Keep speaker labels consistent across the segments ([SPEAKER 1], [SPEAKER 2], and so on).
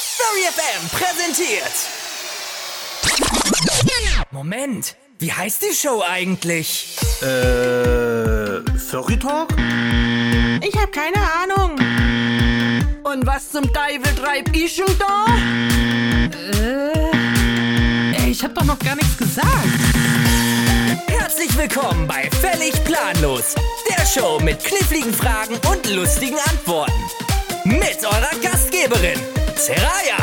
[SPEAKER 1] Story FM präsentiert. Moment, wie heißt die Show eigentlich?
[SPEAKER 2] Äh, Furry Talk?
[SPEAKER 3] Ich hab keine Ahnung.
[SPEAKER 4] Und was zum Teufel treib ich schon da?
[SPEAKER 3] Äh, ey, ich hab doch noch gar nichts gesagt.
[SPEAKER 1] Herzlich willkommen bei Völlig Planlos, der Show mit kniffligen Fragen und lustigen Antworten. Mit eurer Gastgeberin, Seraya.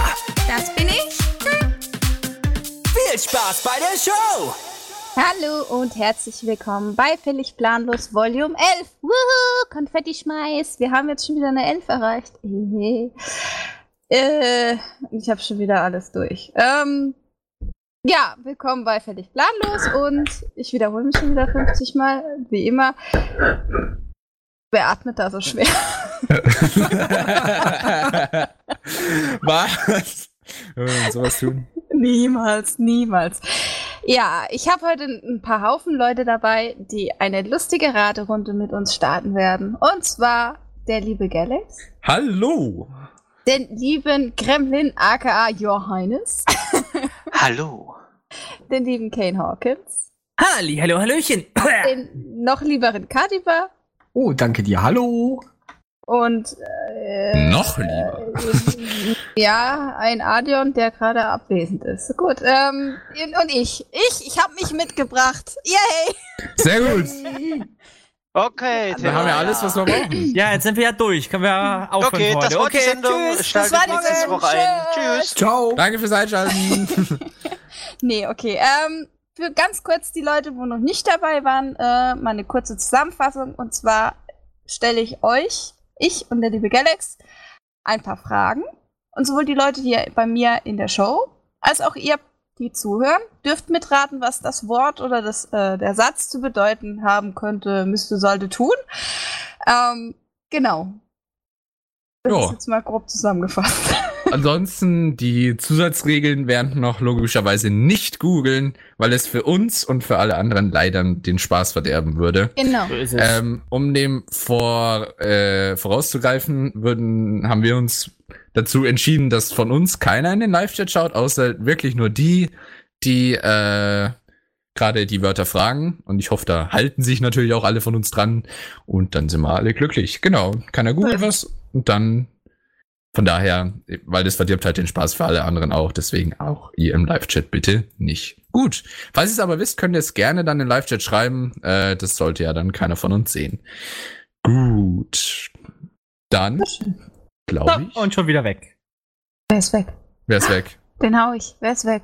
[SPEAKER 5] Das bin ich.
[SPEAKER 1] Viel Spaß bei der Show.
[SPEAKER 5] Hallo und herzlich willkommen bei Völlig Planlos Volume 11. Wuhu, Konfetti schmeiß. Wir haben jetzt schon wieder eine 11 erreicht. äh, ich habe schon wieder alles durch. Ähm, ja, willkommen bei Völlig Planlos und ich wiederhole mich schon wieder 50 Mal, wie immer. Wer atmet da so schwer?
[SPEAKER 6] Was? Äh, sowas tun?
[SPEAKER 5] Niemals, niemals. Ja, ich habe heute ein paar Haufen Leute dabei, die eine lustige Raterunde mit uns starten werden. Und zwar der liebe Galax.
[SPEAKER 6] Hallo.
[SPEAKER 5] Den lieben Gremlin aka Your Highness.
[SPEAKER 7] Hallo.
[SPEAKER 5] Den lieben Kane Hawkins.
[SPEAKER 1] Halli, hallo, hallöchen.
[SPEAKER 5] Den noch lieberen Kadiba.
[SPEAKER 6] Oh, danke dir. Hallo.
[SPEAKER 5] Und äh,
[SPEAKER 6] noch lieber.
[SPEAKER 5] Äh, ja, ein Adion, der gerade abwesend ist. Gut, ähm, und ich. Ich, ich habe mich mitgebracht. Yay!
[SPEAKER 6] Sehr gut.
[SPEAKER 7] okay,
[SPEAKER 6] Wir haben ja alles, was wir brauchen.
[SPEAKER 8] Ja, jetzt sind wir ja durch. Können wir aufhören
[SPEAKER 7] Okay, das
[SPEAKER 8] heute.
[SPEAKER 7] war die
[SPEAKER 8] okay,
[SPEAKER 7] Sendung.
[SPEAKER 8] tschüss.
[SPEAKER 7] Schaltet
[SPEAKER 5] das war die
[SPEAKER 7] nächste
[SPEAKER 5] Sendung.
[SPEAKER 7] Woche ein. Tschüss.
[SPEAKER 6] Ciao. Danke fürs Einschalten.
[SPEAKER 5] Nee, okay. Ähm, für ganz kurz die Leute, wo noch nicht dabei waren, äh, mal eine kurze Zusammenfassung. Und zwar stelle ich euch, ich und der liebe Galax, ein paar Fragen. Und sowohl die Leute hier bei mir in der Show, als auch ihr, die zuhören, dürft mitraten, was das Wort oder das, äh, der Satz zu bedeuten haben könnte, müsste, sollte tun. Ähm, genau. Das
[SPEAKER 6] Ja.
[SPEAKER 5] ist jetzt mal grob zusammengefasst.
[SPEAKER 6] Ansonsten, die Zusatzregeln werden noch logischerweise nicht googeln, weil es für uns und für alle anderen leider den Spaß verderben würde.
[SPEAKER 5] Genau.
[SPEAKER 8] So ist es.
[SPEAKER 6] Ähm, um dem vor, äh, vorauszugreifen, würden, haben wir uns dazu entschieden, dass von uns keiner in den Live-Chat schaut, außer wirklich nur die, die äh, gerade die Wörter fragen. Und ich hoffe, da halten sich natürlich auch alle von uns dran. Und dann sind wir alle glücklich. Genau, keiner googelt was. Und dann, von daher, weil das verdirbt halt den Spaß für alle anderen auch. Deswegen auch ihr im Live-Chat bitte nicht. Gut, falls ihr es aber wisst, könnt ihr es gerne dann im Live-Chat schreiben. Äh, das sollte ja dann keiner von uns sehen. Gut. Dann, glaube ich.
[SPEAKER 8] Ah, Und schon wieder weg.
[SPEAKER 5] Wer ist weg?
[SPEAKER 6] Wer ist weg?
[SPEAKER 5] Den hau ich. Wer ist weg?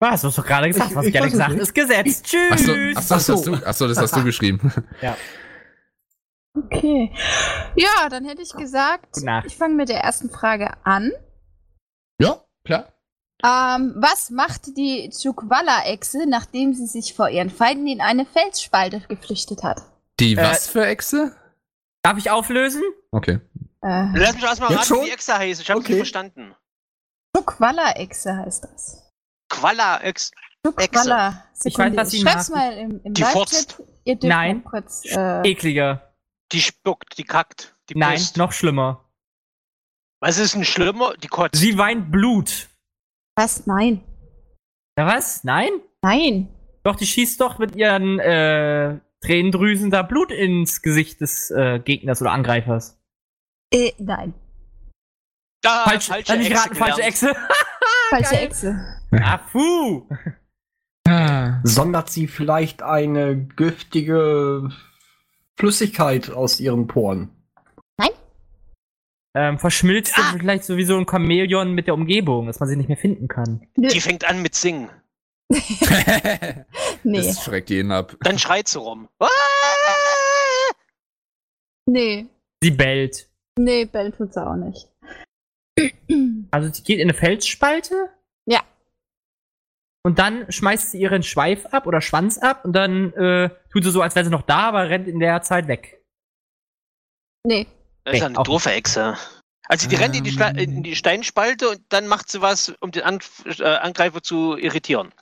[SPEAKER 8] Was? Du hast doch gerade gesagt, was
[SPEAKER 6] ich
[SPEAKER 8] Galax
[SPEAKER 6] weiß
[SPEAKER 8] sagt,
[SPEAKER 6] nicht.
[SPEAKER 8] ist Gesetz. Tschüss.
[SPEAKER 6] Achso, achso, das, hast
[SPEAKER 8] so.
[SPEAKER 6] du, achso, das hast du geschrieben.
[SPEAKER 5] Okay. Ja, dann hätte ich gesagt,
[SPEAKER 8] Gute Nacht.
[SPEAKER 5] ich fange mit der ersten Frage an.
[SPEAKER 6] ja, klar.
[SPEAKER 5] Ähm, was macht die Chukwala-Echse, nachdem sie sich vor ihren Feinden in eine Felsspalte geflüchtet hat?
[SPEAKER 6] Die
[SPEAKER 8] Äh,
[SPEAKER 6] was für Echse?
[SPEAKER 8] Darf ich auflösen?
[SPEAKER 6] Okay.
[SPEAKER 5] Äh,
[SPEAKER 7] Lass mich erstmal
[SPEAKER 2] Jetzt
[SPEAKER 7] raten,
[SPEAKER 2] schon?
[SPEAKER 7] wie die Exe heißt. Ich habe
[SPEAKER 2] Okay.
[SPEAKER 7] nicht verstanden.
[SPEAKER 5] Chukwala-Echse heißt das.
[SPEAKER 7] Qualla Ex.
[SPEAKER 5] Chukwala.
[SPEAKER 8] Ich weiß, was sie
[SPEAKER 5] Schreib's
[SPEAKER 8] macht.
[SPEAKER 5] mal im, im
[SPEAKER 7] Die
[SPEAKER 5] Live-Chat. Ihr dürft
[SPEAKER 8] Nein.
[SPEAKER 5] mal kurz. Äh,
[SPEAKER 8] Ekliger.
[SPEAKER 7] Die spuckt, die kackt, die
[SPEAKER 8] Nein,
[SPEAKER 7] pisst.
[SPEAKER 8] noch schlimmer.
[SPEAKER 7] Was ist denn schlimmer? Die kotzt.
[SPEAKER 8] Sie weint Blut.
[SPEAKER 5] was? Nein.
[SPEAKER 8] Ja, was? Nein?
[SPEAKER 5] Nein.
[SPEAKER 8] Doch, die schießt doch mit ihren äh, Tränendrüsen da Blut ins Gesicht des äh, Gegners oder Angreifers.
[SPEAKER 5] Äh, nein.
[SPEAKER 7] da,
[SPEAKER 8] Falsch,
[SPEAKER 7] Ah, falsche
[SPEAKER 8] falsche nicht
[SPEAKER 7] Echse
[SPEAKER 8] geraten, falsche
[SPEAKER 7] gelernt.
[SPEAKER 8] Echse.
[SPEAKER 5] Falsche
[SPEAKER 8] Geil.
[SPEAKER 5] Echse.
[SPEAKER 8] Afu.
[SPEAKER 6] Ah.
[SPEAKER 2] Sondert sie vielleicht eine giftige Flüssigkeit aus ihren Poren?
[SPEAKER 8] Ähm, verschmilzt ah. vielleicht sowieso ein Chamäleon mit der Umgebung, dass man sie nicht mehr finden kann.
[SPEAKER 7] Die fängt an mit Singen.
[SPEAKER 5] Nee.
[SPEAKER 6] Das schreckt jeden ab.
[SPEAKER 7] Dann schreit sie rum. Ah!
[SPEAKER 5] Nee.
[SPEAKER 8] Sie bellt.
[SPEAKER 5] Nee, Ben tut's auch nicht.
[SPEAKER 8] Also sie geht in eine Felsspalte?
[SPEAKER 5] Ja.
[SPEAKER 8] Und dann schmeißt sie ihren Schweif ab oder Schwanz ab und dann äh, tut sie so, als wäre sie noch da, aber rennt in der Zeit weg.
[SPEAKER 5] Nee.
[SPEAKER 7] Das ist
[SPEAKER 8] Nee,
[SPEAKER 7] ja eine
[SPEAKER 8] auch
[SPEAKER 7] doofe Echse. Also die rennt in die, Schla-
[SPEAKER 6] Ähm.
[SPEAKER 7] in die Steinspalte und dann macht sie was, um den An äh, Angreifer zu irritieren.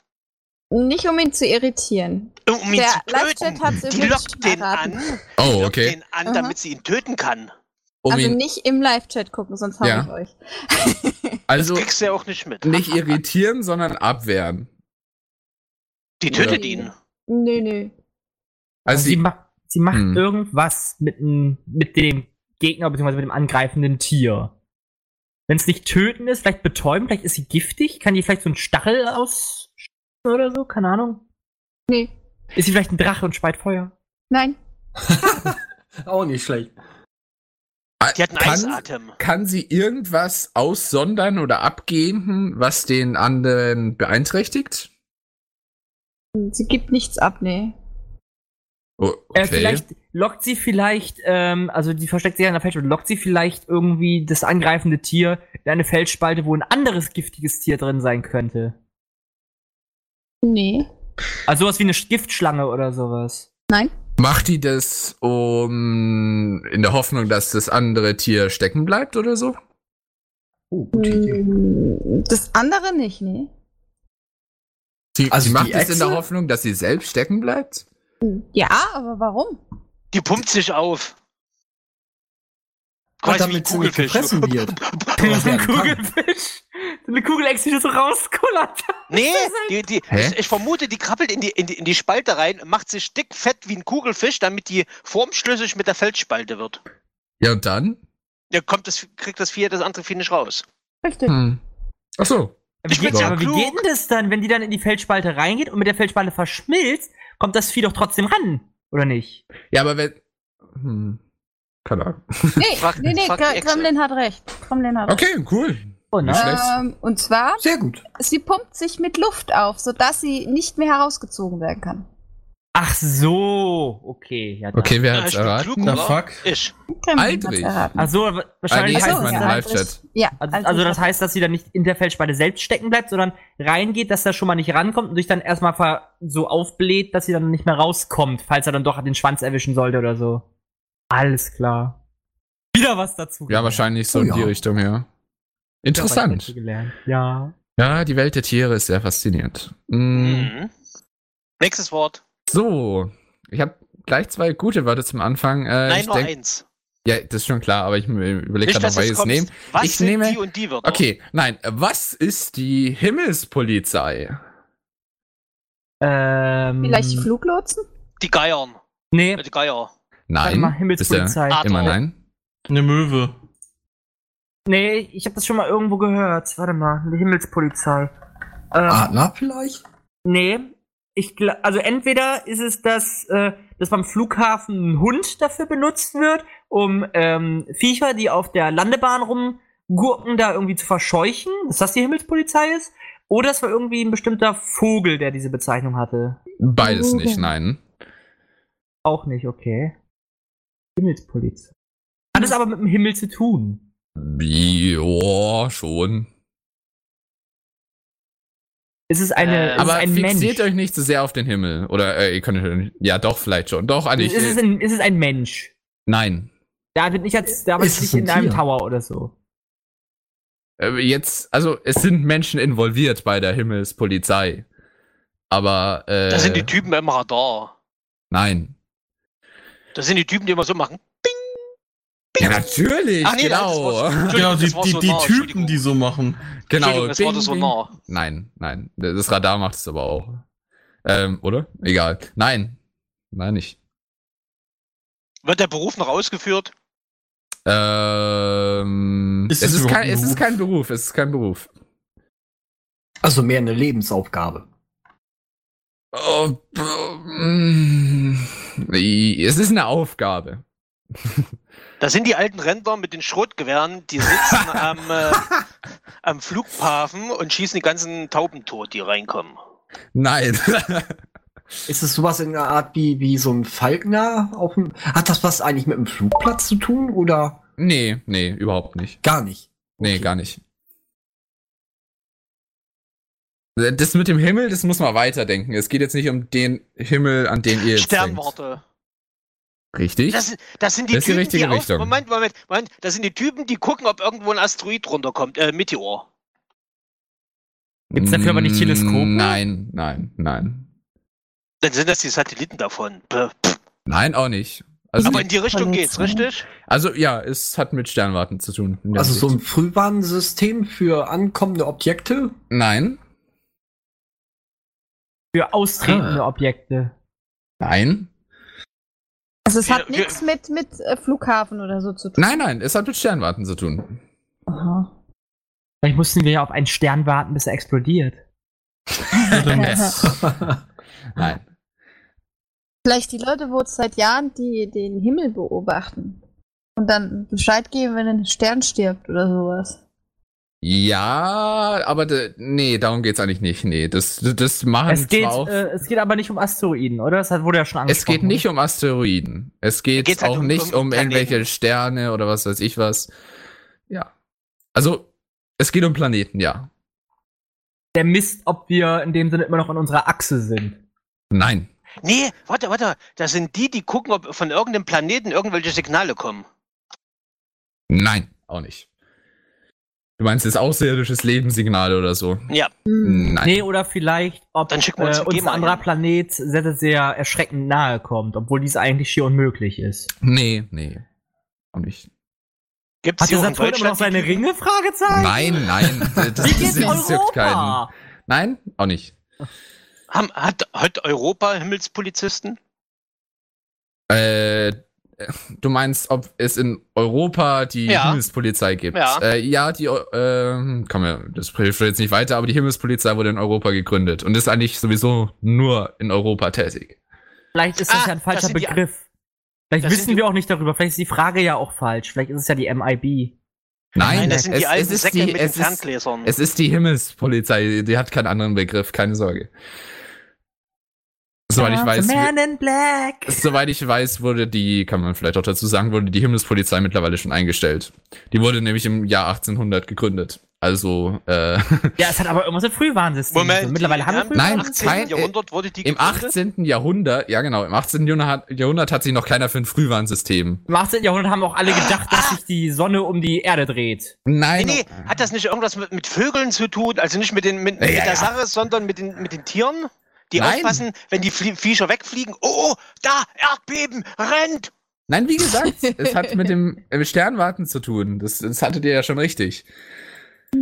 [SPEAKER 5] Nicht um ihn zu irritieren.
[SPEAKER 7] Um ihn
[SPEAKER 5] Der
[SPEAKER 7] zu
[SPEAKER 5] Live-Chat
[SPEAKER 7] töten.
[SPEAKER 5] hat's
[SPEAKER 7] Die
[SPEAKER 5] übrigens
[SPEAKER 7] lockt
[SPEAKER 5] schon
[SPEAKER 7] den
[SPEAKER 5] erraten.
[SPEAKER 7] an,
[SPEAKER 6] Oh,
[SPEAKER 7] lockt
[SPEAKER 6] okay.
[SPEAKER 7] den an,
[SPEAKER 5] Aha.
[SPEAKER 7] damit sie ihn töten kann.
[SPEAKER 6] um
[SPEAKER 5] also
[SPEAKER 6] ihn.
[SPEAKER 5] nicht im Live-Chat gucken, sonst hau
[SPEAKER 6] Ja.
[SPEAKER 5] ich euch.
[SPEAKER 6] Also
[SPEAKER 7] Kriegst du ja auch nicht mit.
[SPEAKER 6] nicht irritieren, sondern abwehren. Also
[SPEAKER 7] Die tötet ihn.
[SPEAKER 5] Nö, nö.
[SPEAKER 6] Also
[SPEAKER 8] sie,
[SPEAKER 6] die,
[SPEAKER 8] ma sie macht
[SPEAKER 6] Hm.
[SPEAKER 8] irgendwas mit, n- mit dem Gegner bzw. mit dem angreifenden Tier. Wenn es nicht töten ist, vielleicht betäuben, vielleicht ist sie giftig, kann die vielleicht so einen Stachel aus oder so, keine Ahnung.
[SPEAKER 5] Nee.
[SPEAKER 8] Ist sie vielleicht ein Drache und speit Feuer?
[SPEAKER 5] Nein.
[SPEAKER 2] Auch nicht schlecht.
[SPEAKER 7] Die hat einen
[SPEAKER 6] kann,
[SPEAKER 7] Eisatem.
[SPEAKER 6] kann sie irgendwas aussondern oder abgeben, was den anderen beeinträchtigt?
[SPEAKER 5] Sie gibt nichts ab, nee.
[SPEAKER 6] Oh,
[SPEAKER 8] Äh, vielleicht lockt sie vielleicht, ähm, also die versteckt sich ja in der Felsspalte, lockt sie vielleicht irgendwie das angreifende Tier in eine Felsspalte, wo ein anderes giftiges Tier drin sein könnte.
[SPEAKER 5] Nee.
[SPEAKER 8] Also sowas wie eine Giftschlange oder sowas.
[SPEAKER 6] Macht die das um in der Hoffnung, dass das andere Tier stecken bleibt oder so?
[SPEAKER 2] Oh, gute
[SPEAKER 5] Hm.
[SPEAKER 2] Idee.
[SPEAKER 5] Mm, Das andere nicht, nee.
[SPEAKER 6] Sie,
[SPEAKER 2] Also
[SPEAKER 6] sie macht
[SPEAKER 2] die
[SPEAKER 6] das in der
[SPEAKER 2] Echse?
[SPEAKER 6] Hoffnung, dass sie selbst stecken bleibt?
[SPEAKER 5] Ja, aber warum?
[SPEAKER 7] Die pumpt sich auf.
[SPEAKER 2] Ah,
[SPEAKER 7] Quasi wie
[SPEAKER 2] damit sie nicht
[SPEAKER 7] Kugelfisch.
[SPEAKER 2] gefressen wird.
[SPEAKER 8] So ein
[SPEAKER 2] Ja, kann.
[SPEAKER 8] Kugelfisch. So eine Kugelex, die du so rauskullert.
[SPEAKER 7] Nee, die, die,
[SPEAKER 6] Hä?
[SPEAKER 7] ich, ich vermute, die krabbelt in die, in, die, in die Spalte rein, macht sich dick fett wie ein Kugelfisch, damit die formschlüssig mit der Felsspalte wird.
[SPEAKER 6] Ja, und dann?
[SPEAKER 7] Ja, kommt das, kriegt das Vieh, das andere Vieh nicht raus.
[SPEAKER 5] Richtig.
[SPEAKER 6] Hm. Ach so.
[SPEAKER 7] Ich bin
[SPEAKER 8] Ja,
[SPEAKER 7] ja
[SPEAKER 8] aber wie
[SPEAKER 7] klug.
[SPEAKER 8] geht denn das dann, wenn die dann in die Felsspalte reingeht und mit der Felsspalte verschmilzt, kommt das Vieh doch trotzdem ran, oder nicht?
[SPEAKER 6] Ja, aber wenn. Hm. Keine Ahnung.
[SPEAKER 5] Nee,
[SPEAKER 7] Frag-
[SPEAKER 5] nee, nee,
[SPEAKER 7] frag
[SPEAKER 5] Kr-
[SPEAKER 7] die Echse.
[SPEAKER 5] Kremlin hat recht. Kremlin hat recht.
[SPEAKER 6] Okay, cool.
[SPEAKER 8] Oh, ne?
[SPEAKER 6] Nicht schlecht.
[SPEAKER 5] Ähm, und zwar,
[SPEAKER 2] Sehr gut.
[SPEAKER 5] sie pumpt sich mit Luft auf, sodass sie nicht mehr herausgezogen werden kann.
[SPEAKER 8] Ach so, okay. Ja, dann.
[SPEAKER 6] Okay, wer hat's
[SPEAKER 7] Ja, ich bin
[SPEAKER 6] erraten?
[SPEAKER 7] klug,
[SPEAKER 9] Na
[SPEAKER 7] oder?
[SPEAKER 9] fuck.
[SPEAKER 7] Ich.
[SPEAKER 5] Kremlin hat's
[SPEAKER 6] Aldrich.
[SPEAKER 5] erraten.
[SPEAKER 8] Ach so, Also, wa-
[SPEAKER 6] Ah, nee,
[SPEAKER 8] wahrscheinlich
[SPEAKER 6] ich
[SPEAKER 5] Ach so,
[SPEAKER 8] heißt
[SPEAKER 6] meine
[SPEAKER 5] ja.
[SPEAKER 6] Live-Chat.
[SPEAKER 5] Ja,
[SPEAKER 8] Also, also das heißt, dass sie dann nicht in der Felsspalte selbst stecken bleibt, sondern reingeht, dass er schon mal nicht rankommt und sich dann erstmal ver- so aufbläht, dass sie dann nicht mehr rauskommt, falls er dann doch den Schwanz erwischen sollte oder so. Alles klar. Wieder was dazu.
[SPEAKER 6] Ja,
[SPEAKER 8] gelernt.
[SPEAKER 6] wahrscheinlich so
[SPEAKER 2] Oh,
[SPEAKER 6] in
[SPEAKER 2] ja.
[SPEAKER 6] die Richtung, ja.
[SPEAKER 8] Wieder was dazu
[SPEAKER 6] Interessant.
[SPEAKER 8] Gelernt. Ja.
[SPEAKER 6] Ja, die Welt der Tiere ist sehr faszinierend. Hm.
[SPEAKER 7] Mhm. Nächstes Wort.
[SPEAKER 6] So, ich habe gleich zwei gute Wörter zum Anfang. Äh,
[SPEAKER 7] Nein,
[SPEAKER 6] ich
[SPEAKER 7] nur
[SPEAKER 6] denk-
[SPEAKER 7] eins.
[SPEAKER 6] Ja, das ist schon klar, aber ich überlege
[SPEAKER 7] Nicht,
[SPEAKER 6] gerade noch,
[SPEAKER 7] dass Oh.
[SPEAKER 6] weil
[SPEAKER 7] du
[SPEAKER 6] ich es
[SPEAKER 7] kommst.
[SPEAKER 6] nehme.
[SPEAKER 7] Was
[SPEAKER 6] Ich
[SPEAKER 7] sind
[SPEAKER 6] nehme-
[SPEAKER 7] die und die Wörter?
[SPEAKER 6] Okay, nein. Was ist die Himmelspolizei?
[SPEAKER 8] Ähm,
[SPEAKER 5] Vielleicht die Fluglotsen?
[SPEAKER 7] Die Geiern.
[SPEAKER 8] Nee,
[SPEAKER 7] Äh, Die Geier.
[SPEAKER 8] warte mal,
[SPEAKER 6] Nein. Ist
[SPEAKER 8] Himmelspolizei.
[SPEAKER 7] Ah.
[SPEAKER 6] ja immer nein.
[SPEAKER 9] Eine Möwe.
[SPEAKER 8] Nee, ich habe das schon mal irgendwo gehört. Warte mal, die Himmelspolizei. Äh,
[SPEAKER 2] Adler vielleicht?
[SPEAKER 8] Nee, ich gla- also entweder ist es, dass, äh, dass beim Flughafen ein Hund dafür benutzt wird, um ähm, Viecher, die auf der Landebahn rumgurken, da irgendwie zu verscheuchen, dass das die Himmelspolizei ist, oder es war irgendwie ein bestimmter Vogel, der diese Bezeichnung hatte.
[SPEAKER 6] Beides nicht, nein.
[SPEAKER 8] Auch nicht, okay. Himmelspolizei. Hat es aber mit dem Himmel zu tun.
[SPEAKER 6] Ja, schon.
[SPEAKER 8] Es ist eine,
[SPEAKER 7] Äh,
[SPEAKER 8] es
[SPEAKER 6] Aber
[SPEAKER 8] ist ein
[SPEAKER 6] fixiert
[SPEAKER 8] Mensch.
[SPEAKER 6] euch nicht so sehr auf den Himmel. Oder äh, ihr könnt euch- ja doch vielleicht schon. Doch, eigentlich.
[SPEAKER 8] es, ist
[SPEAKER 6] äh,
[SPEAKER 8] ein, es ist ein Mensch.
[SPEAKER 6] nein.
[SPEAKER 8] Da wird nicht, als, da wird
[SPEAKER 2] Ist es
[SPEAKER 8] nicht in
[SPEAKER 2] ein
[SPEAKER 8] einem
[SPEAKER 2] Tier?
[SPEAKER 8] Tower oder so.
[SPEAKER 6] Äh, jetzt, also es sind Menschen involviert bei der Himmelspolizei. Aber äh,
[SPEAKER 7] Da sind die Typen im Radar.
[SPEAKER 6] nein.
[SPEAKER 7] Das sind die Typen, die immer so machen.
[SPEAKER 6] Ja, natürlich,
[SPEAKER 7] Ach nee, nein, das
[SPEAKER 6] genau.
[SPEAKER 7] war's.
[SPEAKER 9] Genau, die,
[SPEAKER 7] das war
[SPEAKER 9] die,
[SPEAKER 7] so
[SPEAKER 9] die
[SPEAKER 7] nah,
[SPEAKER 9] Typen,
[SPEAKER 7] Entschuldigung.
[SPEAKER 9] die so machen.
[SPEAKER 6] genau.
[SPEAKER 7] Entschuldigung, das Wort ist so nah.
[SPEAKER 6] Nein, nein. Das Radar macht es aber auch. Ähm, oder? Egal. Nein. Nein, nicht.
[SPEAKER 7] Wird der Beruf noch ausgeführt?
[SPEAKER 6] Ähm,
[SPEAKER 9] Ist
[SPEAKER 6] es,
[SPEAKER 9] es
[SPEAKER 6] ist
[SPEAKER 9] überhaupt
[SPEAKER 6] kein,
[SPEAKER 9] ein
[SPEAKER 6] es ist
[SPEAKER 9] Beruf?
[SPEAKER 6] kein Beruf, es ist kein Beruf.
[SPEAKER 2] Also mehr eine Lebensaufgabe.
[SPEAKER 6] Oh, b- mm, es ist eine Aufgabe.
[SPEAKER 7] Da sind die alten Rentner mit den Schrotgewehren, die sitzen am, äh, am Flughafen und schießen die ganzen Tauben tot, die reinkommen.
[SPEAKER 6] Nein.
[SPEAKER 2] Ist es sowas in der Art wie, wie so ein Falkner auf dem. Hat das was eigentlich mit dem Flugplatz zu tun oder
[SPEAKER 6] nee, nee, überhaupt nicht.
[SPEAKER 2] gar nicht?
[SPEAKER 6] Nee, gar nicht. Das mit dem Himmel, das muss man weiterdenken. Es geht jetzt nicht um den Himmel, an den ihr jetzt
[SPEAKER 7] Sternworte.
[SPEAKER 6] denkt. Richtig?
[SPEAKER 7] Das, sind- das sind die
[SPEAKER 6] Das ist die
[SPEAKER 7] Typen,
[SPEAKER 6] richtige
[SPEAKER 7] die auf,
[SPEAKER 6] Richtung.
[SPEAKER 7] Moment, Moment, Moment. Das sind die Typen, die gucken, ob irgendwo ein Asteroid runterkommt. Äh, Meteor.
[SPEAKER 8] Gibt's dafür aber nicht Teleskope?
[SPEAKER 6] Mm, Nein, nein, nein.
[SPEAKER 7] Dann sind das die Satelliten davon. Puh.
[SPEAKER 6] Nein, auch nicht. Also,
[SPEAKER 7] Aber in die Richtung geht's, richtig?
[SPEAKER 6] also ja, es hat mit Sternwarten zu tun. in der
[SPEAKER 2] Also so
[SPEAKER 6] Hinsicht.
[SPEAKER 2] ein Frühwarnsystem für ankommende Objekte.
[SPEAKER 6] Nein,
[SPEAKER 8] Für austretende
[SPEAKER 2] Ah.
[SPEAKER 8] Objekte.
[SPEAKER 6] nein,
[SPEAKER 5] Also es
[SPEAKER 7] Wir-
[SPEAKER 5] hat
[SPEAKER 7] wir-
[SPEAKER 5] nichts mit, mit äh, Flughafen oder so zu tun.
[SPEAKER 6] nein, nein, es hat mit Sternwarten zu tun.
[SPEAKER 5] Aha.
[SPEAKER 8] Vielleicht mussten wir ja auf einen Stern warten, bis er explodiert.
[SPEAKER 6] Nein.
[SPEAKER 5] Vielleicht die Leute, wo es seit Jahren die den Himmel beobachten und dann Bescheid geben, wenn ein Stern stirbt oder sowas.
[SPEAKER 6] Ja, aber de, nee, darum geht's eigentlich nicht. Nee, das, das machen
[SPEAKER 8] Es geht,
[SPEAKER 6] zwar auch,
[SPEAKER 8] äh, es geht aber nicht um Asteroiden, oder? Das hat- wurde ja schon angesprochen.
[SPEAKER 6] Es geht nicht um Asteroiden. Es geht
[SPEAKER 7] Geht's halt
[SPEAKER 6] auch
[SPEAKER 7] um-
[SPEAKER 6] nicht um,
[SPEAKER 7] um Planeten.
[SPEAKER 6] irgendwelche Sterne oder was weiß ich was. Ja. Also, es geht um Planeten, ja.
[SPEAKER 8] Der misst, ob wir in dem Sinne immer noch an unserer Achse sind.
[SPEAKER 6] Nein.
[SPEAKER 7] Nee, warte, warte. Das sind die, die gucken, ob von irgendeinem Planeten irgendwelche Signale kommen.
[SPEAKER 6] Nein, auch nicht. Du meinst jetzt außerirdisches Lebenssignal oder so?
[SPEAKER 7] Ja.
[SPEAKER 6] Nein.
[SPEAKER 8] Nee, oder vielleicht, ob
[SPEAKER 7] Dann schicken wir uns
[SPEAKER 8] äh,
[SPEAKER 7] einen
[SPEAKER 8] uns ein
[SPEAKER 7] Gamer
[SPEAKER 8] anderer
[SPEAKER 7] ein.
[SPEAKER 8] Planet sehr, sehr erschreckend nahe kommt, obwohl dies eigentlich hier unmöglich ist.
[SPEAKER 6] Nee, nee. Auch nicht.
[SPEAKER 7] Gibt's
[SPEAKER 8] Hat
[SPEAKER 7] hier
[SPEAKER 8] der
[SPEAKER 7] auch in
[SPEAKER 8] Saturn immer noch
[SPEAKER 7] Deutschland
[SPEAKER 8] seine
[SPEAKER 7] die-
[SPEAKER 8] Ringe? Fragezeichen?
[SPEAKER 6] Nein, nein. Das,
[SPEAKER 8] Wie geht's
[SPEAKER 6] sind Süchtigkeiten.
[SPEAKER 8] Europa?
[SPEAKER 6] Nein, auch nicht.
[SPEAKER 7] Haben, hat, hat Europa Himmelspolizisten?
[SPEAKER 6] Äh, du meinst, ob es in Europa die
[SPEAKER 7] Ja.
[SPEAKER 6] Himmelspolizei gibt?
[SPEAKER 7] Ja.
[SPEAKER 6] Äh, ja, die, ähm, komm, ja, das hilft jetzt nicht weiter, aber die Himmelspolizei wurde in Europa gegründet und ist eigentlich sowieso nur in Europa tätig.
[SPEAKER 8] Vielleicht ist das
[SPEAKER 7] Ah,
[SPEAKER 8] ja ein
[SPEAKER 7] das
[SPEAKER 8] falscher
[SPEAKER 7] sind die-
[SPEAKER 8] Begriff. Vielleicht
[SPEAKER 7] das sind
[SPEAKER 8] wissen
[SPEAKER 7] die-
[SPEAKER 8] wir auch nicht darüber. Vielleicht ist die Frage ja auch falsch. Vielleicht ist es ja die MIB.
[SPEAKER 6] Nein,
[SPEAKER 7] das sind
[SPEAKER 6] es,
[SPEAKER 7] die alten
[SPEAKER 6] es ist
[SPEAKER 7] Säcke
[SPEAKER 6] die,
[SPEAKER 7] mit den
[SPEAKER 6] es ist,
[SPEAKER 7] Ferngläsern.
[SPEAKER 6] es ist die Himmelspolizei, die hat keinen anderen Begriff, keine Sorge. Soweit ich weiß,
[SPEAKER 8] The Man in Black.
[SPEAKER 6] Soweit ich weiß, wurde die, kann man vielleicht auch dazu sagen, wurde die Himmelspolizei mittlerweile schon eingestellt. Die wurde nämlich im Jahr 1800 gegründet. Also, äh,
[SPEAKER 8] Ja, es hat aber irgendwas mit Frühwarnsystem. zu tun. Mittlerweile haben wir
[SPEAKER 7] im
[SPEAKER 6] Nein,
[SPEAKER 8] Frühwarnsystem.
[SPEAKER 7] 18.
[SPEAKER 6] kein-
[SPEAKER 7] Jahrhundert wurde die
[SPEAKER 6] im
[SPEAKER 7] gegründet?
[SPEAKER 6] 18. Jahrhundert, ja genau, im 18. Jahrhundert Jahrhundert hat sich noch keiner für ein Frühwarnsystem.
[SPEAKER 8] Im 18. Jahrhundert haben auch alle
[SPEAKER 7] Ah,
[SPEAKER 8] gedacht, dass sich die Sonne um die Erde dreht.
[SPEAKER 6] Nein.
[SPEAKER 7] Nee, nee, hat das nicht irgendwas mit, mit Vögeln zu tun? Also nicht mit, den, mit, mit
[SPEAKER 6] ja,
[SPEAKER 7] der
[SPEAKER 6] ja.
[SPEAKER 7] Sache, sondern mit den, mit den Tieren, die
[SPEAKER 6] Nein.
[SPEAKER 7] aufpassen, wenn die Flie Viecher wegfliegen. Oh, oh, da, Erdbeben, rennt!
[SPEAKER 6] Nein, wie gesagt, es hat mit dem äh, Sternwarten zu tun. Das, das hattet ihr ja schon richtig.
[SPEAKER 7] Ach,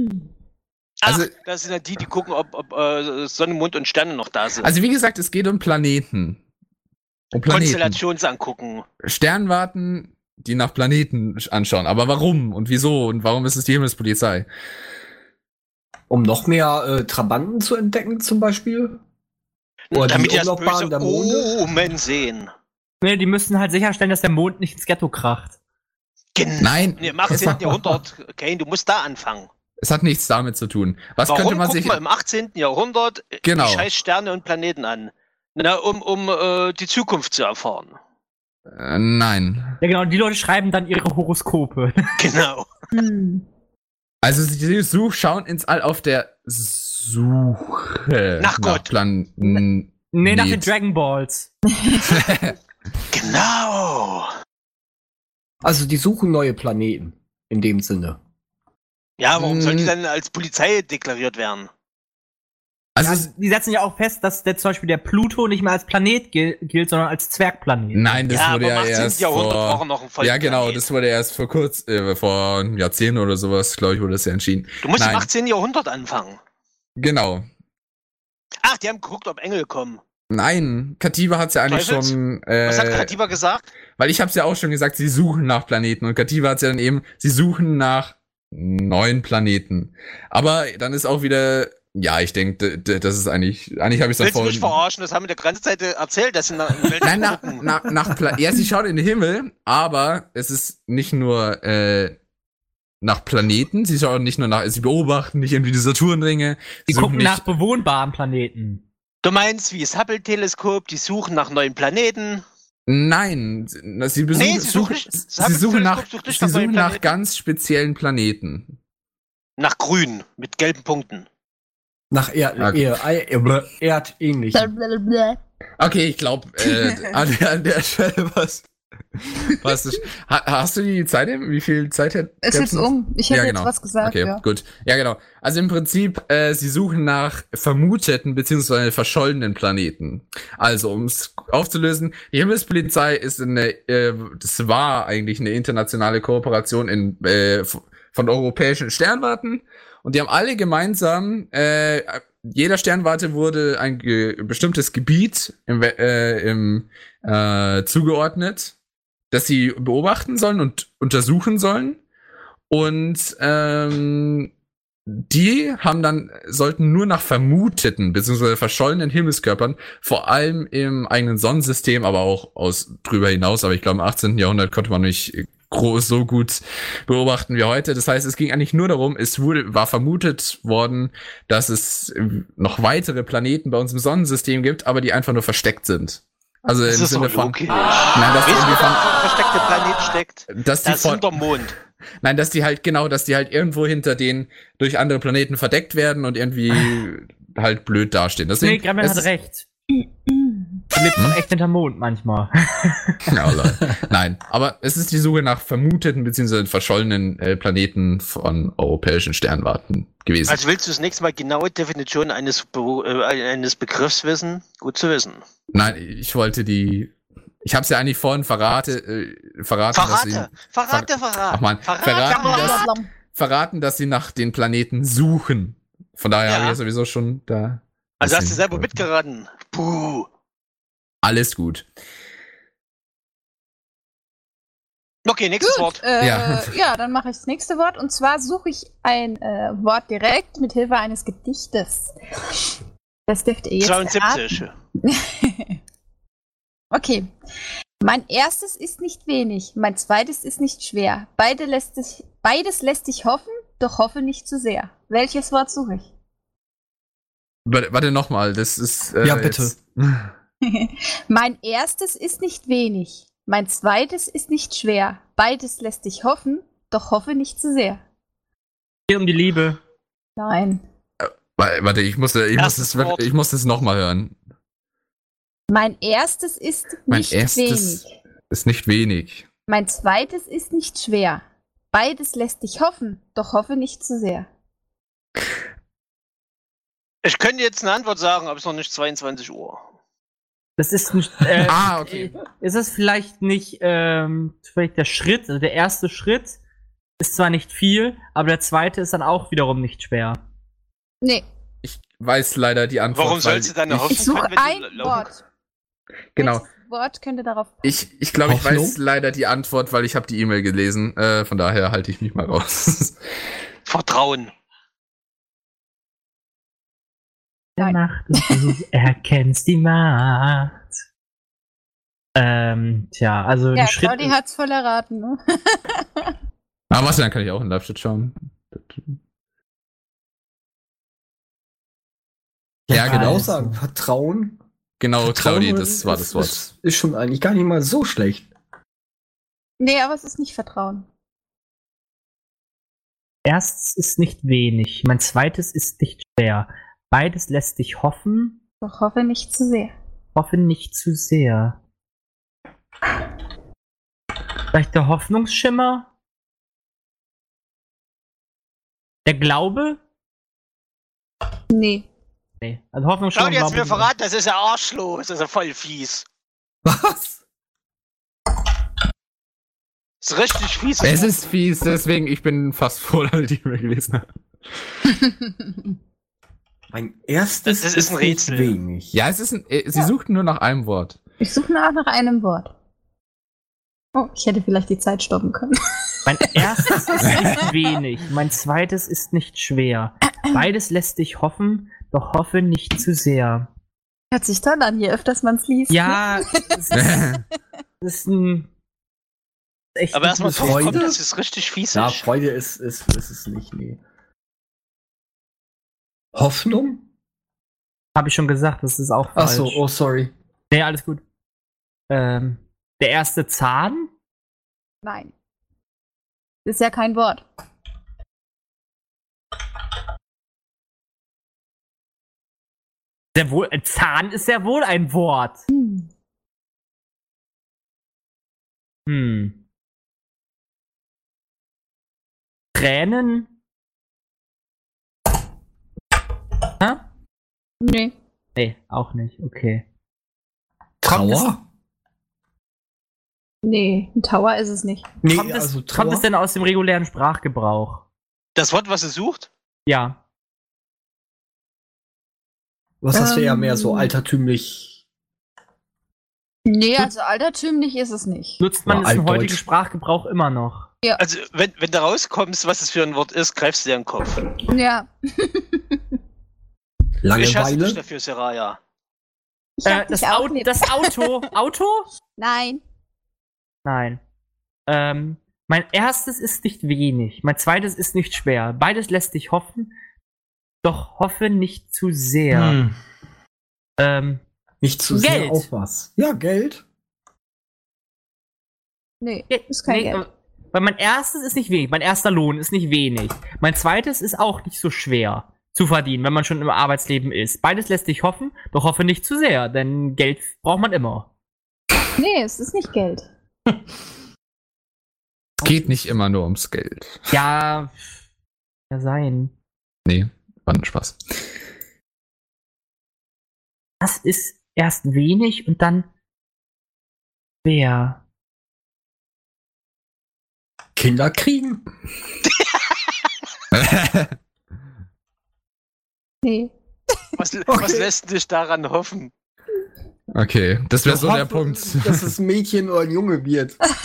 [SPEAKER 6] Also-
[SPEAKER 7] Ah, das sind ja die, die gucken, ob, ob äh, Sonne, Mond und Sterne noch da sind.
[SPEAKER 6] Also wie gesagt, es geht um Planeten. Um Planeten.
[SPEAKER 7] Konstellationsangucken.
[SPEAKER 6] Sternwarten, die nach Planeten anschauen. Aber warum und wieso und warum ist es die Himmelspolizei?
[SPEAKER 2] Um noch mehr äh, Trabanten zu entdecken, zum Beispiel. Oder
[SPEAKER 7] damit
[SPEAKER 2] die
[SPEAKER 7] die das
[SPEAKER 2] Umlaufbahn
[SPEAKER 7] böse Oh.
[SPEAKER 2] der Monde.
[SPEAKER 7] Omen sehen.
[SPEAKER 8] Ne, die müssen halt sicherstellen, dass der Mond nicht ins Ghetto kracht.
[SPEAKER 7] Genau.
[SPEAKER 6] Nein,
[SPEAKER 7] Nee, Im 18. Jahrhundert, Kane, du musst da anfangen.
[SPEAKER 6] es hat nichts damit zu tun. Was
[SPEAKER 7] Warum
[SPEAKER 6] könnte man
[SPEAKER 7] guckt
[SPEAKER 6] sich.
[SPEAKER 7] man im 18. Jahrhundert äh,
[SPEAKER 6] Genau.
[SPEAKER 7] die scheiß Sterne und Planeten an? Na, um, um äh, die Zukunft zu erfahren.
[SPEAKER 6] Äh, nein.
[SPEAKER 8] Ja, genau, die Leute schreiben dann ihre Horoskope.
[SPEAKER 7] Genau.
[SPEAKER 6] Also sie such, schauen ins All auf der Suche.
[SPEAKER 7] Nach Gott.
[SPEAKER 6] Planeten.
[SPEAKER 8] nee, nach den
[SPEAKER 6] Nicht.
[SPEAKER 8] Dragon Balls.
[SPEAKER 7] Genau.
[SPEAKER 2] Also die suchen neue Planeten in dem Sinne.
[SPEAKER 7] Ja, warum sollen die
[SPEAKER 6] Mm.
[SPEAKER 7] dann als Polizei deklariert werden?
[SPEAKER 6] Also
[SPEAKER 8] Also, die setzen ja auch fest, dass der, zum Beispiel der Pluto nicht mehr als Planet gil- gilt, sondern als Zwergplanet.
[SPEAKER 6] nein, das
[SPEAKER 7] ja,
[SPEAKER 6] wurde ja
[SPEAKER 7] aber
[SPEAKER 6] erst
[SPEAKER 7] Jahrhundert braucht
[SPEAKER 6] vor,
[SPEAKER 7] noch ein
[SPEAKER 6] Ja, genau,
[SPEAKER 7] Vollplanet.
[SPEAKER 6] das wurde erst vor kurz äh, vor Jahrzehnten oder sowas, glaube ich, wurde das ja entschieden.
[SPEAKER 7] Du musst
[SPEAKER 6] Nein.
[SPEAKER 7] im 18. Jahrhundert anfangen.
[SPEAKER 6] Genau.
[SPEAKER 7] Ach, die haben geguckt, ob Engel kommen.
[SPEAKER 6] Nein, Katiba hat's ja eigentlich
[SPEAKER 7] Teufels?
[SPEAKER 6] schon äh,
[SPEAKER 7] Was hat Katiba gesagt?
[SPEAKER 6] Weil ich hab's ja auch schon gesagt, sie suchen nach Planeten. Und Kativa hat's ja dann eben, sie suchen nach neuen Planeten. Aber dann ist auch wieder, ja, ich denke, das ist eigentlich, eigentlich habe ich
[SPEAKER 7] Willst du
[SPEAKER 6] davor.
[SPEAKER 7] mich verarschen? Das haben wir die ganze Zeit äh, erzählt, dass sie nach
[SPEAKER 6] Nein, nach, nach, nach Pla ja, sie schauen in den Himmel, aber es ist nicht nur äh, nach Planeten, sie schauen nicht nur nach, sie beobachten nicht irgendwie die Saturnringe.
[SPEAKER 8] Die
[SPEAKER 6] suchen
[SPEAKER 8] gucken
[SPEAKER 6] nicht-
[SPEAKER 8] nach bewohnbaren Planeten.
[SPEAKER 7] Du meinst, wie das Hubble-Teleskop, die suchen nach neuen Planeten.
[SPEAKER 6] Nein, sie besuchen,
[SPEAKER 7] Nee, sie suchen
[SPEAKER 6] suchen,
[SPEAKER 7] nicht-
[SPEAKER 6] sie suchen nach,
[SPEAKER 7] sucht nicht
[SPEAKER 6] sie
[SPEAKER 7] nach neuen
[SPEAKER 6] suchen nach
[SPEAKER 7] Planeten.
[SPEAKER 6] ganz speziellen Planeten.
[SPEAKER 7] Nach grün, mit gelben Punkten.
[SPEAKER 2] Nach Erd,
[SPEAKER 6] Okay.
[SPEAKER 2] Erd, Erd, Erdähnlichen.
[SPEAKER 5] Blablabla.
[SPEAKER 6] Okay, ich glaube, äh, an, an der Stelle was. Hast du, ha, hast du die Zeit? im- Wie viel Zeit hat?
[SPEAKER 5] Es
[SPEAKER 6] gab's
[SPEAKER 5] ist
[SPEAKER 6] noch?
[SPEAKER 5] um. Ich hätte
[SPEAKER 6] Ja, genau.
[SPEAKER 5] jetzt was gesagt.
[SPEAKER 6] Okay,
[SPEAKER 5] Ja.
[SPEAKER 6] gut. Ja, genau. Also im Prinzip, äh, sie suchen nach vermuteten beziehungsweise verschollenen Planeten. Also, um es aufzulösen, die Himmelspolizei ist eine, äh, das war eigentlich eine internationale Kooperation in, äh, f- von europäischen Sternwarten. Und die haben alle gemeinsam, äh, jeder Sternwarte wurde ein ge bestimmtes Gebiet im, We- äh, im äh, zugeordnet, das sie beobachten sollen und untersuchen sollen. Und ähm, die haben dann, sollten nur nach vermuteten bzw. verschollenen Himmelskörpern, vor allem im eigenen Sonnensystem, aber auch aus drüber hinaus, aber ich glaube im 18. Jahrhundert konnte man nicht groß so gut beobachten wie heute. Das heißt, es ging eigentlich nur darum, es wurde, war vermutet worden, dass es äh, noch weitere Planeten bei uns im Sonnensystem gibt, aber die einfach nur versteckt sind. Also im
[SPEAKER 7] Das ist
[SPEAKER 6] Sinne
[SPEAKER 7] doch
[SPEAKER 6] von,
[SPEAKER 7] logisch.
[SPEAKER 6] nein, dass die
[SPEAKER 7] Wisst ihr,
[SPEAKER 6] irgendwie
[SPEAKER 7] was
[SPEAKER 6] von,
[SPEAKER 7] ein versteckter Planet steckt?
[SPEAKER 6] dass die
[SPEAKER 7] Das
[SPEAKER 6] von,
[SPEAKER 7] ist der Mond.
[SPEAKER 6] Nein, dass die halt, genau, dass die halt irgendwo hinter den durch andere Planeten verdeckt werden und irgendwie
[SPEAKER 7] Ah.
[SPEAKER 6] halt blöd dastehen. Deswegen,
[SPEAKER 8] Nee, Gremlin
[SPEAKER 6] es
[SPEAKER 8] hat
[SPEAKER 6] ist-
[SPEAKER 8] recht. Du lebst
[SPEAKER 7] Hm?
[SPEAKER 8] doch echt hinterm Mond manchmal.
[SPEAKER 6] Ja, lol. Genau, Nein, aber es ist die Suche nach vermuteten bzw. verschollenen äh, Planeten von europäischen Sternwarten gewesen.
[SPEAKER 7] Also willst du das nächste Mal genaue Definition eines, Be äh, eines Begriffs wissen? Gut zu wissen.
[SPEAKER 6] Nein, ich wollte die. Ich hab's ja eigentlich vorhin verrate, äh, verraten, dass sie.
[SPEAKER 7] Verrate! Verrate,
[SPEAKER 6] Ach
[SPEAKER 7] verrate!
[SPEAKER 6] man, verraten dass,
[SPEAKER 5] Blablabla.
[SPEAKER 6] verraten, dass sie nach den Planeten suchen. Von daher
[SPEAKER 7] Ja.
[SPEAKER 6] habe ich ja sowieso schon da.
[SPEAKER 7] Also hast du
[SPEAKER 6] bisschen-
[SPEAKER 7] selber mitgeraten. Puh.
[SPEAKER 6] Alles gut.
[SPEAKER 7] Okay, nächstes Wort.
[SPEAKER 5] Äh,
[SPEAKER 6] Ja.
[SPEAKER 5] ja. dann mache ich das nächste Wort. Und zwar suche ich ein äh, Wort direkt mit Hilfe eines Gedichtes. Das dürft ihr jetzt erraten.
[SPEAKER 7] 72.
[SPEAKER 5] Okay. Mein erstes ist nicht wenig, mein zweites ist nicht schwer. Beide lässt sich, beides lässt sich hoffen, doch hoffe nicht zu sehr. Welches Wort suche ich?
[SPEAKER 6] Warte, warte nochmal, das ist. äh,
[SPEAKER 2] Ja, bitte.
[SPEAKER 6] jetzt-
[SPEAKER 5] Mein erstes ist nicht wenig, mein zweites ist nicht schwer. Beides lässt sich hoffen, doch hoffe nicht zu sehr.
[SPEAKER 8] Geht um die Liebe.
[SPEAKER 5] Nein.
[SPEAKER 6] Wa- Warte, ich muss, ich muss,
[SPEAKER 7] Erstes
[SPEAKER 6] das, wirklich-
[SPEAKER 7] Wort.
[SPEAKER 6] ich muss das nochmal hören.
[SPEAKER 5] Mein erstes ist
[SPEAKER 6] Mein
[SPEAKER 5] nicht
[SPEAKER 6] erstes-
[SPEAKER 5] wenig.
[SPEAKER 6] Ist nicht wenig.
[SPEAKER 5] Mein zweites ist nicht schwer. Beides lässt dich hoffen, doch hoffe nicht zu sehr.
[SPEAKER 7] Ich könnte jetzt eine Antwort sagen, aber es ist noch nicht 22 Uhr.
[SPEAKER 8] Das ist nicht. Äh,
[SPEAKER 6] Ah, okay.
[SPEAKER 8] Ist es vielleicht nicht ähm, vielleicht der Schritt, also der erste Schritt ist zwar nicht viel, aber der zweite ist dann auch wiederum nicht schwer.
[SPEAKER 5] Nee,
[SPEAKER 6] Ich weiß leider die Antwort.
[SPEAKER 7] Warum
[SPEAKER 6] weil
[SPEAKER 7] sollst du dann
[SPEAKER 6] ich,
[SPEAKER 7] hoffen?
[SPEAKER 5] ich suche
[SPEAKER 7] Können wir
[SPEAKER 5] ein
[SPEAKER 7] die laufen?
[SPEAKER 5] Wort.
[SPEAKER 6] Genau.
[SPEAKER 5] Welches Wort könnte darauf
[SPEAKER 6] Ich, ich glaube, ich
[SPEAKER 2] Hoffnung?
[SPEAKER 6] weiß leider die Antwort, weil ich habe die E-Mail gelesen. Äh, von daher halte ich mich mal raus.
[SPEAKER 7] Vertrauen.
[SPEAKER 5] Nein.
[SPEAKER 8] Macht du erkennst die Macht. Ähm, tja, also
[SPEAKER 5] Ja,
[SPEAKER 8] ein Schritt.
[SPEAKER 5] Claudi hat's voll erraten. Ne?
[SPEAKER 6] Ah, warte, dann kann ich auch in Live-Chat schauen. Ja, genau.
[SPEAKER 2] Genau sagen, Vertrauen.
[SPEAKER 6] Genau, Claudi,
[SPEAKER 2] Vertrauen
[SPEAKER 6] das war das
[SPEAKER 2] ist-
[SPEAKER 6] Wort.
[SPEAKER 2] Ist, ist schon eigentlich gar nicht mal so schlecht.
[SPEAKER 5] Nee, aber es ist nicht Vertrauen.
[SPEAKER 8] Erstes ist nicht wenig, mein zweites ist nicht schwer. Beides lässt dich hoffen,
[SPEAKER 5] Doch hoffe nicht zu sehr.
[SPEAKER 8] hoffe nicht zu sehr. Vielleicht der Hoffnungsschimmer? Der Glaube?
[SPEAKER 5] Nee.
[SPEAKER 8] Nee, also Hoffnungsschimmer.
[SPEAKER 7] Claudia hat's
[SPEAKER 8] war-
[SPEAKER 7] mir verraten, das ist ja arschlos. Das ist ja voll fies.
[SPEAKER 2] Was?
[SPEAKER 7] Das ist richtig fies.
[SPEAKER 6] Es ist fies, deswegen ich bin fast froh, dass ich die E-Mail gelesen habe.
[SPEAKER 2] Mein erstes
[SPEAKER 7] Das ist äh, ein
[SPEAKER 2] nicht
[SPEAKER 7] Rätsel.
[SPEAKER 2] wenig.
[SPEAKER 6] Ja, es ist ein, äh, sie suchten nur nach einem Wort.
[SPEAKER 5] ich suche nach, nach einem Wort. Oh, ich hätte vielleicht die Zeit stoppen können.
[SPEAKER 8] Mein erstes ist nicht wenig, mein zweites ist nicht schwer. Beides lässt dich hoffen, doch hoffe nicht zu sehr.
[SPEAKER 5] Hört sich toll an, je öfters man es liest. ne?
[SPEAKER 8] Ja, es ist, es ist ein. Echt
[SPEAKER 7] aber erstmal
[SPEAKER 8] ein-
[SPEAKER 7] drauf kommt,
[SPEAKER 2] Freude?
[SPEAKER 7] das ist richtig fies.
[SPEAKER 2] Ja,
[SPEAKER 7] ist.
[SPEAKER 2] Freude ist, ist, ist es nicht, nee. Hoffnung?
[SPEAKER 8] Hab ich schon gesagt, das ist auch falsch.
[SPEAKER 2] Achso, oh sorry.
[SPEAKER 8] Nee, alles gut. Ähm, der erste Zahn?
[SPEAKER 5] Nein. Das ist ja kein Wort.
[SPEAKER 8] Sehr wohl, äh, Zahn ist sehr wohl ein Wort.
[SPEAKER 5] Hm.
[SPEAKER 1] Hm. Tränen? Hä?
[SPEAKER 5] Nee.
[SPEAKER 1] Nee, auch nicht. Okay.
[SPEAKER 2] Trauer?
[SPEAKER 5] Nee, ein Tower ist es nicht.
[SPEAKER 2] Nee,
[SPEAKER 1] kommt, es,
[SPEAKER 2] also
[SPEAKER 1] kommt
[SPEAKER 2] Trauer.
[SPEAKER 1] es denn aus dem regulären Sprachgebrauch?
[SPEAKER 7] Das Wort, was ihr sucht?
[SPEAKER 1] Ja.
[SPEAKER 2] Was hast du ja
[SPEAKER 5] Ähm.
[SPEAKER 2] mehr so altertümlich.
[SPEAKER 5] Nee, also altertümlich ist es nicht.
[SPEAKER 1] Nutzt man
[SPEAKER 2] Ja,
[SPEAKER 1] es im
[SPEAKER 2] Altdeutsch.
[SPEAKER 1] heutigen Sprachgebrauch immer noch?
[SPEAKER 7] Also, wenn, wenn du rauskommst, was es für ein Wort ist, greifst du dir in den Kopf.
[SPEAKER 5] Ja.
[SPEAKER 7] Ich hasse dich
[SPEAKER 2] Langeweile?
[SPEAKER 7] dafür, Seraya.
[SPEAKER 5] Ich
[SPEAKER 1] Äh,
[SPEAKER 5] hab
[SPEAKER 1] das,
[SPEAKER 5] dich auch
[SPEAKER 1] Au
[SPEAKER 5] lieb.
[SPEAKER 1] das Auto. Auto?
[SPEAKER 5] Nein.
[SPEAKER 1] Nein. Ähm, mein erstes ist nicht wenig, mein zweites ist nicht schwer. Beides lässt dich hoffen, doch hoffe nicht zu sehr.
[SPEAKER 2] Hm.
[SPEAKER 1] Ähm,
[SPEAKER 2] Nicht zu
[SPEAKER 1] Geld.
[SPEAKER 2] sehr auf was. Ja, Geld.
[SPEAKER 5] Nee,
[SPEAKER 1] ja,
[SPEAKER 5] ist kein Geld.
[SPEAKER 1] äh, Weil mein erstes ist nicht wenig, mein erster Lohn ist nicht wenig. Mein zweites ist auch nicht so schwer zu verdienen, wenn man schon im Arbeitsleben ist. Beides lässt dich hoffen, doch hoffe nicht zu sehr, denn Geld braucht man immer.
[SPEAKER 5] Nee, es ist nicht Geld.
[SPEAKER 6] Es geht nicht immer nur ums Geld.
[SPEAKER 1] Ja, ja sein.
[SPEAKER 6] Nee, war ein Spaß.
[SPEAKER 1] das ist erst wenig und dann wer?
[SPEAKER 2] Kinder kriegen.
[SPEAKER 5] Nee.
[SPEAKER 7] Was, was
[SPEAKER 2] Okay.
[SPEAKER 7] lässt dich daran hoffen?
[SPEAKER 6] okay, das wäre so
[SPEAKER 2] Doch,
[SPEAKER 6] der Punkt.
[SPEAKER 2] Dass es ein Mädchen oder ein Junge wird.
[SPEAKER 1] Also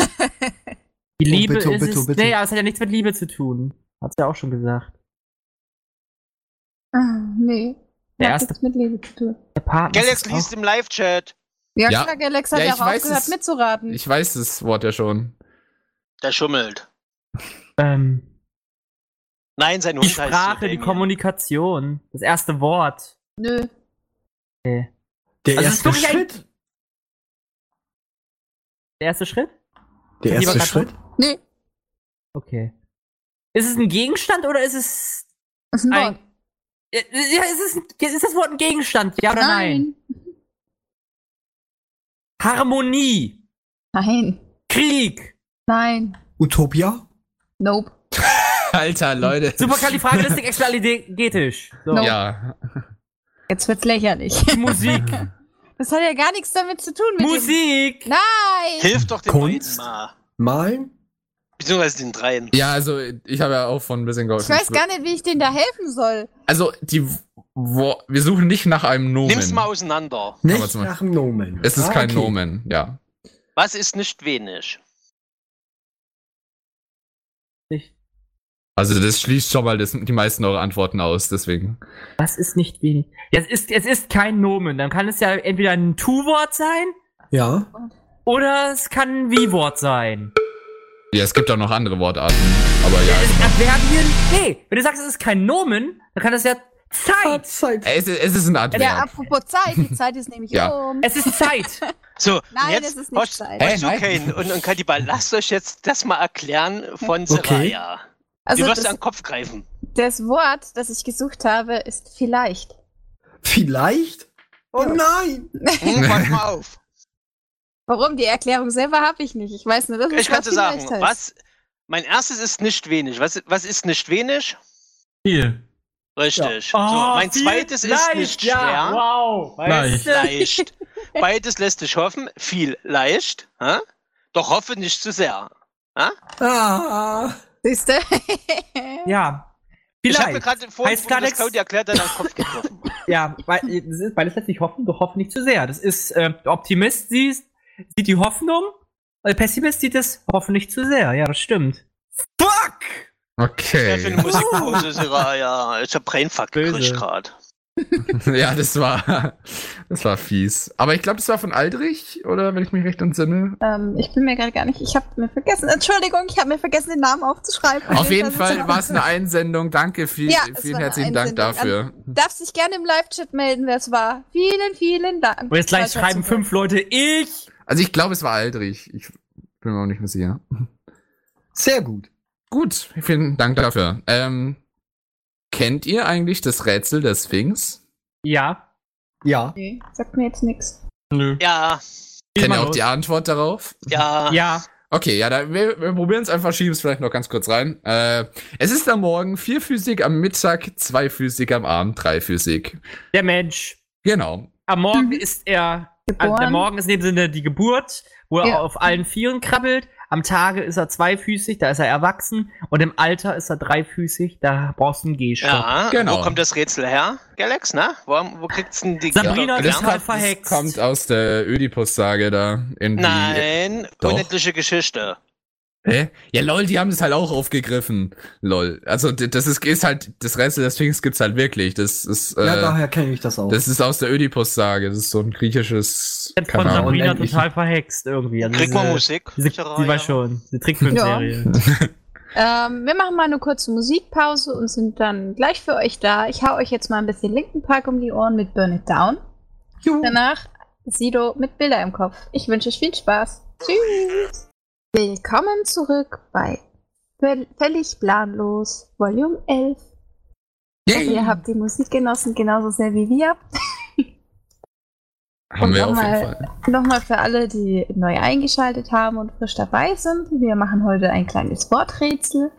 [SPEAKER 1] Die
[SPEAKER 2] Oh,
[SPEAKER 1] Liebe
[SPEAKER 2] bitte, oh,
[SPEAKER 1] ist
[SPEAKER 2] bitte,
[SPEAKER 1] es.
[SPEAKER 2] oh, bitte.
[SPEAKER 1] Nee, aber es hat ja nichts mit Liebe zu tun. Hat's ja auch schon gesagt.
[SPEAKER 5] Ah, nee.
[SPEAKER 1] Der
[SPEAKER 5] Hat
[SPEAKER 1] erste-
[SPEAKER 5] nichts mit Liebe zu tun.
[SPEAKER 1] Der Partner.
[SPEAKER 7] Galax
[SPEAKER 1] ist es
[SPEAKER 7] liest im Live-Chat.
[SPEAKER 5] Ja,
[SPEAKER 6] Ja.
[SPEAKER 5] klar, Galax hat
[SPEAKER 6] Ja,
[SPEAKER 5] ja,
[SPEAKER 6] ich
[SPEAKER 5] auch
[SPEAKER 6] weiß
[SPEAKER 5] aufgehört
[SPEAKER 6] es.
[SPEAKER 5] mitzuraten.
[SPEAKER 6] Ich weiß das Wort ja schon.
[SPEAKER 7] Der schummelt.
[SPEAKER 1] auch, ähm,
[SPEAKER 7] Nein, sein Hund
[SPEAKER 1] die
[SPEAKER 7] heißt so,
[SPEAKER 1] Sprache, die
[SPEAKER 7] Damien.
[SPEAKER 1] Kommunikation, das erste Wort.
[SPEAKER 5] Nö.
[SPEAKER 1] Okay.
[SPEAKER 2] Der
[SPEAKER 1] Also es ist
[SPEAKER 2] erste
[SPEAKER 1] wirklich ein-
[SPEAKER 2] Schritt.
[SPEAKER 1] Der erste Schritt?
[SPEAKER 2] Der
[SPEAKER 1] Lieber
[SPEAKER 2] erste
[SPEAKER 1] Katze?
[SPEAKER 2] Schritt.
[SPEAKER 5] Nee.
[SPEAKER 1] Okay. Ist es ein Gegenstand oder ist es
[SPEAKER 5] Ist ein
[SPEAKER 1] ein
[SPEAKER 5] Wort.
[SPEAKER 1] ja, ja, ist, es, ein- ist das Wort ein Gegenstand? Ja oder nein? Harmonie,
[SPEAKER 5] Nein.
[SPEAKER 1] Krieg,
[SPEAKER 5] Nein.
[SPEAKER 2] Utopia?
[SPEAKER 5] Nope.
[SPEAKER 6] Alter, Leute.
[SPEAKER 1] Superkalifragilistikexpialidentisch. So.
[SPEAKER 5] No.
[SPEAKER 6] Ja.
[SPEAKER 5] Jetzt wird's lächerlich.
[SPEAKER 1] Die Musik.
[SPEAKER 5] Das hat ja gar nichts damit zu tun mit
[SPEAKER 1] Musik.
[SPEAKER 5] Dem Nein!
[SPEAKER 7] Hilf doch den
[SPEAKER 2] Kunst?
[SPEAKER 7] beiden mal.
[SPEAKER 2] Malen?
[SPEAKER 7] Beziehungsweise den dreien.
[SPEAKER 6] Ja, also ich habe ja auch von ein bisschen
[SPEAKER 5] Ich
[SPEAKER 6] geholfen.
[SPEAKER 5] weiß gar nicht, wie ich denen da helfen soll.
[SPEAKER 6] Also die wo, wir suchen nicht nach einem Nomen.
[SPEAKER 7] Nimm's mal auseinander.
[SPEAKER 6] Aber
[SPEAKER 2] Nicht
[SPEAKER 6] zum Beispiel-
[SPEAKER 2] nach dem Nomen.
[SPEAKER 6] Es ist
[SPEAKER 2] Ah,
[SPEAKER 6] kein
[SPEAKER 2] okay.
[SPEAKER 6] Nomen, ja.
[SPEAKER 7] Was ist nicht wenig?
[SPEAKER 1] Nicht-
[SPEAKER 6] Also das schließt schon mal das, die meisten eurer Antworten aus, deswegen.
[SPEAKER 1] Das ist nicht wenig. Es ist, es ist kein Nomen. Dann kann es ja entweder ein Tu-Wort sein
[SPEAKER 2] Ja.
[SPEAKER 1] oder es kann ein Wie-Wort sein.
[SPEAKER 6] Ja, es gibt auch noch andere Wortarten, aber ja.
[SPEAKER 1] Es ist Adverbien. Hey, wenn du sagst, es ist kein Nomen, dann kann das ja Zeit.
[SPEAKER 2] Zeit.
[SPEAKER 6] Es, ist- es ist ein Adverb.
[SPEAKER 5] Ja, apropos Zeit. Die Zeit ist nämlich
[SPEAKER 6] Ja.
[SPEAKER 5] um.
[SPEAKER 1] Es ist Zeit.
[SPEAKER 7] So, und
[SPEAKER 5] Nein,
[SPEAKER 7] jetzt
[SPEAKER 5] es ist nicht
[SPEAKER 7] Hosch-
[SPEAKER 5] Zeit.
[SPEAKER 6] Hä?
[SPEAKER 7] Hosch-
[SPEAKER 6] Nein.
[SPEAKER 7] Kane und, und Kannibal, lasst euch jetzt das mal erklären von
[SPEAKER 2] Okay.
[SPEAKER 7] Seraya.
[SPEAKER 5] Also
[SPEAKER 7] du wirst
[SPEAKER 5] das,
[SPEAKER 7] dir an den Kopf greifen.
[SPEAKER 5] das Wort, das ich gesucht habe, ist vielleicht.
[SPEAKER 2] Vielleicht? Oh nein!
[SPEAKER 7] Hm, pass mal auf.
[SPEAKER 5] Warum? Die Erklärung selber habe ich nicht. Ich weiß nur, dass es
[SPEAKER 7] Ich kann dir
[SPEAKER 5] was
[SPEAKER 7] sagen,
[SPEAKER 5] vielleicht heißt.
[SPEAKER 7] was, mein erstes ist nicht wenig. Was, was ist nicht wenig?
[SPEAKER 9] Viel.
[SPEAKER 7] Richtig.
[SPEAKER 1] Oh,
[SPEAKER 7] so, mein
[SPEAKER 1] viel
[SPEAKER 7] zweites
[SPEAKER 1] leicht,
[SPEAKER 7] ist nicht
[SPEAKER 1] ja,
[SPEAKER 7] schwer.
[SPEAKER 1] Wow. Weißt du?
[SPEAKER 7] Leicht. Beides lässt dich hoffen. Viel leicht. Hä? Doch hoffe nicht zu sehr.
[SPEAKER 2] Ah.
[SPEAKER 5] Siehst du?
[SPEAKER 1] Ja.
[SPEAKER 7] Ich habe mir
[SPEAKER 1] Vielleicht.
[SPEAKER 7] gerade vorhin,
[SPEAKER 1] Heißt
[SPEAKER 7] wo du das
[SPEAKER 1] Galax-
[SPEAKER 7] Claudia erklärt hat, an den Kopf gegriffen.
[SPEAKER 1] Ja, weil, das ist, weil das lässt sich hoffen, doch hoffe nicht zu sehr. Das ist, äh, der Optimist sieht, sieht die Hoffnung, der Pessimist sieht es hoffe nicht zu sehr. Ja, das stimmt. Fuck!
[SPEAKER 7] Ja, für
[SPEAKER 6] Okay.
[SPEAKER 7] eine Musikpause, Seraya. Ich hab Brainfuck
[SPEAKER 1] Böse.
[SPEAKER 7] gekriegt gerade.
[SPEAKER 6] ja, das war das war fies. Aber ich glaube, das war von Aldrich, oder wenn ich mich recht entsinne.
[SPEAKER 5] ähm, ich bin mir gerade gar nicht. Ich habe mir vergessen. Entschuldigung, ich habe mir vergessen, den Namen aufzuschreiben. Also
[SPEAKER 6] Auf jeden
[SPEAKER 5] sitzt
[SPEAKER 6] Fall
[SPEAKER 5] er-
[SPEAKER 6] war es eine Einsendung. Danke, viel,
[SPEAKER 5] Ja, es war
[SPEAKER 6] vielen
[SPEAKER 5] eine
[SPEAKER 6] herzlichen Dank
[SPEAKER 5] Einsendung.
[SPEAKER 6] dafür.
[SPEAKER 5] Darf sich gerne im Live-Chat melden, wer es war. Vielen, vielen Dank.
[SPEAKER 1] Und jetzt gleich
[SPEAKER 5] Weiter
[SPEAKER 1] schreiben
[SPEAKER 5] zu-
[SPEAKER 1] fünf Leute, ich!
[SPEAKER 6] Also ich glaube, es war Aldrich. Ich bin mir auch nicht mehr sicher.
[SPEAKER 2] Sehr gut.
[SPEAKER 6] Gut, vielen Dank dafür. Ähm, kennt ihr eigentlich das Rätsel der Sphinx?
[SPEAKER 1] Ja.
[SPEAKER 2] Ja.
[SPEAKER 5] Nee, sagt mir jetzt nichts.
[SPEAKER 9] Nö.
[SPEAKER 7] Ja,
[SPEAKER 6] Kennt
[SPEAKER 1] mal
[SPEAKER 6] ihr auch
[SPEAKER 1] los.
[SPEAKER 6] die Antwort darauf?
[SPEAKER 7] ja.
[SPEAKER 1] Ja.
[SPEAKER 6] Okay, ja, da, wir, wir probieren es einfach, schieben es vielleicht noch ganz kurz rein. Äh, es ist am Morgen vier Physik, am Mittag zwei Physik, am Abend drei Physik.
[SPEAKER 8] Der Mensch.
[SPEAKER 6] Genau.
[SPEAKER 8] Am Morgen ist er. Also der
[SPEAKER 5] Geboren.
[SPEAKER 8] Morgen ist in dem Sinne die Geburt, wo er
[SPEAKER 5] Ja.
[SPEAKER 8] auf allen Vieren krabbelt. Am Tage ist er zweifüßig, da ist er erwachsen. Und im Alter ist er dreifüßig, da brauchst du einen Gehstock.
[SPEAKER 7] Ja,
[SPEAKER 6] Genau.
[SPEAKER 7] genau. wo kommt das Rätsel her, Galax, ne? Wo, wo kriegt's denn die
[SPEAKER 8] Sabrina,
[SPEAKER 7] Ja,
[SPEAKER 8] das
[SPEAKER 7] gelernt?
[SPEAKER 8] hat- verhext.
[SPEAKER 6] kommt aus der Ödipus-Sage da. In die-
[SPEAKER 7] Nein,
[SPEAKER 6] Doch.
[SPEAKER 7] unendliche Geschichte.
[SPEAKER 6] Hä? Ja, lol, die haben es halt auch aufgegriffen. Lol. Also, d- das ist, ist halt, das Rätsel des Sphinx gibt's halt wirklich. Das ist, äh,
[SPEAKER 2] ja, daher kenne ich das auch.
[SPEAKER 6] das ist aus der Ödipus-Sage. Das ist so ein griechisches,
[SPEAKER 8] Jetzt von
[SPEAKER 6] keine Ahnung.
[SPEAKER 8] Sabrina
[SPEAKER 2] unendlich.
[SPEAKER 8] total verhext irgendwie. Also
[SPEAKER 7] Kriegt man
[SPEAKER 8] diese-
[SPEAKER 7] Musik?
[SPEAKER 8] Diese, die war schon. Diese Trickfilmserie.
[SPEAKER 5] Ähm, wir machen mal eine kurze Musikpause und sind dann gleich für euch da. Ich hau euch jetzt mal ein bisschen Linkin Park um die Ohren mit Burn It Down. Danach Sido mit Bilder im Kopf. Ich wünsche euch viel Spaß. Tschüss. Willkommen zurück bei Völ- Völlig Planlos Volume 11. Also ihr habt die Musik genossen, genauso sehr wie wir.
[SPEAKER 6] Haben wir
[SPEAKER 5] Und
[SPEAKER 6] auf jeden
[SPEAKER 5] nochmal-
[SPEAKER 6] Fall.
[SPEAKER 5] Nochmal für alle, die neu eingeschaltet haben und frisch dabei sind. Wir machen heute ein kleines Worträtsel,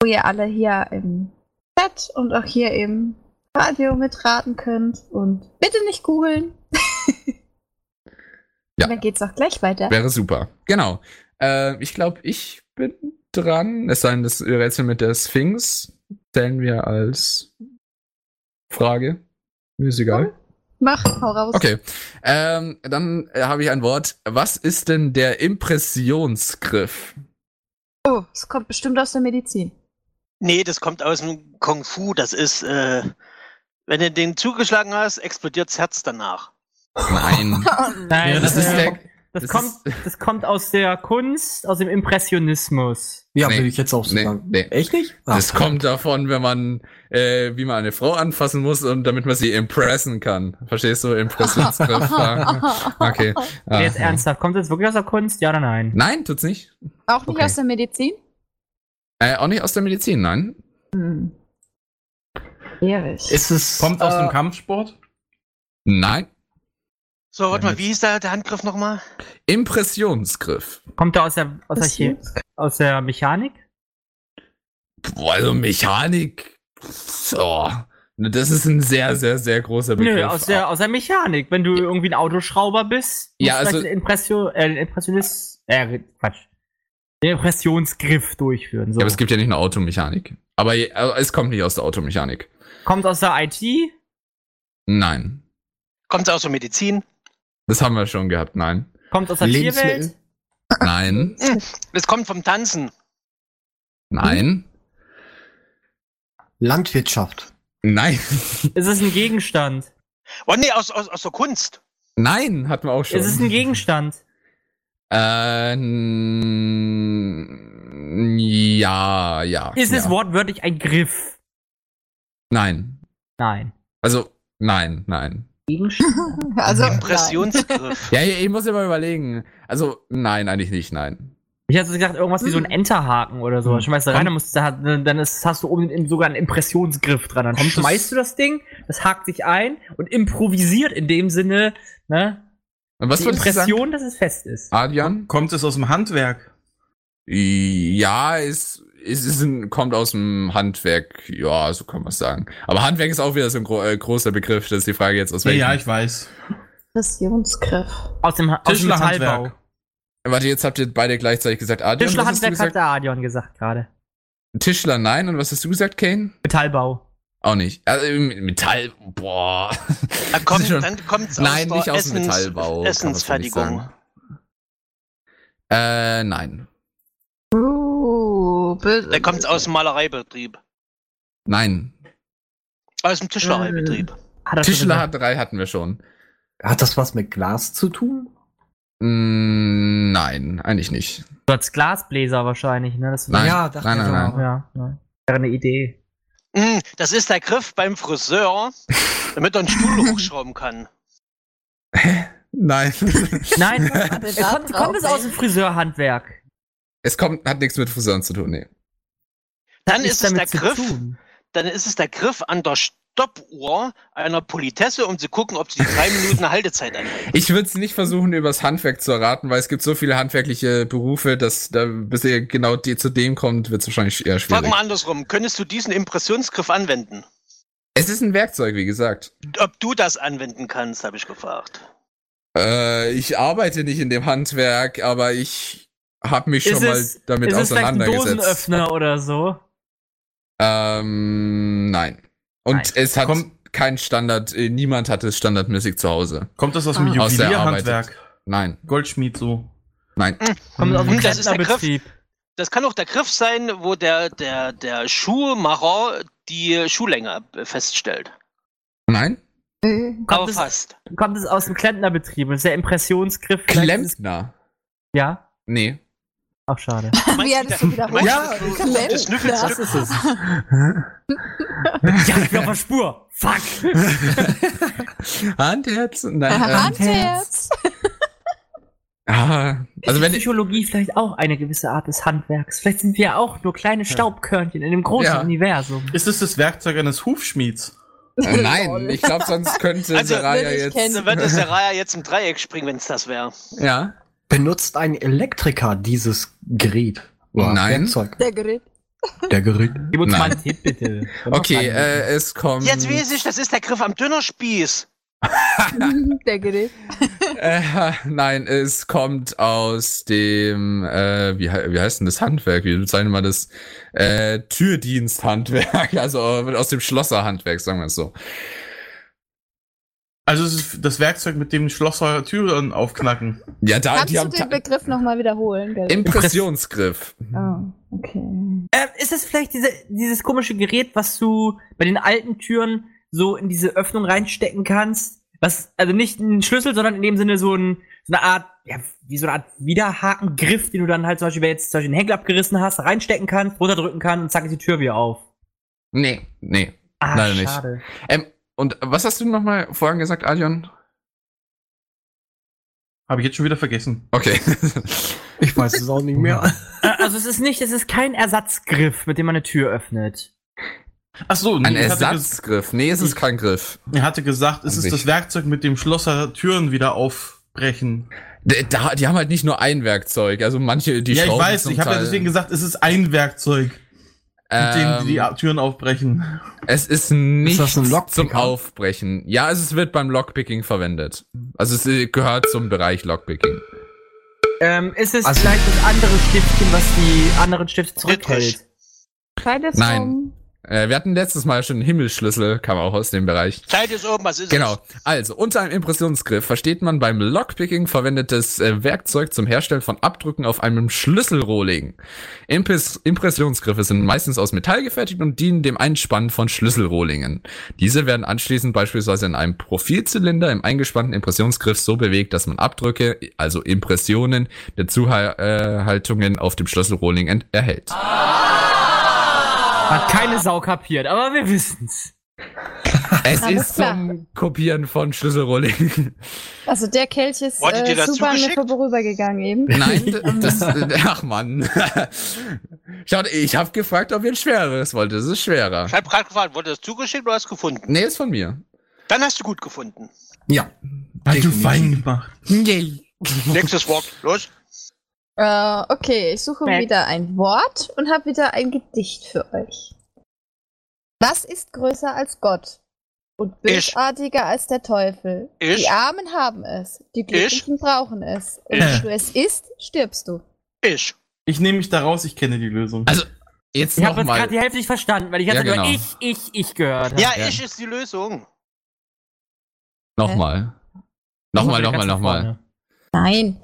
[SPEAKER 5] wo ihr alle hier im Chat und auch hier im Radio mitraten könnt. Und bitte nicht googeln.
[SPEAKER 6] Ja.
[SPEAKER 5] Und Dann geht's auch gleich weiter.
[SPEAKER 6] Wäre super. Genau. Äh, ich glaube, ich bin dran. Es sei denn, das Rätsel mit der Sphinx stellen wir als Frage. Mir ist egal.
[SPEAKER 5] Mach, hau raus.
[SPEAKER 6] Okay. Ähm, dann äh, habe ich ein Wort. Was ist denn der Impressionsgriff?
[SPEAKER 5] Oh, es kommt bestimmt aus der Medizin.
[SPEAKER 7] Nee, das kommt aus dem Kung Fu. Das ist, äh, wenn du den zugeschlagen hast, explodiert das Herz danach.
[SPEAKER 6] Nein.
[SPEAKER 8] Nein, äh,
[SPEAKER 6] das ist der.
[SPEAKER 8] das,
[SPEAKER 6] das
[SPEAKER 8] kommt, das kommt aus der Kunst, aus dem Impressionismus.
[SPEAKER 2] ja,
[SPEAKER 6] nee,
[SPEAKER 2] will ich jetzt auch so
[SPEAKER 6] nee,
[SPEAKER 2] sagen.
[SPEAKER 6] nee.
[SPEAKER 2] Echt nicht? Ah,
[SPEAKER 6] Das kommt davon, wenn man, äh, wie man eine Frau anfassen muss und damit man sie impressen kann. Verstehst du? Impressionsgriff. Ja. okay.
[SPEAKER 8] Und
[SPEAKER 6] Ah.
[SPEAKER 8] Jetzt ernsthaft, kommt das wirklich aus der Kunst? Ja oder nein?
[SPEAKER 6] Nein, tut's nicht.
[SPEAKER 5] Auch nicht
[SPEAKER 6] Okay.
[SPEAKER 5] aus der Medizin?
[SPEAKER 6] Äh, auch nicht aus der Medizin, nein.
[SPEAKER 5] Hm. Schwierig.
[SPEAKER 2] ist es,
[SPEAKER 9] Kommt aus
[SPEAKER 2] äh,
[SPEAKER 9] dem Kampfsport?
[SPEAKER 6] Nein.
[SPEAKER 7] So, warte
[SPEAKER 9] Ja,
[SPEAKER 7] mal, wie hieß da der Handgriff nochmal?
[SPEAKER 6] Impressionsgriff.
[SPEAKER 8] Kommt da aus der, aus der,
[SPEAKER 5] Das
[SPEAKER 8] Che- aus der Mechanik?
[SPEAKER 6] Boah, also Mechanik. So. Ne, Das ist ein sehr, sehr, sehr großer Begriff.
[SPEAKER 8] Nö, aus der, aus der Mechanik. Wenn du irgendwie ein Autoschrauber bist, musst
[SPEAKER 6] Ja,
[SPEAKER 8] du vielleicht
[SPEAKER 6] also-
[SPEAKER 8] einen Impression, äh, einen Impressionist, äh, Quatsch. Den Impressionsgriff durchführen. So.
[SPEAKER 6] Ja, aber es gibt ja nicht nur Automechanik. Aber je- also es kommt nicht aus der Automechanik.
[SPEAKER 8] kommt aus der IT?
[SPEAKER 6] Nein.
[SPEAKER 7] Kommt aus der Medizin?
[SPEAKER 6] Das haben wir schon gehabt. Nein.
[SPEAKER 8] Kommt aus der
[SPEAKER 2] Lebensmittel?
[SPEAKER 8] Tierwelt?
[SPEAKER 6] Nein.
[SPEAKER 7] Es kommt vom Tanzen.
[SPEAKER 6] Nein.
[SPEAKER 2] äh, Landwirtschaft.
[SPEAKER 6] Nein.
[SPEAKER 8] Ist es ein Gegenstand?
[SPEAKER 7] Oh nee, aus, aus, aus der Kunst.
[SPEAKER 6] Nein, hatten wir auch schon.
[SPEAKER 8] Ist es ein Gegenstand?
[SPEAKER 6] Äh, n- ja, ja.
[SPEAKER 8] Ist
[SPEAKER 6] ja.
[SPEAKER 8] es wortwörtlich ein Griff?
[SPEAKER 6] Nein.
[SPEAKER 8] Nein.
[SPEAKER 6] Also, nein, nein.
[SPEAKER 5] Also,
[SPEAKER 7] Impressionsgriff.
[SPEAKER 6] Ja, ich, ich muss immer überlegen. Also, nein, eigentlich nicht, nein.
[SPEAKER 8] Ich hätte so gesagt, irgendwas wie so ein Enterhaken oder so. Dann schmeißt du rein, Mhm. dann, musst du, da- ne, dann ist, hast du oben in- sogar einen Impressionsgriff dran. Dann schmeißt du das Ding, das hakt sich ein und improvisiert in dem Sinne, ne?
[SPEAKER 6] Und was
[SPEAKER 8] die
[SPEAKER 6] würdest du sagen,
[SPEAKER 8] Impression, dass es fest ist.
[SPEAKER 6] Adrian?
[SPEAKER 9] Kommt es aus dem Handwerk?
[SPEAKER 6] Ja, es, es ist ein, kommt aus dem Handwerk. Ja, so kann man es sagen. Aber Handwerk ist auch wieder so ein gro äh, großer Begriff. Das ist die Frage jetzt, aus
[SPEAKER 9] Ja,
[SPEAKER 6] welchem.
[SPEAKER 9] ja, ich weiß.
[SPEAKER 5] Impressionsgriff.
[SPEAKER 8] Aus dem, Ha- aus dem Metallbau.
[SPEAKER 9] Tischlerhandwerk.
[SPEAKER 6] Warte, jetzt habt ihr beide gleichzeitig gesagt. Adrian, was hast du
[SPEAKER 8] Tischlerhandwerk hat
[SPEAKER 6] gesagt?
[SPEAKER 8] der Adion gesagt gerade.
[SPEAKER 6] Tischler, nein. Und was hast du gesagt, Kane?
[SPEAKER 8] Metallbau.
[SPEAKER 6] Auch nicht. Also, ähm, Metall, boah.
[SPEAKER 7] Dann kommt
[SPEAKER 6] Schon.
[SPEAKER 7] dann kommt's
[SPEAKER 6] Nein,
[SPEAKER 7] aus
[SPEAKER 6] nicht
[SPEAKER 7] der
[SPEAKER 6] aus dem Metallbau, kann man so nicht
[SPEAKER 7] Essensfertigung.
[SPEAKER 6] sagen. Äh, nein.
[SPEAKER 5] Uh, böse.
[SPEAKER 7] Dann kommt's aus dem Malereibetrieb.
[SPEAKER 6] Nein.
[SPEAKER 7] Aus dem Tischlereibetrieb.
[SPEAKER 8] Hat er schon
[SPEAKER 6] Tischler
[SPEAKER 8] gesagt.
[SPEAKER 6] 3 hatten wir schon.
[SPEAKER 2] Hat das was mit Glas zu tun?
[SPEAKER 6] Mm, nein, eigentlich nicht.
[SPEAKER 8] Du hast Glasbläser wahrscheinlich, ne? Das
[SPEAKER 6] Nein,
[SPEAKER 2] Ja, dachte
[SPEAKER 6] nein,
[SPEAKER 2] ich
[SPEAKER 6] nein,
[SPEAKER 2] auch.
[SPEAKER 6] nein.
[SPEAKER 8] Ja, ja. Wäre eine Idee.
[SPEAKER 7] Mm, Das ist der Griff beim Friseur, damit er einen Stuhl hochschrauben kann.
[SPEAKER 6] Nein.
[SPEAKER 8] Nein,
[SPEAKER 5] Warte,
[SPEAKER 8] er kommt, kommt es
[SPEAKER 5] warte,
[SPEAKER 8] aus dem Friseurhandwerk?
[SPEAKER 6] es kommt, hat nichts mit Fusion zu tun, nee.
[SPEAKER 7] Dann
[SPEAKER 8] Hat nichts
[SPEAKER 7] ist es
[SPEAKER 8] damit
[SPEAKER 7] der
[SPEAKER 8] zu
[SPEAKER 7] Griff.
[SPEAKER 8] tun.
[SPEAKER 7] Dann ist es der Griff an der St- Stoppuhr einer Politesse, um zu gucken, ob sie die drei Minuten Haltezeit einhalten.
[SPEAKER 6] Ich würde es nicht versuchen, übers Handwerk zu erraten, weil es gibt so viele handwerkliche Berufe, dass da, bis ihr genau die, zu dem kommt, wird es wahrscheinlich
[SPEAKER 7] Frag
[SPEAKER 6] eher schwierig.
[SPEAKER 7] mal andersrum, könntest du diesen Impressionsgriff anwenden?
[SPEAKER 6] Es ist ein Werkzeug, wie gesagt.
[SPEAKER 7] Ob du das anwenden kannst, habe ich gefragt.
[SPEAKER 6] Äh, ich arbeite nicht in dem Handwerk, aber ich habe mich
[SPEAKER 8] Ist
[SPEAKER 6] schon mal
[SPEAKER 8] es-
[SPEAKER 6] damit
[SPEAKER 8] ist es vielleicht ein
[SPEAKER 6] auseinandergesetzt.
[SPEAKER 8] Dosenöffner oder so?
[SPEAKER 6] Ähm, nein. Und
[SPEAKER 8] Nein.
[SPEAKER 6] es hat
[SPEAKER 9] Komm.
[SPEAKER 6] kein Standard, äh, niemand hat es standardmäßig zu Hause.
[SPEAKER 9] Kommt das aus dem
[SPEAKER 6] Ah. Aus der
[SPEAKER 9] Juwelierhandwerk?
[SPEAKER 6] Nein.
[SPEAKER 9] Goldschmied so.
[SPEAKER 8] Kommt aus dem
[SPEAKER 7] Hm, das ist der Griff.
[SPEAKER 8] Klempnerbetrieb.
[SPEAKER 7] Das kann auch der Griff sein, wo der, der, der Schuhmacher die Schuhlänge äh, feststellt.
[SPEAKER 6] Nein?
[SPEAKER 7] Aber
[SPEAKER 5] Äh,
[SPEAKER 8] Kommt es,
[SPEAKER 7] fast.
[SPEAKER 8] kommt es aus dem Klempnerbetrieb? Das ist der Impressionsgriff. Vielleicht ist es-
[SPEAKER 6] Klempner.
[SPEAKER 8] Ja.
[SPEAKER 6] Nee.
[SPEAKER 8] Ach, schade.
[SPEAKER 7] Meinst
[SPEAKER 5] Wie
[SPEAKER 7] du,
[SPEAKER 5] hat es
[SPEAKER 7] der-
[SPEAKER 5] denn wieder
[SPEAKER 7] meinst
[SPEAKER 6] Ja,
[SPEAKER 7] du, das- das Schnüffelstück?
[SPEAKER 2] Das ist es.
[SPEAKER 8] ja, ich bin auf der Spur. Fuck.
[SPEAKER 6] Hand, Herz? Nein. ähm,
[SPEAKER 5] Handherz.
[SPEAKER 6] ah, also wenn ich,
[SPEAKER 8] Psychologie vielleicht auch eine gewisse Art des Handwerks. Vielleicht sind wir ja auch nur kleine Staubkörnchen in dem großen
[SPEAKER 6] Ja.
[SPEAKER 8] Universum.
[SPEAKER 9] Ist es das Werkzeug eines Hufschmieds?
[SPEAKER 6] äh, nein, ich glaube, sonst könnte
[SPEAKER 7] Also,
[SPEAKER 6] Seraya
[SPEAKER 5] wenn ich
[SPEAKER 6] jetzt.
[SPEAKER 5] kenne-
[SPEAKER 7] Dann wird das der Raya jetzt im Dreieck springen, wenn es das wäre.
[SPEAKER 6] Ja.
[SPEAKER 2] Benutzt ein Elektriker dieses Gerät? Oder
[SPEAKER 6] Nein.
[SPEAKER 2] Werkzeug?
[SPEAKER 5] Der Gerät.
[SPEAKER 2] Der Gerät.
[SPEAKER 8] Gib uns
[SPEAKER 6] Nein.
[SPEAKER 8] mal einen Tipp, bitte.
[SPEAKER 6] Okay, äh, es kommt.
[SPEAKER 7] Jetzt weiß ich, das ist der Griff am Dünnerspieß.
[SPEAKER 5] der Gerät.
[SPEAKER 6] Äh, nein, es kommt aus dem, äh, wie, hei- wie heißt denn das Handwerk? Wie sagen wir mal das äh, Türdiensthandwerk, also äh, aus dem Schlosserhandwerk, sagen wir es so.
[SPEAKER 9] Also es ist das Werkzeug, mit dem Schlosser Türen aufknacken.
[SPEAKER 6] Ja, da
[SPEAKER 5] Kannst
[SPEAKER 6] die
[SPEAKER 5] du
[SPEAKER 6] haben
[SPEAKER 5] den
[SPEAKER 6] ta-
[SPEAKER 5] Begriff nochmal wiederholen? Gerrit?
[SPEAKER 6] Impressionsgriff.
[SPEAKER 5] Ah, okay.
[SPEAKER 8] Äh, ist es vielleicht diese, dieses komische Gerät, was du bei den alten Türen so in diese Öffnung reinstecken kannst? Was, also nicht ein Schlüssel, sondern in dem Sinne so, ein, so eine Art, ja, wie so eine Art Widerhakengriff, den du dann halt zum Beispiel, wenn jetzt zum Beispiel einen Henkel abgerissen hast, reinstecken kannst, runterdrücken kannst und zack ist die Tür wieder auf.
[SPEAKER 6] Nee, nee.
[SPEAKER 8] Ah,
[SPEAKER 6] Leider nicht. Ähm, und was hast du nochmal vorhin gesagt, Adion?
[SPEAKER 9] Habe ich jetzt schon wieder vergessen.
[SPEAKER 6] Okay.
[SPEAKER 2] Ich weiß es auch nicht mehr.
[SPEAKER 8] Äh, Also es ist nicht, es ist kein Ersatzgriff, mit dem man eine Tür öffnet.
[SPEAKER 9] Ach so, nee,
[SPEAKER 6] Ein
[SPEAKER 9] ich hatte ges-
[SPEAKER 6] Ersatzgriff. Nee, es ist kein Griff.
[SPEAKER 9] Er hatte gesagt, es
[SPEAKER 6] An
[SPEAKER 9] ist
[SPEAKER 6] sich.
[SPEAKER 9] das Werkzeug, mit dem Schlosser Türen wieder aufbrechen.
[SPEAKER 6] D- Da, die haben halt nicht nur ein Werkzeug. Also manche, die
[SPEAKER 9] ja, ich
[SPEAKER 6] schrauben
[SPEAKER 9] weiß,
[SPEAKER 6] zum
[SPEAKER 9] ich habe ja
[SPEAKER 6] Teil-
[SPEAKER 9] deswegen gesagt, es ist ein Werkzeug, mit dem die, die
[SPEAKER 6] Ähm,
[SPEAKER 9] A- Türen aufbrechen.
[SPEAKER 6] Es ist nicht
[SPEAKER 2] das ein Lockpicker?
[SPEAKER 6] zum Aufbrechen. Ja, also es wird beim Lockpicking verwendet. Also es äh, gehört zum Bereich Lockpicking.
[SPEAKER 8] Ähm, ist es
[SPEAKER 2] Also-
[SPEAKER 8] vielleicht das andere Stiftchen, was die anderen Stifte zurückhält?
[SPEAKER 5] Beides
[SPEAKER 6] Nein.
[SPEAKER 5] vom-
[SPEAKER 6] Äh, wir hatten letztes Mal schon einen Himmelsschlüssel, kam auch aus dem Bereich.
[SPEAKER 7] Zeit ist oben, was ist
[SPEAKER 6] Genau. Also, unter einem Impressionsgriff versteht man beim Lockpicking verwendetes äh, Werkzeug zum Herstellen von Abdrücken auf einem Schlüsselrohling. Impress Impressionsgriffe sind meistens aus Metall gefertigt und dienen dem Einspannen von Schlüsselrohlingen. Diese werden anschließend beispielsweise in einem Profilzylinder im eingespannten Impressionsgriff so bewegt, dass man Abdrücke, also Impressionen der Zuhaltungen auf dem Schlüsselrohling ent- erhält.
[SPEAKER 5] Ah.
[SPEAKER 8] Hat keine Sau kapiert, aber wir wissen's.
[SPEAKER 6] es
[SPEAKER 5] alles
[SPEAKER 6] ist
[SPEAKER 5] klar.
[SPEAKER 6] zum Kopieren von Schlüsselrohlingen.
[SPEAKER 5] Also der Kelch ist
[SPEAKER 7] Wurdet ihr
[SPEAKER 5] äh,
[SPEAKER 7] dazu
[SPEAKER 5] super an mir
[SPEAKER 7] geschickt?
[SPEAKER 5] vorübergegangen eben.
[SPEAKER 6] Nein, d- das, ach man. Schaut, ich habe gefragt, ob ihr ein schwereres wollt. Es ist schwerer.
[SPEAKER 7] Ich habe gerade gefragt, wurde das zugeschickt oder hast du gefunden?
[SPEAKER 6] Nee, ist von mir.
[SPEAKER 7] Dann hast du gut gefunden.
[SPEAKER 2] Ja.
[SPEAKER 9] Weil du
[SPEAKER 2] definitiv.
[SPEAKER 9] fein gemacht.
[SPEAKER 7] Nächstes Wort, los.
[SPEAKER 5] Äh, okay, ich suche
[SPEAKER 8] Back.
[SPEAKER 5] wieder ein Wort und habe wieder ein Gedicht für euch. Was ist größer als Gott und
[SPEAKER 7] Ich.
[SPEAKER 5] bösartiger als der Teufel?
[SPEAKER 7] Ich.
[SPEAKER 5] Die Armen haben es, die Glücklichen brauchen es. Und
[SPEAKER 7] Ich.
[SPEAKER 5] wenn du es isst, stirbst du.
[SPEAKER 7] Ich.
[SPEAKER 9] Ich nehme mich da raus, ich kenne die Lösung.
[SPEAKER 6] Also- Jetzt
[SPEAKER 8] Ich habe jetzt gerade
[SPEAKER 6] nochmal.
[SPEAKER 8] die Hälfte nicht verstanden, weil ich hatte
[SPEAKER 6] Ja, genau.
[SPEAKER 8] nur ich, ich, ich gehört. hab.
[SPEAKER 7] Ja,
[SPEAKER 6] Ja.
[SPEAKER 7] ich ist die Lösung.
[SPEAKER 8] ne?
[SPEAKER 6] Nochmal. Nochmal,
[SPEAKER 8] Ganz
[SPEAKER 6] nochmal,
[SPEAKER 8] nach
[SPEAKER 6] nochmal.
[SPEAKER 8] vorne.
[SPEAKER 5] Nein.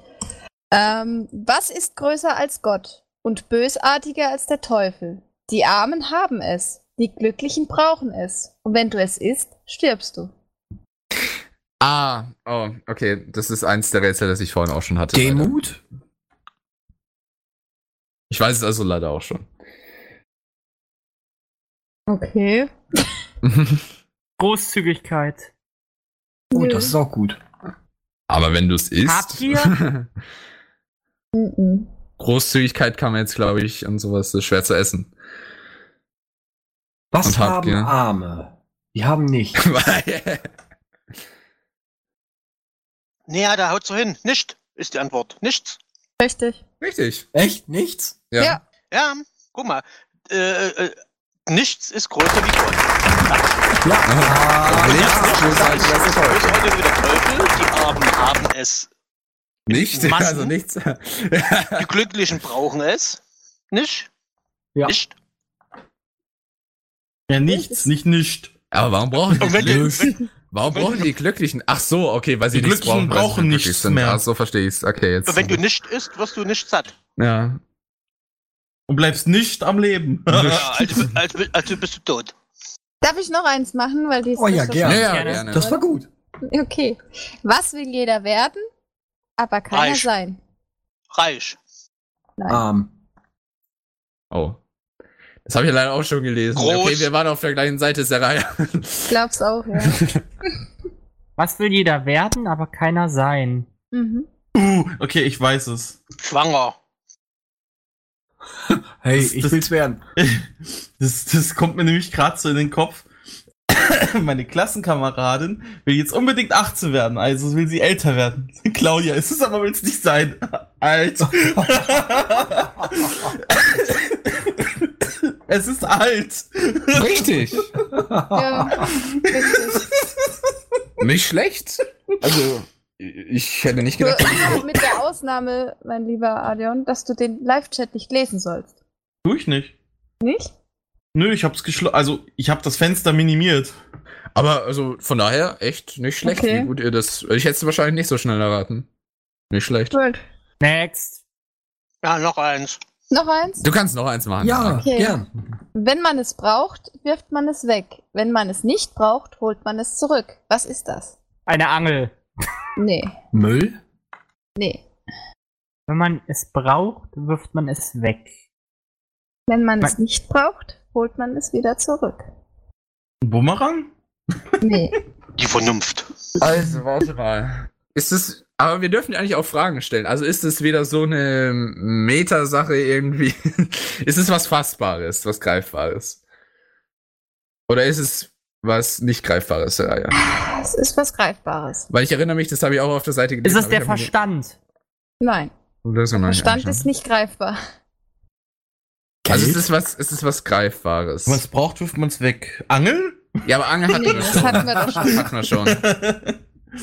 [SPEAKER 5] Ähm, was ist größer als Gott und bösartiger als der Teufel? Die Armen haben es, die Glücklichen brauchen es. Und wenn du es isst, stirbst du.
[SPEAKER 6] Ah, oh, okay. Das ist eins der Rätsel, das ich vorhin auch schon hatte. leider.
[SPEAKER 2] Demut?
[SPEAKER 6] Ich weiß es also leider auch schon.
[SPEAKER 5] Okay.
[SPEAKER 8] Großzügigkeit.
[SPEAKER 2] Oh, das ist auch gut.
[SPEAKER 6] Aber wenn du es
[SPEAKER 8] Habt
[SPEAKER 6] isst.
[SPEAKER 8] ihr?
[SPEAKER 5] Mhm.
[SPEAKER 6] Großzügigkeit kann man jetzt, glaube ich, und sowas ist schwer zu essen.
[SPEAKER 2] Was
[SPEAKER 6] Und habt
[SPEAKER 2] haben
[SPEAKER 6] ihr?
[SPEAKER 2] Arme? Die haben nicht.
[SPEAKER 6] Weil-
[SPEAKER 7] Naja, da haut so hin. Nicht ist die Antwort. Nichts.
[SPEAKER 5] Richtig.
[SPEAKER 6] Richtig.
[SPEAKER 2] Echt? Nichts?
[SPEAKER 6] Ja.
[SPEAKER 5] Ja.
[SPEAKER 7] Ja, guck mal. Äh, äh, nichts ist größer wie Gott.
[SPEAKER 2] Ja.
[SPEAKER 6] Nichts
[SPEAKER 7] Nichts
[SPEAKER 6] ist größer als
[SPEAKER 7] ist
[SPEAKER 6] das Volk.
[SPEAKER 7] größer heute wie der Teufel. Die Armen haben es.
[SPEAKER 6] Nicht?
[SPEAKER 7] Massen?
[SPEAKER 6] Also nichts.
[SPEAKER 7] Die Glücklichen brauchen es. Nicht?
[SPEAKER 2] Ja.
[SPEAKER 7] Nicht?
[SPEAKER 9] Ja, nichts, nicht nicht.
[SPEAKER 6] Aber warum brauchen die
[SPEAKER 7] Und wenn-
[SPEAKER 6] Glücklichen? Warum brauchen die Glücklichen? Ach so, okay, weil sie
[SPEAKER 9] Die
[SPEAKER 6] nichts brauchen.
[SPEAKER 9] Glücklichen
[SPEAKER 6] weil sie
[SPEAKER 9] brauchen
[SPEAKER 6] glücklich
[SPEAKER 9] nichts
[SPEAKER 6] sind.
[SPEAKER 9] mehr.
[SPEAKER 6] Ach so, verstehe ich's. Okay, jetzt.
[SPEAKER 7] Und wenn du nicht isst, wirst du nicht satt.
[SPEAKER 6] ja.
[SPEAKER 9] Und bleibst nicht am Leben.
[SPEAKER 7] Ja, also, also, also bist du tot.
[SPEAKER 5] Darf ich noch eins machen, weil die ist
[SPEAKER 2] Oh ja,
[SPEAKER 5] nicht so-
[SPEAKER 6] Ja,
[SPEAKER 2] gerne.
[SPEAKER 6] ja,
[SPEAKER 8] Gerne.
[SPEAKER 6] gerne.
[SPEAKER 2] Das war gut.
[SPEAKER 5] Okay. Was will jeder werden, aber keiner
[SPEAKER 7] Reich.
[SPEAKER 5] sein?
[SPEAKER 7] Reich.
[SPEAKER 5] Nein.
[SPEAKER 2] Arm.
[SPEAKER 6] Oh. Das habe ich leider auch schon gelesen.
[SPEAKER 7] Groß.
[SPEAKER 6] Okay, wir waren auf der gleichen Seite der Reihe.
[SPEAKER 5] Ich glaub's auch, ja.
[SPEAKER 8] Was will jeder werden, aber keiner sein?
[SPEAKER 5] mhm.
[SPEAKER 9] Uh, okay, ich weiß es.
[SPEAKER 7] Schwanger.
[SPEAKER 2] Hey,
[SPEAKER 9] Das-
[SPEAKER 2] ich
[SPEAKER 9] das-
[SPEAKER 2] will's werden.
[SPEAKER 9] Das, das kommt mir nämlich gerade so in den Kopf. Meine Klassenkameradin will jetzt unbedingt 18 werden, also will sie älter werden. Claudia ist es, aber will es nicht sein. Alt. es ist alt.
[SPEAKER 6] Richtig.
[SPEAKER 5] ja. Richtig.
[SPEAKER 6] Nicht schlecht. Also, ich hätte nicht gedacht.
[SPEAKER 5] Nur mit der Ausnahme, mein lieber Adion, dass du den Live-Chat nicht lesen sollst.
[SPEAKER 9] Tu ich nicht.
[SPEAKER 5] Nicht?
[SPEAKER 9] Nö, ich hab's geschlossen. Also, ich hab das Fenster minimiert.
[SPEAKER 6] Aber also von daher echt nicht schlecht,
[SPEAKER 5] Okay.
[SPEAKER 6] wie gut ihr das. Ich hätte es wahrscheinlich nicht so schnell erraten. Nicht schlecht.
[SPEAKER 5] Gut.
[SPEAKER 8] Next.
[SPEAKER 7] Ja, noch eins.
[SPEAKER 5] Noch eins?
[SPEAKER 6] Du kannst noch eins machen.
[SPEAKER 2] Ja,
[SPEAKER 5] Okay.
[SPEAKER 2] gern.
[SPEAKER 5] Wenn man es braucht, wirft man es weg. Wenn man es nicht braucht, holt man es zurück. Was ist das?
[SPEAKER 8] Eine Angel.
[SPEAKER 5] Nee,
[SPEAKER 2] Müll?
[SPEAKER 5] nee.
[SPEAKER 8] Wenn man es braucht, wirft man es weg.
[SPEAKER 5] Wenn man es nicht braucht, holt man es wieder zurück.
[SPEAKER 9] Bumerang?
[SPEAKER 5] Nee.
[SPEAKER 7] Die Vernunft.
[SPEAKER 6] Also, warte mal. Ist es. Aber wir dürfen ja eigentlich auch Fragen stellen. Also ist es wieder so eine Metasache irgendwie? ist es was Fassbares, was Greifbares? Oder ist es was nicht Greifbares, ja, ja.
[SPEAKER 5] es ist was Greifbares.
[SPEAKER 6] Weil ich erinnere mich, das habe ich auch auf der Seite
[SPEAKER 8] Ist es
[SPEAKER 6] aber
[SPEAKER 8] der
[SPEAKER 6] ich habe mir-
[SPEAKER 8] Verstand?
[SPEAKER 5] Nein,
[SPEAKER 6] Das kann man nicht
[SPEAKER 5] Verstand
[SPEAKER 6] anschauen.
[SPEAKER 5] ist nicht greifbar.
[SPEAKER 6] Also es
[SPEAKER 9] Geld?
[SPEAKER 6] ist was, es ist was Greifbares.
[SPEAKER 9] Wenn man es braucht, wirft man es weg. Angeln?
[SPEAKER 6] Ja, aber Angel hatten
[SPEAKER 5] Nee,
[SPEAKER 6] wir
[SPEAKER 5] das
[SPEAKER 6] schon.
[SPEAKER 5] hatten wir doch schon.
[SPEAKER 6] Hatten wir schon.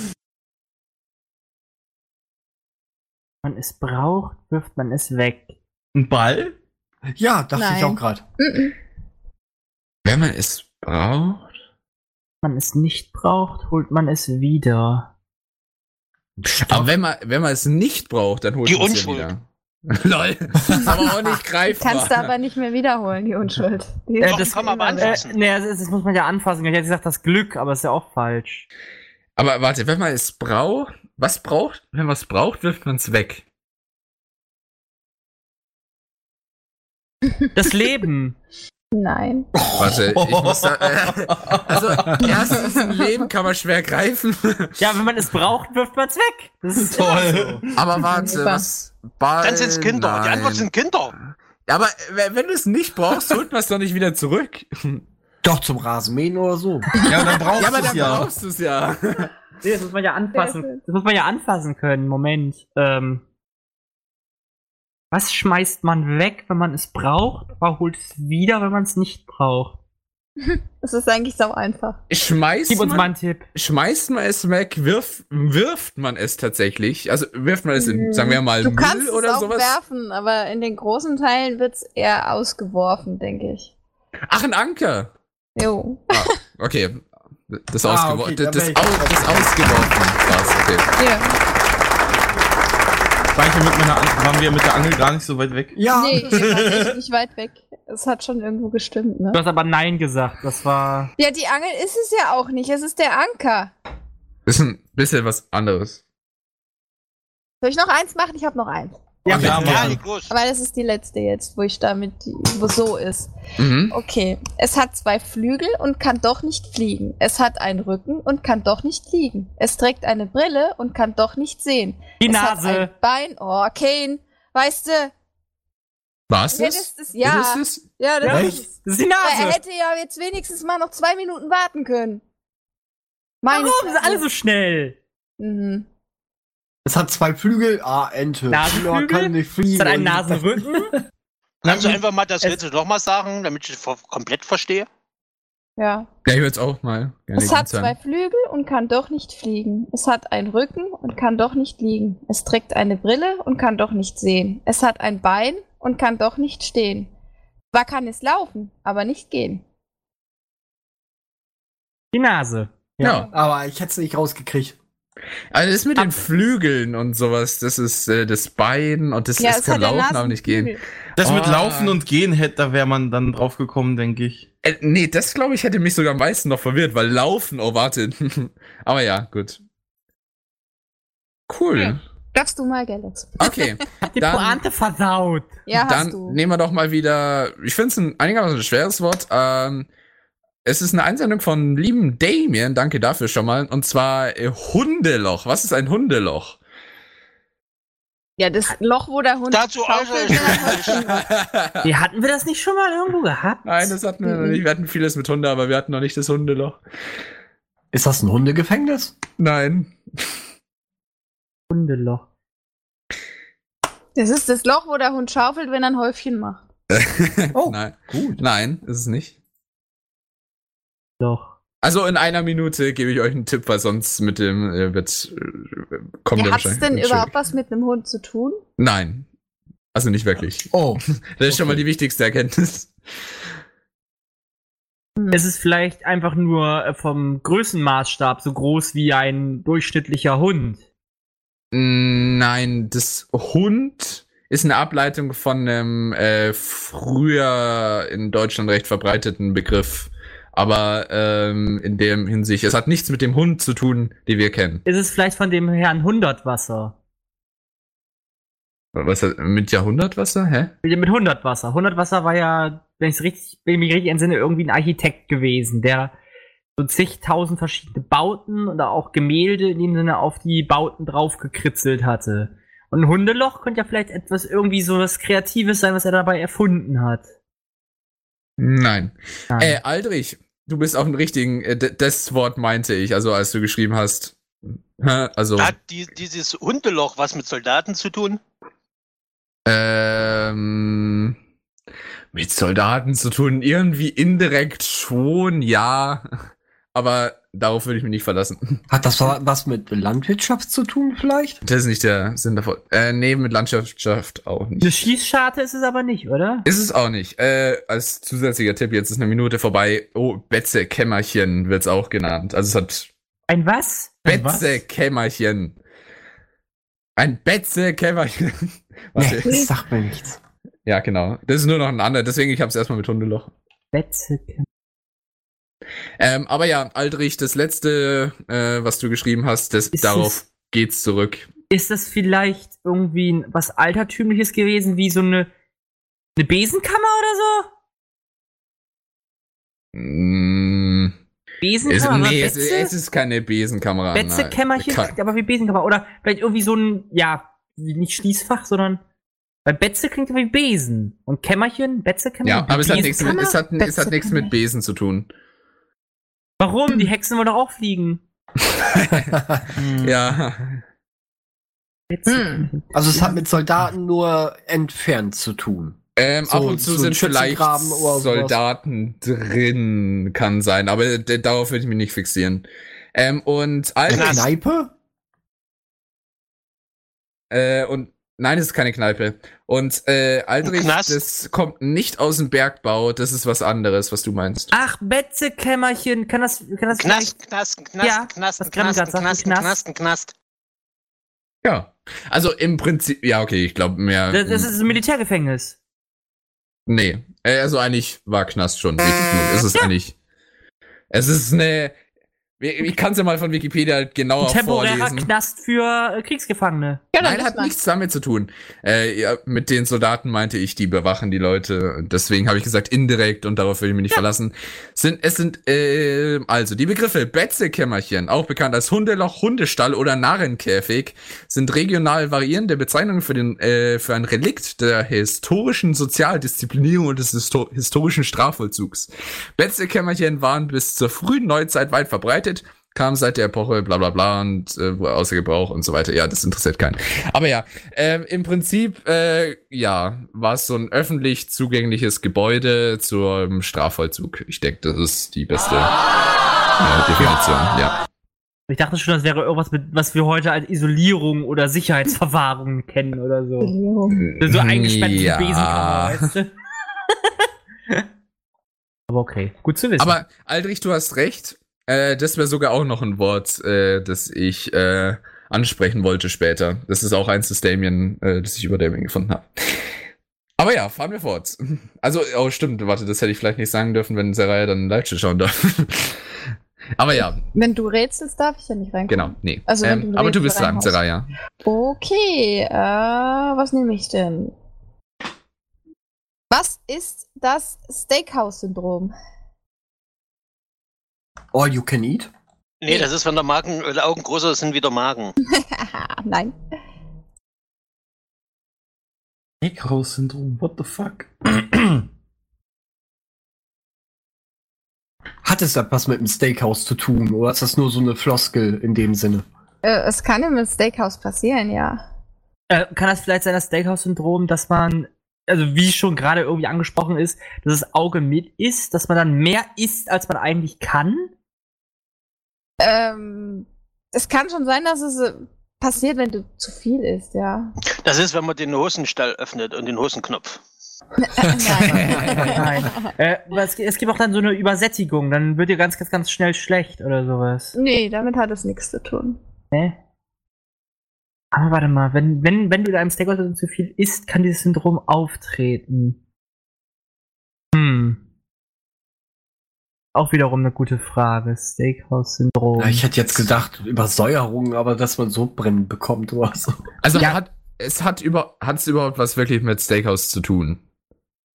[SPEAKER 8] Wenn man es braucht, wirft man es weg.
[SPEAKER 9] Ein Ball?
[SPEAKER 2] Ja, dachte
[SPEAKER 5] Nein.
[SPEAKER 2] ich auch gerade.
[SPEAKER 5] Mhm.
[SPEAKER 6] Wenn man es braucht.
[SPEAKER 8] Wenn man es nicht braucht, holt man es wieder.
[SPEAKER 6] Aber wenn man, wenn man es nicht braucht, dann holt
[SPEAKER 7] Die
[SPEAKER 6] man es
[SPEAKER 7] Unschuld.
[SPEAKER 6] ja wieder. Lol. Aber auch nicht
[SPEAKER 5] Die
[SPEAKER 6] greifbar.
[SPEAKER 5] kannst du aber nicht mehr wiederholen, die Unschuld. Die
[SPEAKER 8] Äh,
[SPEAKER 7] Doch,
[SPEAKER 8] das-
[SPEAKER 7] kann man aber
[SPEAKER 8] Äh,
[SPEAKER 7] anfassen.
[SPEAKER 8] nee, das, das muss man ja anfassen. Ich hätte gesagt, das Glück, aber ist ja auch falsch.
[SPEAKER 6] Aber warte, wenn man es braucht, was braucht? Wenn man es braucht, wirft man es weg.
[SPEAKER 8] Das Leben.
[SPEAKER 5] Nein.
[SPEAKER 6] Warte, ich muss da, äh, Also, erstens, ein Leben kann man schwer greifen.
[SPEAKER 8] Ja, wenn man es braucht, wirft man es weg. Das ist
[SPEAKER 9] Toll.
[SPEAKER 6] Aber warte, was? Ball,
[SPEAKER 7] Dann sind es Kinder. Die
[SPEAKER 6] Nein.
[SPEAKER 7] Antwort sind Kinder.
[SPEAKER 6] Aber äh, wenn du es nicht brauchst, holt man es doch nicht wieder zurück.
[SPEAKER 2] Doch, zum Rasenmähen oder so.
[SPEAKER 9] Ja, dann brauchst
[SPEAKER 6] Ja, aber
[SPEAKER 9] du es
[SPEAKER 6] dann
[SPEAKER 9] ja.
[SPEAKER 6] brauchst du es ja.
[SPEAKER 8] Nee, das muss man ja
[SPEAKER 5] Sehr schön.
[SPEAKER 8] anfassen. Das muss man ja anfassen können. Moment. Ähm, was schmeißt man weg, wenn man es braucht, aber holt es wieder, wenn man es nicht braucht?
[SPEAKER 5] Es ist eigentlich sau einfach.
[SPEAKER 6] Schmeißt
[SPEAKER 8] Gib uns mal
[SPEAKER 6] man,
[SPEAKER 8] einen Tipp.
[SPEAKER 6] schmeißt man es weg, wirf, wirft man es tatsächlich. Also wirft man es in, sagen wir mal,
[SPEAKER 5] Du kannst
[SPEAKER 6] Äh, Müll
[SPEAKER 5] es
[SPEAKER 6] oder
[SPEAKER 5] auch
[SPEAKER 6] sowas.
[SPEAKER 5] werfen, aber in den großen Teilen wird's eher ausgeworfen, denke ich.
[SPEAKER 6] Ach, ein Anker.
[SPEAKER 5] Jo.
[SPEAKER 6] Okay. Das,
[SPEAKER 2] Ah,
[SPEAKER 6] ausgeworfen.
[SPEAKER 2] okay,
[SPEAKER 6] das,
[SPEAKER 2] dann
[SPEAKER 6] das,
[SPEAKER 2] wär ich
[SPEAKER 6] au
[SPEAKER 2] auch-
[SPEAKER 6] das ausgeworfen. Krass, okay.
[SPEAKER 5] Ja.
[SPEAKER 9] War ich ja mit meiner An- waren wir mit der Angel gar nicht so weit weg.
[SPEAKER 2] Ja.
[SPEAKER 5] Nee, ihr wart echt nicht weit weg. Es hat schon irgendwo gestimmt,
[SPEAKER 8] Du
[SPEAKER 5] ne?
[SPEAKER 8] hast aber Nein gesagt. Das war.
[SPEAKER 5] Ja, die Angel ist es ja auch nicht. Es ist der Anker.
[SPEAKER 6] Das ist ein bisschen was anderes.
[SPEAKER 5] Soll ich noch eins machen? Ich habe noch eins.
[SPEAKER 9] Ja,
[SPEAKER 7] Ja,
[SPEAKER 9] ja, Mann.
[SPEAKER 7] leg los.
[SPEAKER 5] Aber das ist die letzte jetzt, wo ich damit, die, wo so ist.
[SPEAKER 6] Mhm.
[SPEAKER 5] Okay. Es hat zwei Flügel und kann doch nicht fliegen. Es hat einen Rücken und kann doch nicht liegen. Es trägt eine Brille und kann doch nicht sehen.
[SPEAKER 8] Die
[SPEAKER 5] es Hat
[SPEAKER 8] Nase.
[SPEAKER 5] ein Bein. Oh, Kane. Weißt du,
[SPEAKER 6] Was?
[SPEAKER 5] Ja, das ist- ja.
[SPEAKER 6] Ist es das?
[SPEAKER 5] Ja, das
[SPEAKER 9] Echt?
[SPEAKER 5] ist es.
[SPEAKER 8] Das ist die
[SPEAKER 5] Aber Er
[SPEAKER 8] Nase.
[SPEAKER 5] hätte ja jetzt wenigstens mal noch zwei Minuten warten können. Meine
[SPEAKER 8] Warum sind
[SPEAKER 5] Fresse.
[SPEAKER 8] alle so schnell?
[SPEAKER 5] Mhm.
[SPEAKER 2] Es hat zwei Flügel. Ah, Ente.
[SPEAKER 8] Nasenflügel?
[SPEAKER 2] Flor Kann nicht fliegen.
[SPEAKER 8] Es hat einen Nasenrücken.
[SPEAKER 7] Kannst du einfach mal das
[SPEAKER 8] Es-
[SPEAKER 7] Rätsel nochmal sagen, damit ich es vor- komplett verstehe?
[SPEAKER 5] Ja.
[SPEAKER 6] Ja, ich würde es auch mal gerne
[SPEAKER 5] Es hat
[SPEAKER 6] ganz hören.
[SPEAKER 5] zwei Flügel und kann doch nicht fliegen. Es hat einen Rücken und kann doch nicht liegen. Es trägt eine Brille und kann doch nicht sehen. Es hat ein Bein und kann doch nicht stehen. Zwar kann es laufen, aber nicht gehen.
[SPEAKER 8] Die Nase.
[SPEAKER 6] Ja.
[SPEAKER 2] Aber ich hätte es nicht rausgekriegt.
[SPEAKER 6] Also das mit den Flügeln und sowas, das ist äh, das Bein und das, das kann
[SPEAKER 5] ja
[SPEAKER 6] laufen, aber nicht gehen.
[SPEAKER 5] Nasenflügel.
[SPEAKER 9] Das mit
[SPEAKER 6] Ah.
[SPEAKER 9] Laufen und Gehen hätte, da wäre man dann drauf gekommen, denke ich.
[SPEAKER 6] Äh, nee, das glaube ich hätte mich sogar am meisten noch verwirrt, weil laufen, oh warte. aber ja, gut. Cool.
[SPEAKER 5] Ja. Darfst du mal, Galax?
[SPEAKER 6] Okay.
[SPEAKER 8] Die
[SPEAKER 6] Dann-
[SPEAKER 8] Pointe versaut.
[SPEAKER 5] Ja,
[SPEAKER 6] Dann
[SPEAKER 5] hast du.
[SPEAKER 6] nehmen wir doch mal wieder, ich finde es ein einigermaßen schweres Wort. Ähm, es ist eine Einsendung von lieben Damien, danke dafür schon mal. Und zwar äh, Hundeloch. Was ist ein Hundeloch?
[SPEAKER 5] Ja, das Loch, wo der Hund.
[SPEAKER 7] Dazu äußere ich
[SPEAKER 8] Wie, hatten wir das nicht schon mal irgendwo gehabt?
[SPEAKER 6] Nein, das hatten wir noch nicht. Wir hatten vieles mit Hunde, aber wir hatten noch nicht das Hundeloch.
[SPEAKER 2] Ist das ein Hundegefängnis?
[SPEAKER 6] Nein.
[SPEAKER 8] Hundeloch.
[SPEAKER 5] Das ist das Loch, wo der Hund schaufelt, wenn er ein Häufchen macht.
[SPEAKER 2] Oh.
[SPEAKER 6] Nein.
[SPEAKER 2] Gut.
[SPEAKER 6] Nein, ist es nicht.
[SPEAKER 8] Loch.
[SPEAKER 6] Also in einer Minute gebe ich euch einen Tipp, weil sonst mit dem äh, wird äh, kommt
[SPEAKER 5] Ja,
[SPEAKER 6] der
[SPEAKER 5] hat es
[SPEAKER 6] wahrscheinlich.
[SPEAKER 5] denn
[SPEAKER 6] Entschuldigung.
[SPEAKER 5] überhaupt was mit einem Hund zu tun?
[SPEAKER 6] Nein. Also nicht wirklich.
[SPEAKER 2] Oh.
[SPEAKER 6] Das ist schon mal die wichtigste Erkenntnis.
[SPEAKER 8] Es ist vielleicht einfach nur äh, vom Größenmaßstab so groß wie ein durchschnittlicher Hund.
[SPEAKER 6] Nein, das Hund ist eine Ableitung von einem äh, früher in Deutschland recht verbreiteten Begriff. Aber ähm, in dem Hinsicht, es hat nichts mit dem Hund zu tun, den wir kennen.
[SPEAKER 8] Ist es vielleicht von dem Herrn Hundertwasser?
[SPEAKER 6] Was hat- mit Jahrhundertwasser? Hä?
[SPEAKER 8] Mit Hundertwasser. Hundertwasser war ja, wenn ich richtig, wenn ich mich richtig entsinne, irgendwie ein Architekt gewesen, der so zigtausend verschiedene Bauten oder auch Gemälde in dem Sinne auf die Bauten draufgekritzelt hatte. Und ein Hundeloch könnte ja vielleicht etwas irgendwie so was Kreatives sein, was er dabei erfunden hat.
[SPEAKER 6] Nein.
[SPEAKER 8] Nein.
[SPEAKER 6] Äh, Aldrich, du bist auf dem richtigen, äh, d- das Wort meinte ich, also als du geschrieben hast. Hä? Also,
[SPEAKER 7] Hat die, dieses Hundeloch was mit Soldaten zu tun?
[SPEAKER 6] ähm, mit Soldaten zu tun, irgendwie indirekt schon, ja. Aber darauf würde ich mich nicht verlassen.
[SPEAKER 2] Hat das wa- was mit Landwirtschaft zu tun vielleicht?
[SPEAKER 6] Das ist nicht der Sinn davon. Äh, nee, mit Landschaft auch nicht.
[SPEAKER 8] Eine Schießscharte ist es aber nicht, oder?
[SPEAKER 6] Ist es auch nicht. Äh, als zusätzlicher Tipp, jetzt ist eine Minute vorbei. Oh, Betze Kämmerchen wird's auch genannt. Also es hat
[SPEAKER 8] Ein was?
[SPEAKER 9] Ein was?
[SPEAKER 6] Betze-Kämmerchen. Ein Betze-Kämmerchen.
[SPEAKER 2] Nee,
[SPEAKER 6] Warte.
[SPEAKER 2] das sagt mir nichts.
[SPEAKER 6] ja, genau. Das ist nur noch ein anderer, deswegen ich habe es erstmal mit Hundeloch.
[SPEAKER 8] Betze.
[SPEAKER 6] Ähm, aber ja, Aldrich, das letzte, äh, was du geschrieben hast, das,
[SPEAKER 8] Ist
[SPEAKER 6] darauf geht's zurück.
[SPEAKER 8] Ist das vielleicht irgendwie ein- was Altertümliches gewesen, wie so eine, eine Besenkammer oder so?
[SPEAKER 6] Mm, es,
[SPEAKER 8] Besenkammer? aber
[SPEAKER 6] nee, es,
[SPEAKER 8] Betze?
[SPEAKER 6] es ist keine Besenkamera. Ah, nein.
[SPEAKER 8] Betzekämmerchen,
[SPEAKER 6] Ka-
[SPEAKER 8] klingt aber wie Besenkammer. Oder vielleicht irgendwie so ein, ja, nicht Schließfach, sondern. Weil Betze klingt wie Besen. Und Kämmerchen, Betzekämmer.
[SPEAKER 6] Ja, aber es hat, nichts mit,
[SPEAKER 8] Besenkammer?
[SPEAKER 6] es, hat, es hat nichts
[SPEAKER 5] Betzekämmerchen.
[SPEAKER 6] mit Besen zu tun.
[SPEAKER 8] Warum? Die Hexen wollen doch auch fliegen.
[SPEAKER 6] Hm.
[SPEAKER 7] Mhm.
[SPEAKER 6] Ja. Hm.
[SPEAKER 8] Betzekämmerchen.
[SPEAKER 2] Also es hat mit Soldaten nur entfernt zu tun.
[SPEAKER 6] Ähm,
[SPEAKER 2] So-
[SPEAKER 6] ab und zu
[SPEAKER 2] so ein
[SPEAKER 6] sind vielleicht
[SPEAKER 2] Schützengraben oder sowas.
[SPEAKER 6] Soldaten drin, kann sein, aber d- darauf würde ich mich nicht fixieren. Ähm, und Aldrich,
[SPEAKER 7] Knast.
[SPEAKER 2] Kneipe?
[SPEAKER 6] äh, und nein, es ist keine Kneipe. Und äh, Aldrich,
[SPEAKER 7] Knast.
[SPEAKER 6] das kommt nicht aus dem Bergbau, das ist was anderes, was du meinst.
[SPEAKER 8] Ach, Betzekämmerchen. Kann das, kann das
[SPEAKER 7] Knast, Knasten,
[SPEAKER 8] Ja,
[SPEAKER 7] Knasten, Knasten,
[SPEAKER 8] was Clem
[SPEAKER 7] Knasten,
[SPEAKER 8] grad sagte,
[SPEAKER 7] Knasten,
[SPEAKER 8] Knast.
[SPEAKER 7] Knasten, Knast.
[SPEAKER 6] Ja. Also im Prinzip, ja, okay, ich glaube mehr.
[SPEAKER 8] Das, das ist ein Militärgefängnis.
[SPEAKER 6] Nee, äh, also eigentlich war Knast schon richtig genug. Es ist eigentlich. Es ist eine. Ich kann es ja mal von Wikipedia halt genauer
[SPEAKER 8] Temporärer
[SPEAKER 6] vorlesen.
[SPEAKER 8] Knast für äh, Kriegsgefangene.
[SPEAKER 6] Nein, hat nichts damit zu tun. Äh, ja, mit den Soldaten meinte ich, die bewachen die Leute. Und Deswegen habe ich gesagt indirekt und darauf will ich mich nicht verlassen. Sind, es sind äh, also die Begriffe Betzekämmerchen, auch bekannt als Hundeloch, Hundestall oder Narrenkäfig, sind regional variierende Bezeichnungen für, den, äh, für ein Relikt der historischen Sozialdisziplinierung und des histo historischen Strafvollzugs. Betzekämmerchen waren bis zur frühen Neuzeit weit verbreitet kam seit der Epoche, bla bla bla und äh, außer Gebrauch und so weiter. Ja, das interessiert keinen. Aber ja, ähm, im Prinzip, äh, ja, war es so ein öffentlich zugängliches Gebäude zum Strafvollzug. Ich denke, das ist die beste äh, Definition, ja.
[SPEAKER 8] Ich dachte schon, das wäre irgendwas, mit, was wir heute als Isolierung oder Sicherheitsverwahrung kennen oder so. So eingespannt ja.
[SPEAKER 6] Ja.
[SPEAKER 8] Besenkammer, weißt du? Aber okay, gut zu wissen.
[SPEAKER 6] Aber Aldrich, du hast recht. Äh, das wäre sogar auch noch ein Wort, äh, das ich äh, ansprechen wollte später. Das ist auch eins des Damien, äh, das ich über Damien gefunden habe. Aber ja, fahren wir fort. Also, oh stimmt, warte, das hätte ich vielleicht nicht sagen dürfen, wenn Seraya dann live schauen darf. Aber ja,
[SPEAKER 5] Wenn du rätselst, darf ich ja nicht reingucken.
[SPEAKER 6] genau, nee.
[SPEAKER 5] Also, wenn
[SPEAKER 6] ähm,
[SPEAKER 5] du
[SPEAKER 6] aber du
[SPEAKER 5] willst,
[SPEAKER 6] bist dran,
[SPEAKER 5] reinhaust.
[SPEAKER 6] Seraya.
[SPEAKER 5] Okay, äh, was nehme ich denn? Was ist das Steakhouse-Syndrom?
[SPEAKER 2] All you can eat?
[SPEAKER 7] Nee, das ist, wenn der Magen, äh, Augen größer sind wie der Magen.
[SPEAKER 5] Haha, nein.
[SPEAKER 9] Eckhaus-Syndrom, what the fuck?
[SPEAKER 2] Hat es da was mit dem Steakhouse zu tun? Oder ist das nur so eine Floskel in dem Sinne?
[SPEAKER 5] Äh, es kann im Steakhouse passieren, ja.
[SPEAKER 8] Äh, kann das vielleicht sein, das Steakhouse-Syndrom, dass man, also wie schon gerade irgendwie angesprochen ist, dass das Auge mit isst, dass man dann mehr isst, als man eigentlich kann?
[SPEAKER 5] Ähm, es kann schon sein, dass es äh, passiert, wenn du zu viel isst, ja.
[SPEAKER 7] Das ist, wenn man den Hosenstall öffnet und den Hosenknopf.
[SPEAKER 5] nein.
[SPEAKER 8] Äh, aber es, es gibt auch dann so eine Übersättigung, dann wird dir ganz, ganz, ganz schnell schlecht oder sowas.
[SPEAKER 5] nee, damit hat es nichts zu tun.
[SPEAKER 8] Ne? Aber warte mal, wenn, wenn, wenn du in einem Steakhouse zu viel isst, kann dieses Syndrom auftreten. Hm. Auch wiederum eine gute Frage. Steakhouse-Syndrom.
[SPEAKER 2] Ja, ich hätte jetzt gedacht, Übersäuerung, aber dass man so brennen bekommt oder so.
[SPEAKER 6] Also,
[SPEAKER 8] Ja.
[SPEAKER 6] hat, es hat über, hat's überhaupt was wirklich mit Steakhouse zu tun?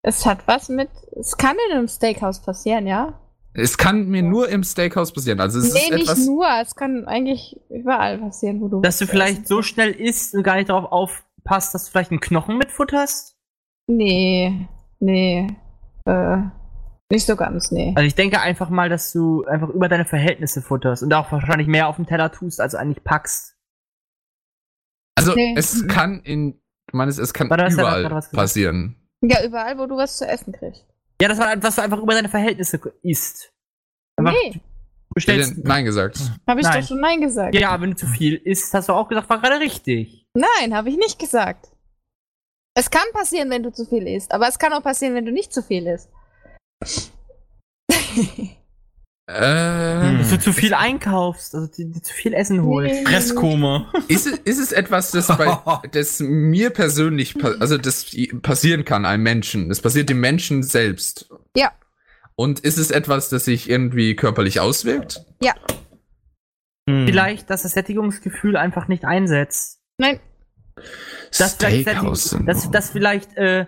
[SPEAKER 5] Es hat was mit. Es kann in einem Steakhouse passieren, ja?
[SPEAKER 6] Es kann mir nur im Steakhouse passieren. Also, es
[SPEAKER 5] nee,
[SPEAKER 6] ist
[SPEAKER 5] nicht
[SPEAKER 6] etwas.
[SPEAKER 5] nur. Es kann eigentlich überall passieren, wo du.
[SPEAKER 8] Dass du
[SPEAKER 5] was
[SPEAKER 8] vielleicht
[SPEAKER 5] isst.
[SPEAKER 8] so schnell isst und gar nicht darauf aufpasst, dass du vielleicht einen Knochen mitfutterst?
[SPEAKER 5] Nee, nee. Äh, nicht so ganz, nee.
[SPEAKER 8] Also ich denke einfach mal, dass du einfach über deine Verhältnisse futterst und auch wahrscheinlich mehr auf dem Teller tust, als du eigentlich packst.
[SPEAKER 6] Also
[SPEAKER 5] Nee.
[SPEAKER 6] es kann in, du meinst, es kann
[SPEAKER 8] Warte, was hat er
[SPEAKER 6] überall
[SPEAKER 8] gerade was gesagt?
[SPEAKER 6] passieren.
[SPEAKER 5] Ja, überall, wo du was zu essen kriegst.
[SPEAKER 8] Ja, das war was du einfach über deine Verhältnisse k- isst. Einfach,
[SPEAKER 5] Nee,
[SPEAKER 8] du
[SPEAKER 6] Ich hätte
[SPEAKER 8] stellst,
[SPEAKER 6] Nein gesagt.
[SPEAKER 5] habe ich
[SPEAKER 8] Nein.
[SPEAKER 5] doch schon Nein gesagt.
[SPEAKER 8] ja, wenn du zu viel isst, hast du auch gesagt, war gerade richtig.
[SPEAKER 5] Nein, habe ich nicht gesagt. Es kann passieren, wenn du zu viel isst, aber es kann auch passieren, wenn du nicht zu viel isst.
[SPEAKER 6] Äh,
[SPEAKER 2] Hm.
[SPEAKER 9] Hm.
[SPEAKER 8] Dass du zu viel einkaufst, also die, die zu viel Essen holst.
[SPEAKER 9] Fresskoma.
[SPEAKER 6] ist, es- ist es etwas, das, bei, das mir persönlich, pa- also das i- passieren kann, einem Menschen? Das passiert dem Menschen selbst.
[SPEAKER 5] Ja.
[SPEAKER 6] Und ist es etwas, das sich irgendwie körperlich auswirkt?
[SPEAKER 9] Hm.
[SPEAKER 8] Vielleicht, dass das Sättigungsgefühl einfach nicht einsetzt.
[SPEAKER 5] Nein.
[SPEAKER 8] Dass vielleicht, Sättigung-
[SPEAKER 6] Steakhouse-Syndrom.
[SPEAKER 8] dass, dass vielleicht äh,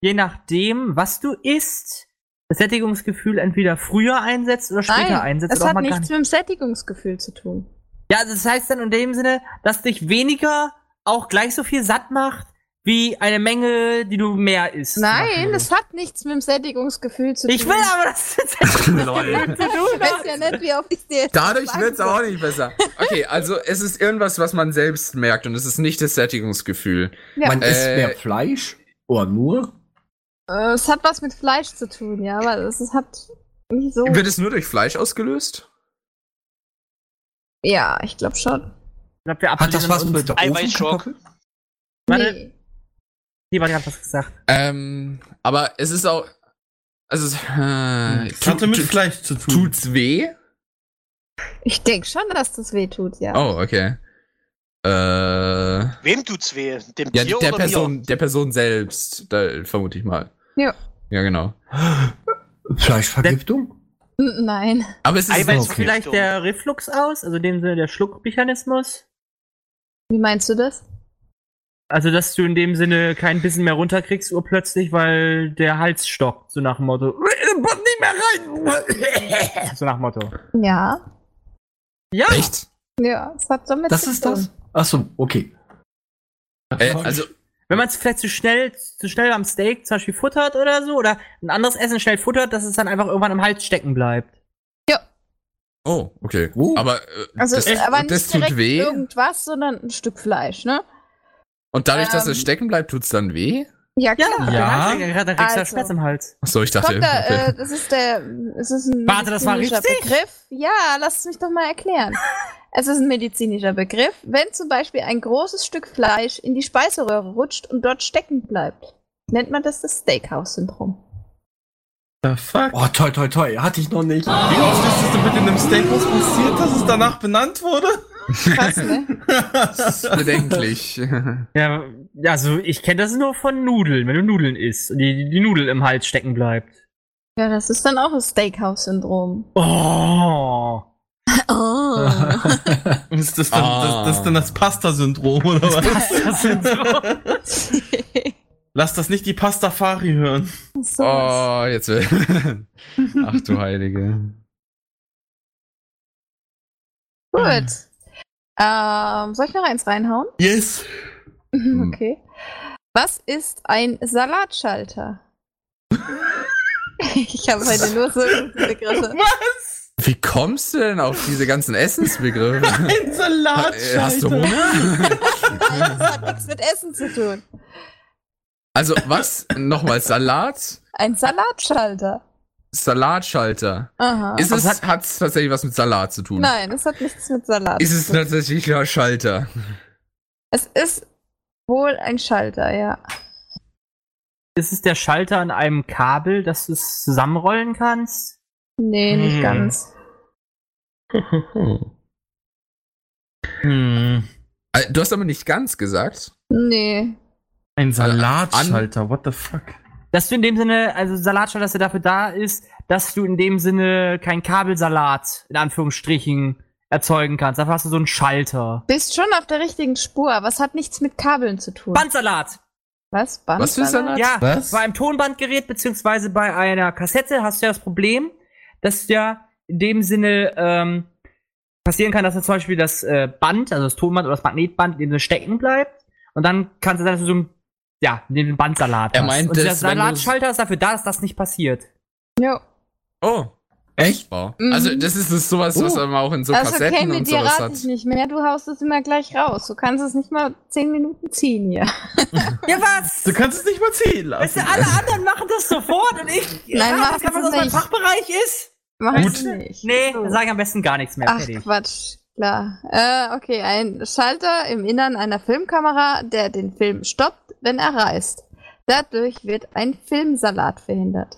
[SPEAKER 8] je nachdem, was du isst, das Sättigungsgefühl entweder früher einsetzt oder später
[SPEAKER 5] Nein,
[SPEAKER 8] einsetzt.
[SPEAKER 5] es
[SPEAKER 8] oder auch
[SPEAKER 5] hat
[SPEAKER 8] mal gar
[SPEAKER 5] nichts mit dem Sättigungsgefühl zu tun.
[SPEAKER 8] Ja, also das heißt dann in dem Sinne, dass dich weniger auch gleich so viel satt macht, wie eine Menge, die du mehr isst.
[SPEAKER 5] Nein,
[SPEAKER 8] das
[SPEAKER 5] es hat nichts mit dem Sättigungsgefühl zu tun.
[SPEAKER 8] Ich will aber, dass das Sättigungsgefühl zu tun
[SPEAKER 5] weiß
[SPEAKER 8] hat.
[SPEAKER 5] ja nicht, wie auf ich dir jetzt
[SPEAKER 6] Dadurch
[SPEAKER 5] sagen
[SPEAKER 6] wird es
[SPEAKER 5] soll.
[SPEAKER 6] auch nicht besser. Okay, also es ist irgendwas, was man selbst merkt und es ist nicht das Sättigungsgefühl.
[SPEAKER 5] Ja.
[SPEAKER 2] Man isst
[SPEAKER 6] Äh,
[SPEAKER 2] mehr Fleisch? Oder nur?
[SPEAKER 5] Äh, Es hat was mit Fleisch zu tun, ja, aber es ist- hat nicht so.
[SPEAKER 6] Wird es nur durch Fleisch ausgelöst?
[SPEAKER 5] Ja, ich glaube schon.
[SPEAKER 8] Ich glaub, wir
[SPEAKER 2] Hat das
[SPEAKER 8] appellieren
[SPEAKER 2] was
[SPEAKER 8] uns-
[SPEAKER 2] mit der
[SPEAKER 7] Eiweißschock.
[SPEAKER 2] Ofenkartoffel?
[SPEAKER 8] Warte.
[SPEAKER 5] Nee.
[SPEAKER 8] Jemand hat was gesagt.
[SPEAKER 6] Ähm, aber es ist auch. Also, es- äh,
[SPEAKER 9] Das hatte mit Fleisch zu tun.
[SPEAKER 6] tut's weh?
[SPEAKER 5] Ich denke schon, dass das weh tut, ja.
[SPEAKER 6] Oh, okay. Äh, ja,
[SPEAKER 7] Wem tut's weh? Dem Tier
[SPEAKER 6] der
[SPEAKER 7] oder
[SPEAKER 6] Person, der Person selbst, da vermute ich mal.
[SPEAKER 5] Ja.
[SPEAKER 6] Ja, genau.
[SPEAKER 2] Fleischvergiftung?
[SPEAKER 5] N- Nein.
[SPEAKER 6] Aber es ist
[SPEAKER 7] Eiweiß-
[SPEAKER 8] Ist vielleicht der Reflux aus, also in dem Sinne der Schluckmechanismus?
[SPEAKER 5] Wie meinst du das?
[SPEAKER 8] Also, dass du in dem Sinne kein Bissen mehr runterkriegst, urplötzlich, weil der Hals stockt, so nach dem Motto. Bob, nicht mehr rein! so nach dem Motto.
[SPEAKER 5] Ja.
[SPEAKER 8] Ja!
[SPEAKER 6] echt.
[SPEAKER 5] Ja, es hat damit
[SPEAKER 2] Das
[SPEAKER 5] zu
[SPEAKER 2] ist
[SPEAKER 5] tun.
[SPEAKER 2] das? Achso, okay.
[SPEAKER 6] Äh, also
[SPEAKER 8] Wenn man es vielleicht zu schnell, zu schnell am Steak zum Beispiel futtert oder so, oder ein anderes Essen schnell futtert, dass es dann einfach irgendwann im Hals stecken bleibt.
[SPEAKER 6] oh okay.
[SPEAKER 2] Uh.
[SPEAKER 6] Aber äh,
[SPEAKER 5] Also,
[SPEAKER 6] das,
[SPEAKER 5] aber nicht
[SPEAKER 6] das
[SPEAKER 5] direkt
[SPEAKER 6] tut weh.
[SPEAKER 5] irgendwas, sondern ein Stück Fleisch, ne?
[SPEAKER 6] Und dadurch, dass
[SPEAKER 5] ähm,
[SPEAKER 6] es stecken bleibt, tut's dann weh.
[SPEAKER 5] Ja, klar.
[SPEAKER 8] dann
[SPEAKER 9] Ja.
[SPEAKER 8] hast du ja dann kriegst du ja
[SPEAKER 5] Also.
[SPEAKER 8] Schmerz im Hals.
[SPEAKER 6] Ach so, ich dachte.
[SPEAKER 5] Doktor,
[SPEAKER 6] Okay.
[SPEAKER 5] äh, das ist der, es ist ein
[SPEAKER 8] Warte, das war
[SPEAKER 5] medizinischer
[SPEAKER 8] richtig.
[SPEAKER 5] Begriff. Ja, lass es mich doch mal erklären. es ist ein medizinischer Begriff, wenn zum Beispiel ein großes Stück Fleisch in die Speiseröhre rutscht und dort stecken bleibt. Nennt man das das Steakhouse-Syndrom.
[SPEAKER 9] The fuck?
[SPEAKER 2] Oh, toll, toll, toll. Hatte ich noch nicht.
[SPEAKER 9] Wie oft ist das denn mit in einem Steakhouse passiert, dass es danach benannt wurde?
[SPEAKER 5] Krass, ne?
[SPEAKER 6] Das ist bedenklich.
[SPEAKER 8] Ja, also ich kenne das nur von Nudeln, wenn du Nudeln isst und die, die Nudel im Hals stecken bleibt.
[SPEAKER 5] Ja, das ist dann auch das Steakhouse-Syndrom.
[SPEAKER 8] Oh.
[SPEAKER 5] Oh.
[SPEAKER 9] Ist das dann,
[SPEAKER 6] Ah.
[SPEAKER 9] das, das ist dann das Pasta-Syndrom oder was? Lass das nicht die Pastafari hören.
[SPEAKER 5] so
[SPEAKER 6] oh, jetzt. will- Ach du Heilige.
[SPEAKER 5] Gut. Ähm, soll ich noch eins reinhauen?
[SPEAKER 9] Yes.
[SPEAKER 6] Hm.
[SPEAKER 5] Okay. Was ist ein Salatschalter? ich habe heute nur so gute Begriffe.
[SPEAKER 6] Wie kommst du denn auf diese ganzen Essensbegriffe?
[SPEAKER 9] Ein Salat.
[SPEAKER 6] Äh, Hast du Hunger?
[SPEAKER 5] Nein, das hat nichts mit Essen zu tun.
[SPEAKER 6] Also was? Nochmal Salat?
[SPEAKER 5] Ein Salatschalter.
[SPEAKER 6] Salatschalter.
[SPEAKER 5] Aha.
[SPEAKER 6] Ist es, hat es tatsächlich was mit Salat zu tun?
[SPEAKER 5] Nein, es hat nichts mit Salat
[SPEAKER 6] Ist es
[SPEAKER 5] zu
[SPEAKER 6] ne-
[SPEAKER 5] tun.
[SPEAKER 6] tatsächlich ein Schalter?
[SPEAKER 5] Es ist wohl ein Schalter, ja.
[SPEAKER 8] Ist es der Schalter an einem Kabel, dass du es zusammenrollen kannst?
[SPEAKER 5] Nee, nicht
[SPEAKER 9] Hm.
[SPEAKER 5] ganz.
[SPEAKER 9] Hm.
[SPEAKER 6] Äh, Du hast aber nicht ganz gesagt.
[SPEAKER 5] Nee.
[SPEAKER 9] Ein
[SPEAKER 6] Salatschalter,
[SPEAKER 9] what the fuck?
[SPEAKER 8] Dass du in dem Sinne, also Salatschalter, dass er dafür da ist, dass du in dem Sinne kein Kabelsalat, in Anführungsstrichen, erzeugen kannst. Dafür hast du so einen Schalter.
[SPEAKER 5] Bist schon auf der richtigen Spur, aber es hat nichts mit Kabeln zu tun.
[SPEAKER 8] Bandsalat!
[SPEAKER 5] Was? Band
[SPEAKER 6] Was für Salat?
[SPEAKER 8] Ja,
[SPEAKER 9] Was?
[SPEAKER 8] bei einem Tonbandgerät beziehungsweise bei einer Kassette hast du ja das Problem, dass ja in dem Sinne ähm, passieren kann, dass ja zum Beispiel das äh, Band, also das Tonband oder das Magnetband in dem Sinne stecken bleibt und dann kann es sein, dass du so ein, ja, den Bandsalat
[SPEAKER 6] Er
[SPEAKER 8] hast.
[SPEAKER 6] meint
[SPEAKER 8] und der
[SPEAKER 6] das, wenn du-
[SPEAKER 8] Salatschalter ist dafür da, dass das nicht passiert.
[SPEAKER 5] Jo.
[SPEAKER 6] Oh. Echt? Wow.
[SPEAKER 5] Mhm.
[SPEAKER 6] Also das ist das sowas, was
[SPEAKER 2] Oh.
[SPEAKER 6] man auch in so
[SPEAKER 5] also,
[SPEAKER 6] Kassetten
[SPEAKER 5] okay,
[SPEAKER 6] und
[SPEAKER 5] mit dir
[SPEAKER 6] sowas
[SPEAKER 5] rate
[SPEAKER 6] hat.
[SPEAKER 5] ich nicht mehr. Du haust es immer gleich raus. Du kannst es nicht mal zehn Minuten ziehen hier.
[SPEAKER 8] Ja, was?
[SPEAKER 9] Du kannst es nicht mal ziehen
[SPEAKER 8] Weißt du,
[SPEAKER 9] lassen.
[SPEAKER 8] alle anderen machen das sofort und ich.
[SPEAKER 5] Nein, mach
[SPEAKER 8] das
[SPEAKER 5] das
[SPEAKER 8] was mein
[SPEAKER 5] nicht.
[SPEAKER 8] Fachbereich ist?
[SPEAKER 5] Mach
[SPEAKER 9] Gut.
[SPEAKER 5] es nicht.
[SPEAKER 8] Nee,
[SPEAKER 5] So.
[SPEAKER 8] dann sage ich am besten gar nichts mehr.
[SPEAKER 5] Ach
[SPEAKER 8] Fertig.
[SPEAKER 5] Quatsch, klar. Äh, okay, ein Schalter im Innern einer Filmkamera, der den Film stoppt, wenn er reißt. Dadurch wird ein Filmsalat verhindert.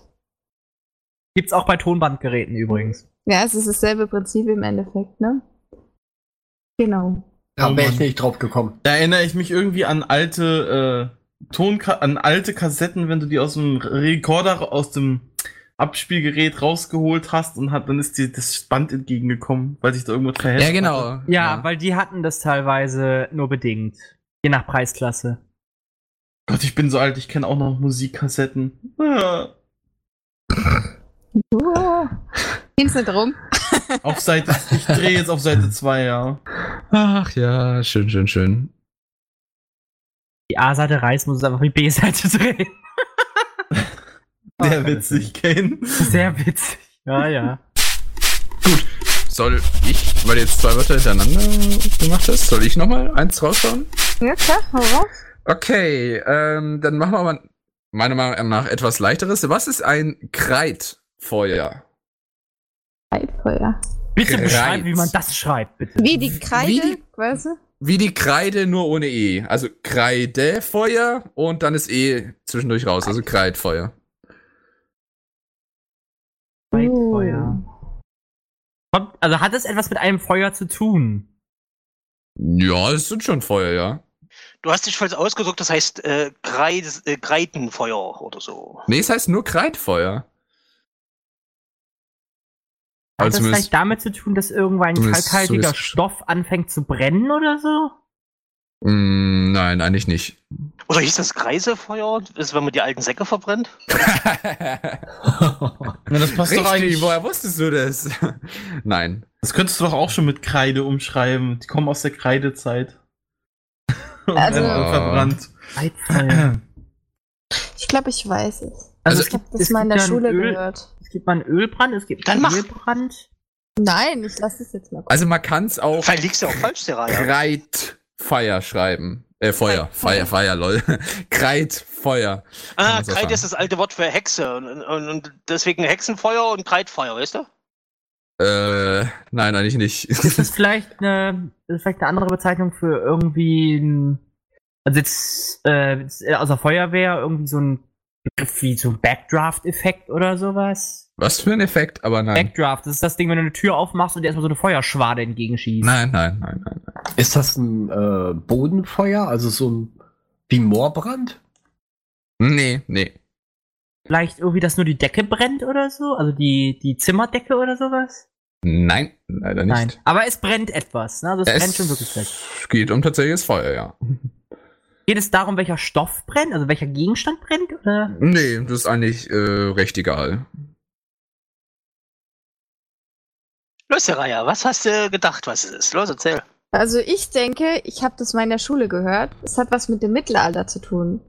[SPEAKER 8] Gibt's auch bei Tonbandgeräten übrigens.
[SPEAKER 5] Ja, es ist dasselbe Prinzip im Endeffekt, ne? Genau.
[SPEAKER 2] Da
[SPEAKER 9] Oh
[SPEAKER 2] wäre ich
[SPEAKER 9] Mann.
[SPEAKER 2] nicht drauf gekommen.
[SPEAKER 9] Da erinnere ich mich irgendwie an alte äh, Tonka an alte Kassetten, wenn du die aus dem Rekorder aus dem Abspielgerät rausgeholt hast und hat, dann ist dir das Band entgegengekommen, weil sich da irgendwas verhält. Oh
[SPEAKER 6] Ja, genau.
[SPEAKER 8] Ja, weil die hatten das teilweise nur bedingt. Je nach Preisklasse.
[SPEAKER 9] Gott, ich bin so alt, ich kenne auch noch Musikkassetten. Ja.
[SPEAKER 5] Uh, ging's nicht rum?
[SPEAKER 9] Auf Seite, ich drehe jetzt auf Seite 2, ja.
[SPEAKER 6] Ach ja, schön, schön, schön.
[SPEAKER 8] Die A-Seite reißt, muss es einfach die B-Seite drehen.
[SPEAKER 9] Der witzig, Kane.
[SPEAKER 8] Sehr witzig. Ja, ja.
[SPEAKER 6] Soll ich, weil du jetzt zwei Wörter hintereinander gemacht hast, soll ich nochmal eins raushauen?
[SPEAKER 5] Ja, klar, hau raus.
[SPEAKER 6] Okay, ähm, dann machen wir mal meiner Meinung nach etwas leichteres. Was ist ein Kreidfeuer?
[SPEAKER 5] Kreidfeuer.
[SPEAKER 8] Bitte
[SPEAKER 6] Kreid.
[SPEAKER 8] beschreiben, wie man das schreibt, bitte.
[SPEAKER 5] Wie die Kreide,
[SPEAKER 6] Wie die-
[SPEAKER 5] quasi?
[SPEAKER 6] Wie die Kreide, nur ohne E. Also Kreidefeuer und dann ist E zwischendurch raus, also Kreidfeuer.
[SPEAKER 5] Uh.
[SPEAKER 8] Kreidfeuer. Kommt- Also hat es etwas mit einem Feuer zu tun?
[SPEAKER 6] Ja, das sind schon Feuer, ja.
[SPEAKER 7] Du hast dich falsch ausgedrückt, das heißt äh, Kreis, äh, Greitenfeuer oder so.
[SPEAKER 6] Nee, es heißt nur Kreidfeuer.
[SPEAKER 8] Hat
[SPEAKER 6] Aber
[SPEAKER 8] das
[SPEAKER 6] Also zumindest-
[SPEAKER 8] vielleicht damit zu tun, dass irgendwann ein
[SPEAKER 6] zumindest
[SPEAKER 8] kalkhaltiger
[SPEAKER 6] zumindest-
[SPEAKER 8] Stoff anfängt zu brennen oder so?
[SPEAKER 6] Mm, nein, eigentlich nicht.
[SPEAKER 7] Oder hieß das Kreisefeuer? Ist, wenn man die alten Säcke verbrennt?
[SPEAKER 9] Na, das passt doch eigentlich.
[SPEAKER 6] wusstest du das? nein.
[SPEAKER 9] Das könntest du doch auch schon mit Kreide umschreiben. Die kommen aus der Kreidezeit. Und
[SPEAKER 5] Also-
[SPEAKER 9] werden dann verbrannt.
[SPEAKER 8] Leitfeuer.
[SPEAKER 5] Ich glaube, ich weiß es.
[SPEAKER 8] Also,
[SPEAKER 5] Ich habe das mal in der
[SPEAKER 8] ja einen
[SPEAKER 5] Schule
[SPEAKER 8] Öl,
[SPEAKER 5] gehört.
[SPEAKER 8] Es gibt mal einen Ölbrand, es gibt
[SPEAKER 7] Dann
[SPEAKER 8] einen
[SPEAKER 7] mach.
[SPEAKER 8] Ölbrand.
[SPEAKER 5] Nein, ich lasse es jetzt mal.
[SPEAKER 6] Also man kann es auch
[SPEAKER 7] Vielleicht liegst du ja auch falsch, Seraya.
[SPEAKER 6] Kreidfeuer schreiben. Äh, Feuer. Feuer, Feuer, lol. Kreidfeuer. kann
[SPEAKER 7] Ah,
[SPEAKER 6] man's auch
[SPEAKER 7] Kreid
[SPEAKER 6] sagen.
[SPEAKER 7] ist das alte Wort für Hexe. Und, und, und deswegen Hexenfeuer und Kreidfeuer, weißt du?
[SPEAKER 6] Äh, nein, eigentlich nicht.
[SPEAKER 8] Ist das vielleicht eine, ist das vielleicht eine andere Bezeichnung für irgendwie ein, also jetzt, äh, jetzt aus der Feuerwehr irgendwie so ein Begriff wie so ein Backdraft-Effekt oder sowas?
[SPEAKER 6] Was für ein Effekt, aber nein.
[SPEAKER 8] Backdraft, das ist das Ding, wenn du eine Tür aufmachst und dir erstmal so eine Feuerschwade entgegenschießt.
[SPEAKER 6] Nein, nein, nein, nein.
[SPEAKER 2] Ist das ein äh, Bodenfeuer? Also so ein wie Moorbrand?
[SPEAKER 6] Nee, nee.
[SPEAKER 8] Vielleicht irgendwie, dass nur die Decke brennt oder so? Also die, die Zimmerdecke oder sowas?
[SPEAKER 6] Nein, leider nicht.
[SPEAKER 8] Nein. Aber es brennt etwas, ne? Also es, brennt schon wirklich fest.
[SPEAKER 6] geht um tatsächliches Feuer, ja.
[SPEAKER 8] Geht es darum, welcher Stoff brennt? Also welcher Gegenstand brennt? Oder?
[SPEAKER 6] Nee, das ist eigentlich äh, recht egal.
[SPEAKER 7] Los, Seraya, was hast du gedacht, was es ist? Los, erzähl.
[SPEAKER 5] Also ich denke, ich habe das mal in der Schule gehört. Es hat was mit dem Mittelalter zu tun.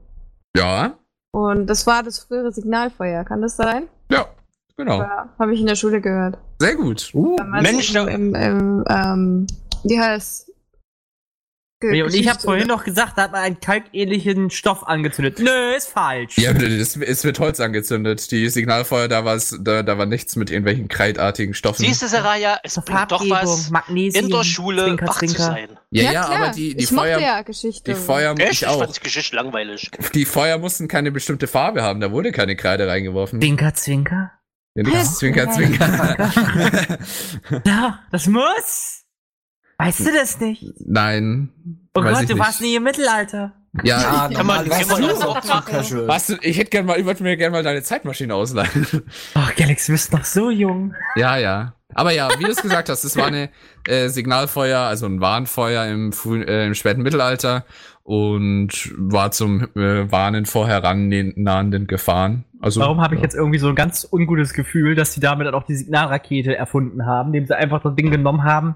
[SPEAKER 6] Ja,
[SPEAKER 5] Und das war das frühere Signalfeuer, kann das sein?
[SPEAKER 6] ja, genau.
[SPEAKER 5] Ja, habe ich in der Schule gehört.
[SPEAKER 6] Sehr gut.
[SPEAKER 5] Damals
[SPEAKER 7] Mensch,
[SPEAKER 5] im, im, im ähm, wie heißt
[SPEAKER 8] Nee, und ich habe vorhin
[SPEAKER 7] ne?
[SPEAKER 8] noch gesagt, da hat man einen kalkähnlichen Stoff angezündet. Nö, ist falsch.
[SPEAKER 6] Ja, es, es wird Holz angezündet. Die Signalfeuer, da, war's, da, da war nichts mit irgendwelchen kreidartigen Stoffen.
[SPEAKER 7] Siehst du, Seraya, es
[SPEAKER 8] Zur
[SPEAKER 7] bringt doch was,
[SPEAKER 8] Magnesium,
[SPEAKER 7] in der Schule wach zu sein.
[SPEAKER 6] ja, ja,
[SPEAKER 5] klar.
[SPEAKER 6] aber die, die
[SPEAKER 5] ich
[SPEAKER 6] Feuer.
[SPEAKER 5] mochte ja Geschichte.
[SPEAKER 6] Die Feuer
[SPEAKER 7] Echt?
[SPEAKER 6] ich
[SPEAKER 7] Ich
[SPEAKER 6] auch.
[SPEAKER 7] fand die Geschichte langweilig.
[SPEAKER 6] Die Feuer mussten keine bestimmte Farbe haben, da wurde keine Kreide reingeworfen.
[SPEAKER 8] Zwinker, Zwinker.
[SPEAKER 6] Ja, du-
[SPEAKER 5] Was?
[SPEAKER 6] zwinker, zwinker.
[SPEAKER 8] Ja, das muss. Weißt du das nicht?
[SPEAKER 6] Nein.
[SPEAKER 8] Oh
[SPEAKER 6] weiß
[SPEAKER 8] Gott,
[SPEAKER 6] ich
[SPEAKER 8] du warst nie im Mittelalter.
[SPEAKER 6] Ja,
[SPEAKER 2] Ah,
[SPEAKER 7] Kann man-
[SPEAKER 2] normal-
[SPEAKER 7] kann man
[SPEAKER 2] was-
[SPEAKER 7] das auch machen?
[SPEAKER 2] Casual.
[SPEAKER 6] was du, ich hätte gern mal, ich würde mir gerne mal deine Zeitmaschine ausleihen.
[SPEAKER 8] Ach, Oh, Galax, du bist noch so jung.
[SPEAKER 6] Ja, ja. Aber ja, wie du es gesagt hast, es war eine äh, Signalfeuer, also ein Warnfeuer im, frühen, äh, im späten Mittelalter und war zum äh, Warnen vor herannahenden Gefahren. Also,
[SPEAKER 8] Warum habe ich
[SPEAKER 6] ja.
[SPEAKER 8] jetzt irgendwie so ein ganz ungutes Gefühl, dass sie damit dann auch die Signalrakete erfunden haben, indem sie einfach das Ding genommen haben,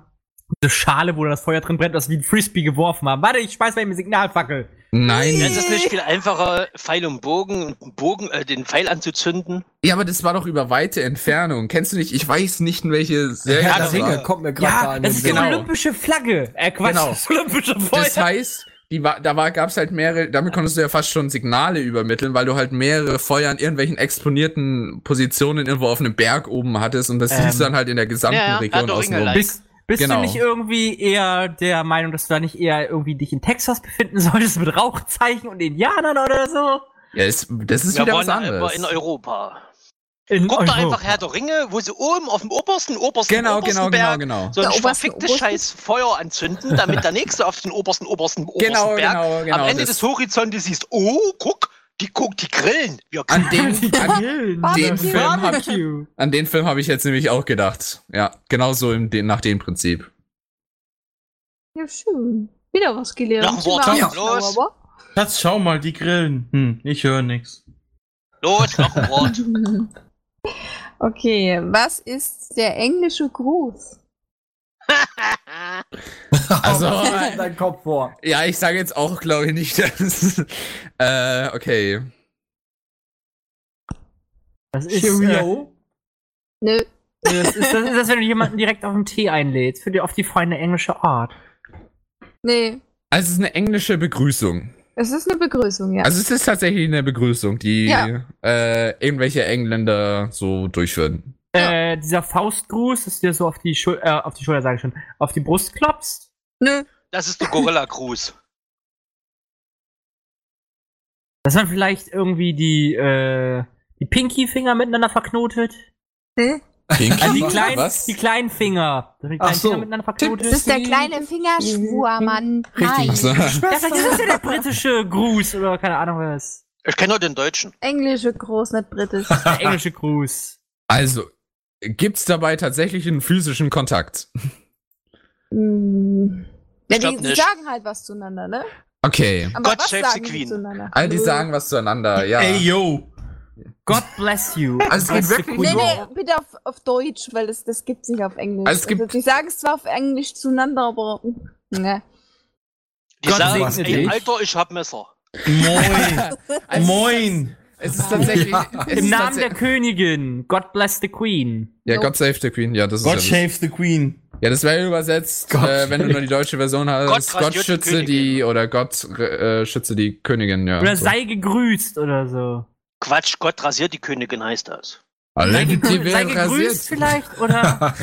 [SPEAKER 8] diese Schale, wo das Feuer drin brennt, das wie ein Frisbee geworfen haben. Warte, ich schmeiß mal eben eine Signalfackel.
[SPEAKER 6] Nein.
[SPEAKER 7] Ja, Ist es nicht viel einfacher, Pfeil und Bogen und einen Bogen, äh, den Pfeil anzuzünden?
[SPEAKER 6] Ja, aber das war doch über weite Entfernung. Kennst du nicht? Ich weiß nicht, in welche Serie
[SPEAKER 7] Ja,
[SPEAKER 2] Herr der
[SPEAKER 6] das war.
[SPEAKER 2] Ringe kommt mir gerade da in den
[SPEAKER 6] ist genau.
[SPEAKER 8] olympische Flagge. Äh, Quatsch,
[SPEAKER 6] Genau.
[SPEAKER 8] das olympische Feuer.
[SPEAKER 6] Das heißt, die war, da war, gab's halt mehrere, damit konntest du ja fast schon Signale übermitteln, weil du halt mehrere Feuer in irgendwelchen exponierten Positionen irgendwo auf einem Berg oben hattest und das
[SPEAKER 8] Ähm.
[SPEAKER 6] siehst du dann halt in der gesamten
[SPEAKER 7] Ja, ja,
[SPEAKER 6] Region
[SPEAKER 7] Herr der Ringe
[SPEAKER 6] außenrum.
[SPEAKER 7] like.
[SPEAKER 8] bist bist
[SPEAKER 6] Genau.
[SPEAKER 8] du nicht irgendwie eher der Meinung, dass du da nicht eher irgendwie dich in Texas befinden solltest mit Rauchzeichen und Indianern oder so?
[SPEAKER 6] Ja, ist, das ist
[SPEAKER 7] Ja,
[SPEAKER 6] wieder
[SPEAKER 7] war
[SPEAKER 6] was
[SPEAKER 7] in, war
[SPEAKER 6] anderes.
[SPEAKER 7] in Europa.
[SPEAKER 8] In
[SPEAKER 7] Guck doch
[SPEAKER 8] Europa.
[SPEAKER 7] einfach Herr der Ringe, wo sie oben auf dem obersten, obersten,
[SPEAKER 6] Genau,
[SPEAKER 7] obersten
[SPEAKER 6] genau, genau,
[SPEAKER 7] Berg
[SPEAKER 6] genau.
[SPEAKER 7] so ein
[SPEAKER 5] Der obersten,
[SPEAKER 7] verficktes
[SPEAKER 5] obersten?
[SPEAKER 7] Scheiß Feuer anzünden, damit der nächste auf den obersten, obersten, obersten
[SPEAKER 6] Genau,
[SPEAKER 7] Berg
[SPEAKER 6] genau, genau.
[SPEAKER 7] am Ende
[SPEAKER 6] das-
[SPEAKER 7] des Horizontes siehst, oh, guck, die, guck, die grillen. Wir
[SPEAKER 6] an den, an,
[SPEAKER 8] Grillen.
[SPEAKER 6] den
[SPEAKER 5] Barbecue.
[SPEAKER 6] Film hab,
[SPEAKER 8] Barbecue.
[SPEAKER 6] an den Film habe ich jetzt nämlich auch gedacht. Ja, genau so im, den, nach dem Prinzip.
[SPEAKER 5] Ja, schön. Wieder was gelernt. Genau.
[SPEAKER 7] Nach Wort,
[SPEAKER 5] Immer
[SPEAKER 7] ja.
[SPEAKER 5] schlauer,
[SPEAKER 7] Los.
[SPEAKER 5] wa?
[SPEAKER 9] Schatz, schau mal, die grillen. Hm, ich höre nix.
[SPEAKER 7] Los, noch ein Wort.
[SPEAKER 5] Okay, was ist der englische Gruß?
[SPEAKER 6] Also,
[SPEAKER 2] Was ist dein Halt Kopf vor?
[SPEAKER 6] ja, ich sage jetzt auch, glaube ich, nicht, dass. Äh, okay.
[SPEAKER 8] Das ist, äh,
[SPEAKER 5] Nö.
[SPEAKER 8] das, ist, das ist das, wenn du jemanden direkt auf den Tee einlädst, für die auf die feine englische Art.
[SPEAKER 5] Nee.
[SPEAKER 6] Also, es ist eine englische Begrüßung.
[SPEAKER 5] Es ist eine Begrüßung, ja.
[SPEAKER 6] Also es ist tatsächlich eine Begrüßung, die
[SPEAKER 5] Ja.
[SPEAKER 6] äh, irgendwelche Engländer so durchführen.
[SPEAKER 8] Äh, dieser Faustgruß, dass du dir so auf die, Schul äh, auf die Schulter, sage ich schon, auf die Brust klopfst.
[SPEAKER 5] Nö.
[SPEAKER 7] Das ist der Gorilla-Gruß.
[SPEAKER 8] Dass man vielleicht irgendwie die, äh, die Pinky-Finger miteinander verknotet.
[SPEAKER 5] Hä?
[SPEAKER 8] Also die kleinen,
[SPEAKER 6] Was?
[SPEAKER 8] die kleinen Finger. Dass man Die
[SPEAKER 2] Ach
[SPEAKER 8] kleinen
[SPEAKER 2] so.
[SPEAKER 8] Finger miteinander
[SPEAKER 5] Das
[SPEAKER 8] verknotet.
[SPEAKER 5] ist der kleine
[SPEAKER 6] Mhm.
[SPEAKER 5] Fingerschwurmann. Nein.
[SPEAKER 6] Also,
[SPEAKER 8] Ja, vielleicht ist das ja der britische Gruß oder keine Ahnung was.
[SPEAKER 7] Ich kenne nur den Deutschen.
[SPEAKER 5] Englische Gruß, nicht britisch.
[SPEAKER 8] Der englische Gruß.
[SPEAKER 6] also gibt's dabei tatsächlich einen physischen Kontakt?
[SPEAKER 5] Mm. Ja,
[SPEAKER 7] glaub
[SPEAKER 5] die, die
[SPEAKER 7] nicht.
[SPEAKER 5] sagen halt was zueinander, ne?
[SPEAKER 6] Okay.
[SPEAKER 5] Aber
[SPEAKER 7] God
[SPEAKER 5] was
[SPEAKER 7] save the
[SPEAKER 5] sagen
[SPEAKER 7] Queen.
[SPEAKER 5] die zueinander?
[SPEAKER 6] All Also, die sagen was zueinander, ja.
[SPEAKER 9] Ey, yo.
[SPEAKER 8] God bless you.
[SPEAKER 6] Also es geht wirklich
[SPEAKER 5] Nee,
[SPEAKER 6] nur-
[SPEAKER 5] nee, bitte auf, auf Deutsch, weil das, das gibt's nicht auf Englisch.
[SPEAKER 6] Also es gibt-
[SPEAKER 5] die sagen es zwar auf Englisch zueinander, aber. Ne.
[SPEAKER 7] Die
[SPEAKER 8] Gott
[SPEAKER 7] sagen,
[SPEAKER 8] segne
[SPEAKER 7] ey,
[SPEAKER 6] dich.
[SPEAKER 7] Alter, ich hab Messer.
[SPEAKER 9] Moin.
[SPEAKER 6] Also,
[SPEAKER 9] Moin.
[SPEAKER 6] Es ist tatsächlich.
[SPEAKER 2] Ja.
[SPEAKER 6] Es
[SPEAKER 8] Im
[SPEAKER 6] ist
[SPEAKER 8] Namen der
[SPEAKER 6] tatsä-
[SPEAKER 8] Königin. God bless the Queen.
[SPEAKER 6] ja, God Save the Queen. Ja, das ist
[SPEAKER 9] God
[SPEAKER 6] ja, das-
[SPEAKER 9] save the Queen.
[SPEAKER 6] ja, das wäre übersetzt,
[SPEAKER 2] Gott
[SPEAKER 6] äh, wenn du nur die deutsche Version hast.
[SPEAKER 7] Gott
[SPEAKER 6] Gott,
[SPEAKER 7] rasiert die
[SPEAKER 6] schütze die,
[SPEAKER 7] Königin.
[SPEAKER 6] oder Gott äh, schütze die Königin, ja.
[SPEAKER 8] Oder
[SPEAKER 6] so.
[SPEAKER 8] sei gegrüßt oder so.
[SPEAKER 7] Quatsch, Gott rasiert die Königin, heißt das.
[SPEAKER 6] Alle,
[SPEAKER 8] Sei,
[SPEAKER 6] Also, die
[SPEAKER 8] gegrü sei
[SPEAKER 6] werden
[SPEAKER 8] gegrüßt
[SPEAKER 6] rasiert.
[SPEAKER 8] vielleicht oder,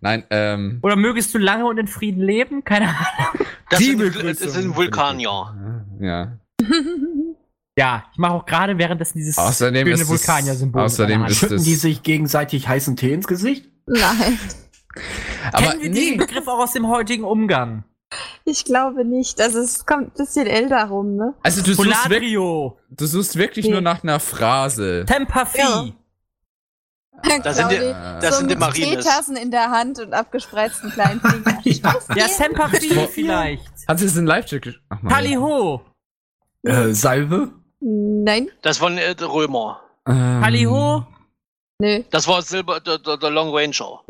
[SPEAKER 6] Nein, ähm.
[SPEAKER 8] oder mögest du lange und in Frieden leben? Keine Ahnung.
[SPEAKER 7] Das
[SPEAKER 6] Die
[SPEAKER 7] sind, das
[SPEAKER 6] Begrüßung.
[SPEAKER 7] sind Vulkanier.
[SPEAKER 6] Ja.
[SPEAKER 8] Ja, ich mache auch gerade währenddessen dieses
[SPEAKER 6] Außerdem
[SPEAKER 8] schöne
[SPEAKER 6] ist es-
[SPEAKER 8] Vulkanier-Symbol.
[SPEAKER 6] außerdem
[SPEAKER 8] in meiner Hand.
[SPEAKER 6] ist-
[SPEAKER 2] Schütten die sich gegenseitig heißen Tee ins Gesicht?
[SPEAKER 5] Nein,
[SPEAKER 6] Aber
[SPEAKER 8] Kennen wir
[SPEAKER 6] nee,
[SPEAKER 8] diesen Begriff auch aus dem heutigen Umgang?
[SPEAKER 5] ich glaube nicht. Also es kommt ein bisschen älter rum, ne?
[SPEAKER 6] also du suchst, wirklich,
[SPEAKER 8] Poladrio,
[SPEAKER 6] du suchst wirklich nur nach einer Phrase.
[SPEAKER 8] Tempafi.
[SPEAKER 5] Ja.
[SPEAKER 7] Da sind die- das
[SPEAKER 5] so
[SPEAKER 7] sind die
[SPEAKER 5] mit
[SPEAKER 7] Marines.
[SPEAKER 5] Teetassen in der Hand und abgespreizten kleinen Fingern.
[SPEAKER 8] Ja, Tempafi
[SPEAKER 6] Wo-
[SPEAKER 8] vielleicht.
[SPEAKER 6] Hat sie es in Live-Chat gesch- Ach, Mann.
[SPEAKER 8] Taliho.
[SPEAKER 2] Äh, Salve?
[SPEAKER 5] Nein,
[SPEAKER 7] Das waren äh, die Römer.
[SPEAKER 6] Ähm,
[SPEAKER 8] Taliho.
[SPEAKER 5] nö.
[SPEAKER 7] Das war Silber, der, der, der Long Ranger.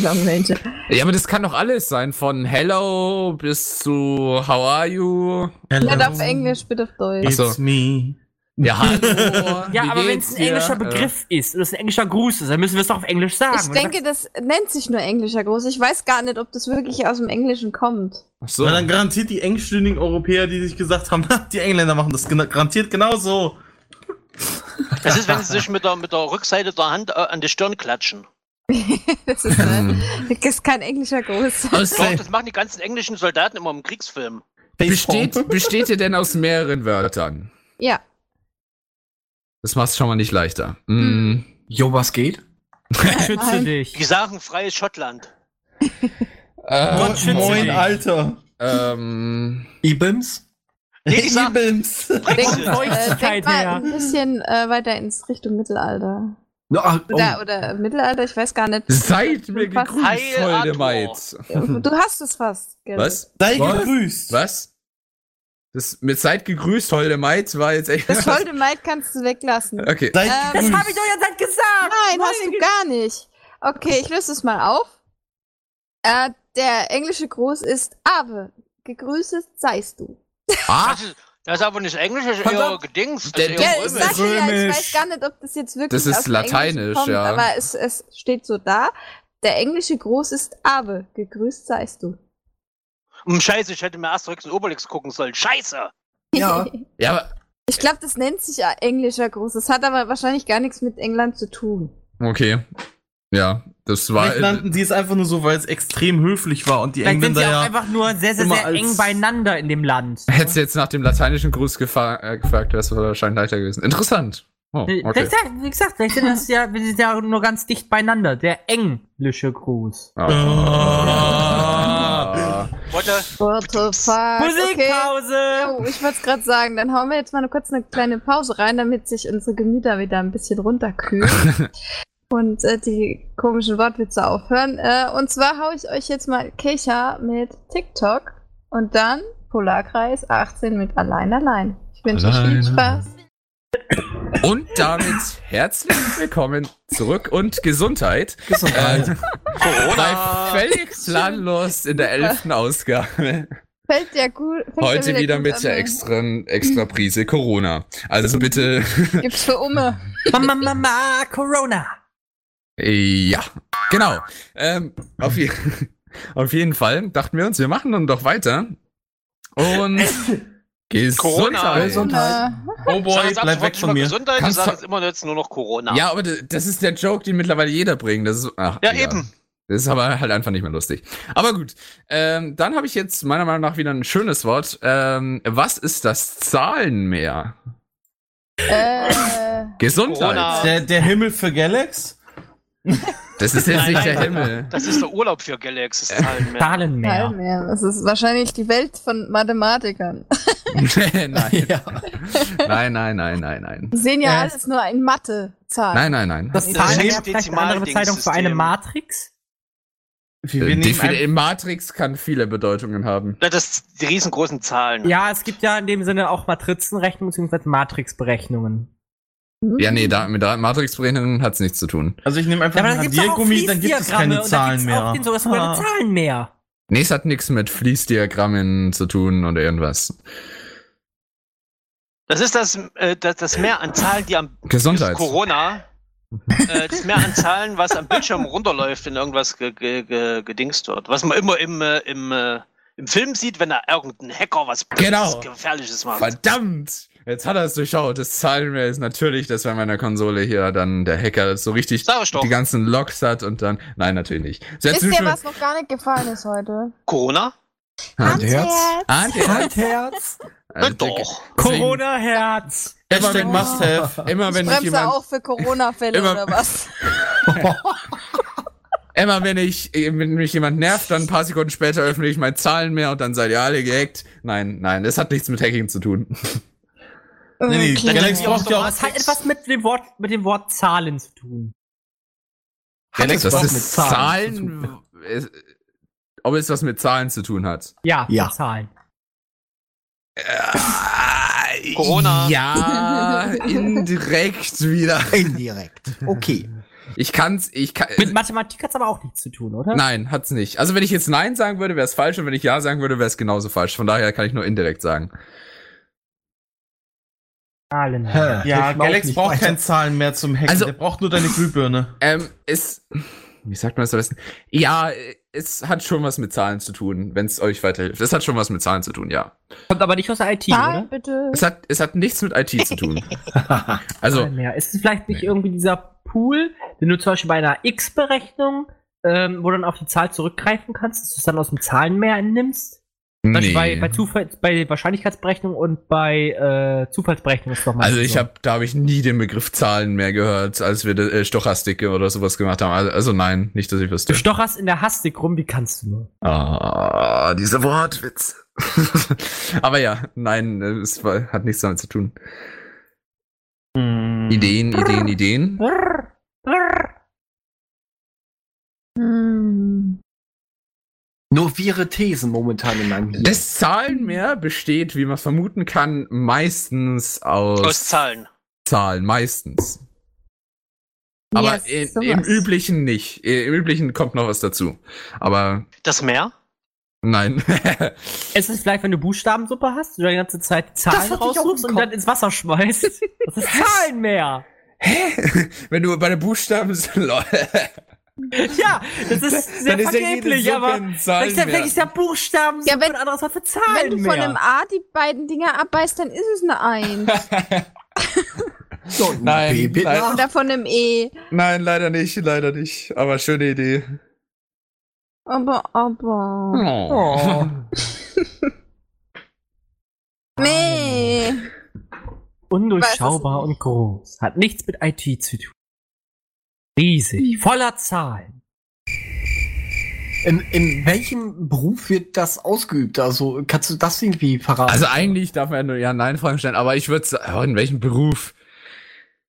[SPEAKER 5] Long Ranger.
[SPEAKER 6] Ja, aber das kann doch alles sein. Von Hello bis zu How are you?
[SPEAKER 5] Nicht auf Englisch, bitte auf Deutsch.
[SPEAKER 9] It's
[SPEAKER 6] Ach so.
[SPEAKER 9] me.
[SPEAKER 6] Ja, hallo.
[SPEAKER 8] Ja,
[SPEAKER 6] wie
[SPEAKER 8] aber wenn
[SPEAKER 6] geht's
[SPEAKER 8] es ein
[SPEAKER 6] dir?
[SPEAKER 8] englischer
[SPEAKER 6] Äh,
[SPEAKER 8] Begriff ist und es ein englischer Gruß ist, dann müssen wir es doch auf Englisch sagen.
[SPEAKER 5] Ich
[SPEAKER 8] Und
[SPEAKER 5] denke, das nennt sich nur englischer Gruß. Ich weiß gar nicht, ob das wirklich aus dem Englischen kommt.
[SPEAKER 6] Ach so.
[SPEAKER 9] So. Weil dann garantiert die engstirnigen Europäer, die sich gesagt haben, "Ha, die Engländer machen das gena- garantiert genauso.
[SPEAKER 7] Das ist, wenn sie sich mit der, mit der Rückseite der Hand äh, an die Stirn klatschen.
[SPEAKER 5] Das ist,
[SPEAKER 6] Hm.
[SPEAKER 5] ne, das ist kein englischer Gruß.
[SPEAKER 7] Doch, das machen die ganzen englischen Soldaten immer im Kriegsfilm.
[SPEAKER 6] Besteht, besteht ihr denn aus mehreren Wörtern?
[SPEAKER 5] Ja.
[SPEAKER 6] Das macht es schon mal nicht leichter. Mm.
[SPEAKER 8] Hm.
[SPEAKER 2] Jo, was geht?
[SPEAKER 8] dann schütze
[SPEAKER 5] Nein.
[SPEAKER 7] Die
[SPEAKER 8] dich.
[SPEAKER 7] sagen freies Schottland.
[SPEAKER 6] Äh,
[SPEAKER 8] Gott schütze
[SPEAKER 9] Moin,
[SPEAKER 8] dich.
[SPEAKER 9] Alter.
[SPEAKER 6] ähm,
[SPEAKER 2] Ibims?
[SPEAKER 7] Nee, die sagen
[SPEAKER 9] Ebens.
[SPEAKER 5] Denk,
[SPEAKER 7] Brexit.
[SPEAKER 5] äh,
[SPEAKER 8] Feuchtigkeit
[SPEAKER 5] denk mal
[SPEAKER 8] her.
[SPEAKER 5] ein bisschen äh, weiter ins Richtung Mittelalter.
[SPEAKER 2] No, ah, oh,
[SPEAKER 5] Oder, oder Mittelalter, ich weiß gar nicht.
[SPEAKER 6] seid mir
[SPEAKER 5] Fast-
[SPEAKER 6] gegrüßt,
[SPEAKER 7] Heil
[SPEAKER 6] holde
[SPEAKER 7] Arthur.
[SPEAKER 6] Maid.
[SPEAKER 5] Du hast es fast. Gell?
[SPEAKER 6] Was?
[SPEAKER 9] Sei
[SPEAKER 2] Was?
[SPEAKER 9] gegrüßt.
[SPEAKER 6] Was? Das mit seid gegrüßt, holde Maid war jetzt echt.
[SPEAKER 5] Das holde Maid kannst du weglassen.
[SPEAKER 6] Okay.
[SPEAKER 9] Sei
[SPEAKER 5] Ähm,
[SPEAKER 9] gegrüßt.
[SPEAKER 8] Äh, Hab ich doch jetzt nicht gesagt.
[SPEAKER 5] Nein, hast du gar nicht. Okay, ich löse es mal auf. Äh, der englische Gruß ist Ave. Gegrüßet seist du.
[SPEAKER 6] Ah,
[SPEAKER 7] Das ist, das ist aber nicht Englisch, das ist
[SPEAKER 6] Verdammt.
[SPEAKER 7] eher Gedings. Das
[SPEAKER 6] Der-
[SPEAKER 7] ist
[SPEAKER 5] Ja,
[SPEAKER 7] eher
[SPEAKER 5] ich
[SPEAKER 7] Römisch.
[SPEAKER 5] sage ja, ich weiß
[SPEAKER 8] Römisch.
[SPEAKER 5] gar nicht, ob das jetzt wirklich
[SPEAKER 6] Das ist
[SPEAKER 5] aus dem Englischen
[SPEAKER 6] Lateinisch,
[SPEAKER 5] kommt,
[SPEAKER 6] ja.
[SPEAKER 5] Aber es, es steht so da. Der englische Gruß ist Ave. Gegrüßt seist du.
[SPEAKER 7] Hm, Scheiße, ich hätte mir Asterix und Obelix gucken sollen. Scheiße!
[SPEAKER 2] Ja.
[SPEAKER 6] ja, aber-
[SPEAKER 5] Ich glaube, das nennt sich ja englischer Gruß. Das hat aber wahrscheinlich gar nichts mit England zu tun.
[SPEAKER 6] okay. Ja, das war.
[SPEAKER 9] Vielleicht nannten sie es einfach nur so, weil es extrem höflich war und die
[SPEAKER 8] Vielleicht sind
[SPEAKER 9] Engländer
[SPEAKER 8] sie auch
[SPEAKER 9] ja.
[SPEAKER 8] einfach nur sehr, sehr,
[SPEAKER 9] immer
[SPEAKER 8] sehr
[SPEAKER 9] als-
[SPEAKER 8] eng beieinander in dem Land.
[SPEAKER 6] Hättest du jetzt nach dem lateinischen Gruß gefa- äh, gefragt, wäre es wahrscheinlich leichter gewesen. Interessant. Oh, okay.
[SPEAKER 8] Vielleicht, wie gesagt, vielleicht sind das ja, wir sind ja nur ganz dicht beieinander. Der englische Gruß.
[SPEAKER 6] Ah.
[SPEAKER 7] Warte,
[SPEAKER 5] What the fuck? Okay.
[SPEAKER 8] Musikpause!
[SPEAKER 5] Oh, ich wollte es gerade sagen, dann hauen wir jetzt mal nur kurz eine kleine Pause rein, damit sich unsere Gemüter wieder ein bisschen runterkühlen und äh, die komischen Wortwitze aufhören. Äh, und zwar haue ich euch jetzt mal Kecha mit TikTok und dann Polarkreis 18 mit Allein Allein. Ich wünsche euch viel
[SPEAKER 6] Allein,
[SPEAKER 5] Spaß.
[SPEAKER 6] Und damit herzlich willkommen zurück und Gesundheit. Gesundheit. Bei völlig planlos in der elften Ausgabe.
[SPEAKER 5] Fällt ja gut. Fällt
[SPEAKER 6] Heute
[SPEAKER 5] ja
[SPEAKER 6] wieder
[SPEAKER 5] gut an,
[SPEAKER 6] mit der
[SPEAKER 5] ne?
[SPEAKER 6] extra, extra Prise Corona. Also bitte,
[SPEAKER 5] Gibt's für Umme.
[SPEAKER 8] Mama, Mama, Corona!
[SPEAKER 6] ja, genau. Ähm, auf, je auf jeden Fall dachten wir uns, wir machen dann doch weiter. Und
[SPEAKER 7] Corona.
[SPEAKER 6] Gesundheit.
[SPEAKER 5] Äh,
[SPEAKER 2] Gesundheit.
[SPEAKER 9] Oh boy,
[SPEAKER 7] sag's ab
[SPEAKER 9] bleib
[SPEAKER 7] sofort
[SPEAKER 9] weg
[SPEAKER 7] nicht
[SPEAKER 9] von
[SPEAKER 7] mehr
[SPEAKER 9] mir.
[SPEAKER 7] Gesundheit, die
[SPEAKER 6] Kannst
[SPEAKER 7] sagen
[SPEAKER 6] du-
[SPEAKER 7] jetzt immer jetzt nur noch Corona.
[SPEAKER 6] Ja, aber d- das ist der Joke, den mittlerweile jeder bringt. Das ist, ach,
[SPEAKER 7] Genau. Ja,
[SPEAKER 6] egal.
[SPEAKER 7] eben.
[SPEAKER 6] Das ist aber halt einfach nicht mehr lustig. Aber gut, ähm, dann habe ich jetzt meiner Meinung nach wieder ein schönes Wort. Ähm, was ist das Zahlenmeer?
[SPEAKER 5] Äh,
[SPEAKER 6] Gesundheit.
[SPEAKER 7] Corona.
[SPEAKER 9] Der, der Himmel für Galax?
[SPEAKER 6] Das ist jetzt
[SPEAKER 7] Nein,
[SPEAKER 6] nicht der
[SPEAKER 7] nein,
[SPEAKER 6] Himmel.
[SPEAKER 7] Das ist der Urlaub für Galax, das Zahlenmeer.
[SPEAKER 8] Zahlenmeer.
[SPEAKER 5] Mehr. halt Das ist wahrscheinlich die Welt von Mathematikern.
[SPEAKER 6] Nee, nein. nein, nein, nein, nein, nein.
[SPEAKER 5] Die sehen ja
[SPEAKER 8] Ja,
[SPEAKER 5] alles nur in Mathe. Zahlen.
[SPEAKER 6] Äh, Nein, nein, nein.
[SPEAKER 8] Das
[SPEAKER 7] Das
[SPEAKER 8] Zahlenmeer ist vielleicht eine andere Bezeichnung für eine
[SPEAKER 7] Sextimal-Dingssystem.
[SPEAKER 8] Matrix?
[SPEAKER 9] Wir,
[SPEAKER 6] Äh,
[SPEAKER 9] wir
[SPEAKER 6] die
[SPEAKER 9] nehmen ein,
[SPEAKER 6] Fi- Matrix kann viele Bedeutungen haben.
[SPEAKER 7] Na, Das die riesengroßen Zahlen.
[SPEAKER 8] Ja, es gibt ja in dem Sinne auch Matrizenrechnungen bzw. Matrixberechnungen.
[SPEAKER 5] Hm?
[SPEAKER 6] Ja, nee, da, mit der Matrix-Berechnungen hat's nichts zu tun.
[SPEAKER 9] also ich nehme einfach
[SPEAKER 8] Ja, aber
[SPEAKER 9] einen
[SPEAKER 8] dann gibt's auch
[SPEAKER 9] Radiergummi, dann gibt es
[SPEAKER 8] Fließdiagramme
[SPEAKER 9] keine
[SPEAKER 8] und
[SPEAKER 9] Zahlen
[SPEAKER 8] Da gibt's
[SPEAKER 9] mehr.
[SPEAKER 8] auch den sogar sogar
[SPEAKER 9] Ah.
[SPEAKER 8] Zahlen mehr.
[SPEAKER 6] Nee, es hat nichts mit Fließdiagrammen zu tun oder irgendwas.
[SPEAKER 7] Das ist das, äh, das, das Meer an Zahlen, die am
[SPEAKER 6] Gesundheit.
[SPEAKER 7] Corona. äh, das Meer an Zahlen, was am Bildschirm runterläuft, wenn irgendwas ge ge ge gedingst wird. Was man immer im, äh, im, äh, im Film sieht, wenn da irgendein Hacker was
[SPEAKER 6] Genau.
[SPEAKER 7] Gefährliches macht.
[SPEAKER 6] Verdammt! Jetzt hat er es durchschaut. Das Zahlenmeer ist natürlich, dass bei meiner Konsole hier dann der Hacker so richtig
[SPEAKER 7] Sag ich doch.
[SPEAKER 6] die ganzen Logs hat und dann. Nein, natürlich nicht. So, jetzt
[SPEAKER 5] Wisst ihr,
[SPEAKER 6] sind wir-
[SPEAKER 5] was noch gar nicht gefallen ist heute?
[SPEAKER 7] Corona?
[SPEAKER 2] Handherz.
[SPEAKER 6] Ah, der-
[SPEAKER 2] Handherz.
[SPEAKER 7] Na
[SPEAKER 6] äh,
[SPEAKER 7] doch.
[SPEAKER 6] deswegen-
[SPEAKER 8] Corona-Herz.
[SPEAKER 6] Immer
[SPEAKER 9] Hashtag
[SPEAKER 6] wenn,
[SPEAKER 9] must have.
[SPEAKER 6] immer wenn ich
[SPEAKER 5] Bremse
[SPEAKER 6] jemand,
[SPEAKER 5] auch für Corona-Fälle
[SPEAKER 6] Immer-
[SPEAKER 5] oder was?
[SPEAKER 6] immer wenn ich, äh, wenn mich jemand nervt, dann ein paar Sekunden später öffne ich mein Zahlenmeer und dann seid ihr alle gehackt. Nein, nein, das hat nichts mit Hacking zu tun.
[SPEAKER 9] Nee, nee,
[SPEAKER 5] Okay.
[SPEAKER 9] Galaxy braucht ja auch
[SPEAKER 8] Das hat etwas mit dem Wort, mit dem Wort Zahlen zu tun.
[SPEAKER 2] Galax
[SPEAKER 6] das
[SPEAKER 2] was
[SPEAKER 6] ist
[SPEAKER 2] mit Zahlen zu
[SPEAKER 6] Zahlen. es- ob es was mit Zahlen zu tun hat.
[SPEAKER 8] Ja,
[SPEAKER 2] Ja.
[SPEAKER 8] Zahlen.
[SPEAKER 2] Äh,
[SPEAKER 7] Corona.
[SPEAKER 6] Ja, indirekt wieder.
[SPEAKER 2] Indirekt. Okay.
[SPEAKER 6] Ich kann's, ich kann.
[SPEAKER 8] Mit Mathematik hat's aber auch nichts zu tun, oder?
[SPEAKER 6] Nein, hat's nicht. Also wenn ich jetzt Nein sagen würde, wäre es falsch und wenn ich Ja sagen würde, wäre es genauso falsch. Von daher kann ich nur indirekt sagen.
[SPEAKER 8] Zahlen.
[SPEAKER 9] Ja,
[SPEAKER 2] Hilft mir auch
[SPEAKER 9] Galax
[SPEAKER 2] nicht
[SPEAKER 9] braucht
[SPEAKER 2] weiter.
[SPEAKER 9] keine Zahlen mehr zum Hacken.
[SPEAKER 6] Also-
[SPEAKER 9] der braucht nur deine Glühbirne.
[SPEAKER 6] Ähm, es. Wie sagt man das am besten? Ja, äh, es hat schon was mit Zahlen zu tun, wenn es euch weiterhilft. Es hat schon was mit Zahlen zu tun, ja.
[SPEAKER 8] Kommt aber nicht aus der IT,
[SPEAKER 5] Zahlen
[SPEAKER 8] oder?
[SPEAKER 5] bitte.
[SPEAKER 6] Es hat, es hat nichts mit IT zu tun. Also,
[SPEAKER 8] Zahlenmeer. Ist es vielleicht nicht
[SPEAKER 6] Nee.
[SPEAKER 8] irgendwie dieser Pool, den du zum Beispiel bei einer X-Berechnung, ähm, wo du dann auf die Zahl zurückgreifen kannst, dass du es dann aus dem Zahlenmeer entnimmst? Zum Beispiel Bei, bei,
[SPEAKER 6] nee.
[SPEAKER 8] Zufall, bei Wahrscheinlichkeitsberechnung und bei äh, Zufallsberechnung ist doch mal
[SPEAKER 6] Also ich
[SPEAKER 8] so.
[SPEAKER 6] habe, da habe ich nie den Begriff Zahlen mehr gehört, als wir äh, Stochastik oder sowas gemacht haben. Also, also nein, nicht, dass ich
[SPEAKER 8] Du
[SPEAKER 6] wüsste.
[SPEAKER 8] stocherst in der Hastik rum, wie kannst du nur?
[SPEAKER 6] Ah, dieser Wortwitz. Aber ja, nein, es war, hat nichts damit zu tun.
[SPEAKER 8] Hm.
[SPEAKER 6] Ideen, Ideen, Ideen.
[SPEAKER 5] Hm.
[SPEAKER 2] Nur wirre Thesen momentan in meinem Hirn.
[SPEAKER 6] Das Zahlenmeer besteht, wie man vermuten kann, meistens aus,
[SPEAKER 7] Aus Zahlen.
[SPEAKER 6] Zahlen, meistens. Aber
[SPEAKER 5] Yes,
[SPEAKER 6] in,
[SPEAKER 5] sowas.
[SPEAKER 6] im Üblichen nicht. Äh, Im Üblichen kommt noch was dazu. Aber
[SPEAKER 7] Das Meer?
[SPEAKER 6] nein.
[SPEAKER 8] Es ist vielleicht, wenn du Buchstabensuppe hast, du da die ganze Zeit
[SPEAKER 2] Das
[SPEAKER 8] Zahlen
[SPEAKER 2] hatte ich auch im
[SPEAKER 8] raussuchst und
[SPEAKER 2] Kopf.
[SPEAKER 8] dann ins Wasser schmeißt. Das ist Zahlenmeer.
[SPEAKER 6] Wenn du bei den Buchstaben lol,
[SPEAKER 8] Ja, das ist sehr
[SPEAKER 6] dann ist ja jede
[SPEAKER 8] vergeblich,
[SPEAKER 6] Suppe
[SPEAKER 8] aber
[SPEAKER 6] ein
[SPEAKER 8] vielleicht ist ja-
[SPEAKER 6] Zahlenmeer.
[SPEAKER 8] vielleicht ist ja Buchstabensuppe
[SPEAKER 5] Ja, wenn-
[SPEAKER 8] und anderes Wort für
[SPEAKER 5] Wenn du von einem
[SPEAKER 8] Zahlenmeer.
[SPEAKER 5] A die beiden Dinger abbeißt, dann ist es eine Eins.
[SPEAKER 2] So, ein
[SPEAKER 6] Nein,
[SPEAKER 2] B bitte
[SPEAKER 6] nein.
[SPEAKER 2] nach.
[SPEAKER 5] Oder von einem E.
[SPEAKER 6] Nein, leider nicht, leider nicht. Aber schöne Idee.
[SPEAKER 5] Aber, aber.
[SPEAKER 6] Oh. Hm.
[SPEAKER 5] Nee.
[SPEAKER 8] Undurchschaubar
[SPEAKER 5] Weiß es
[SPEAKER 8] und groß. Hat nichts mit IT zu tun. Riesig, voller Zahlen.
[SPEAKER 2] In, in welchem Beruf wird das ausgeübt? Also kannst du das irgendwie verraten?
[SPEAKER 6] Also eigentlich darf man ja nur Ja-Nein-Fragen stellen, aber ich würde sagen, oh, in welchem Beruf?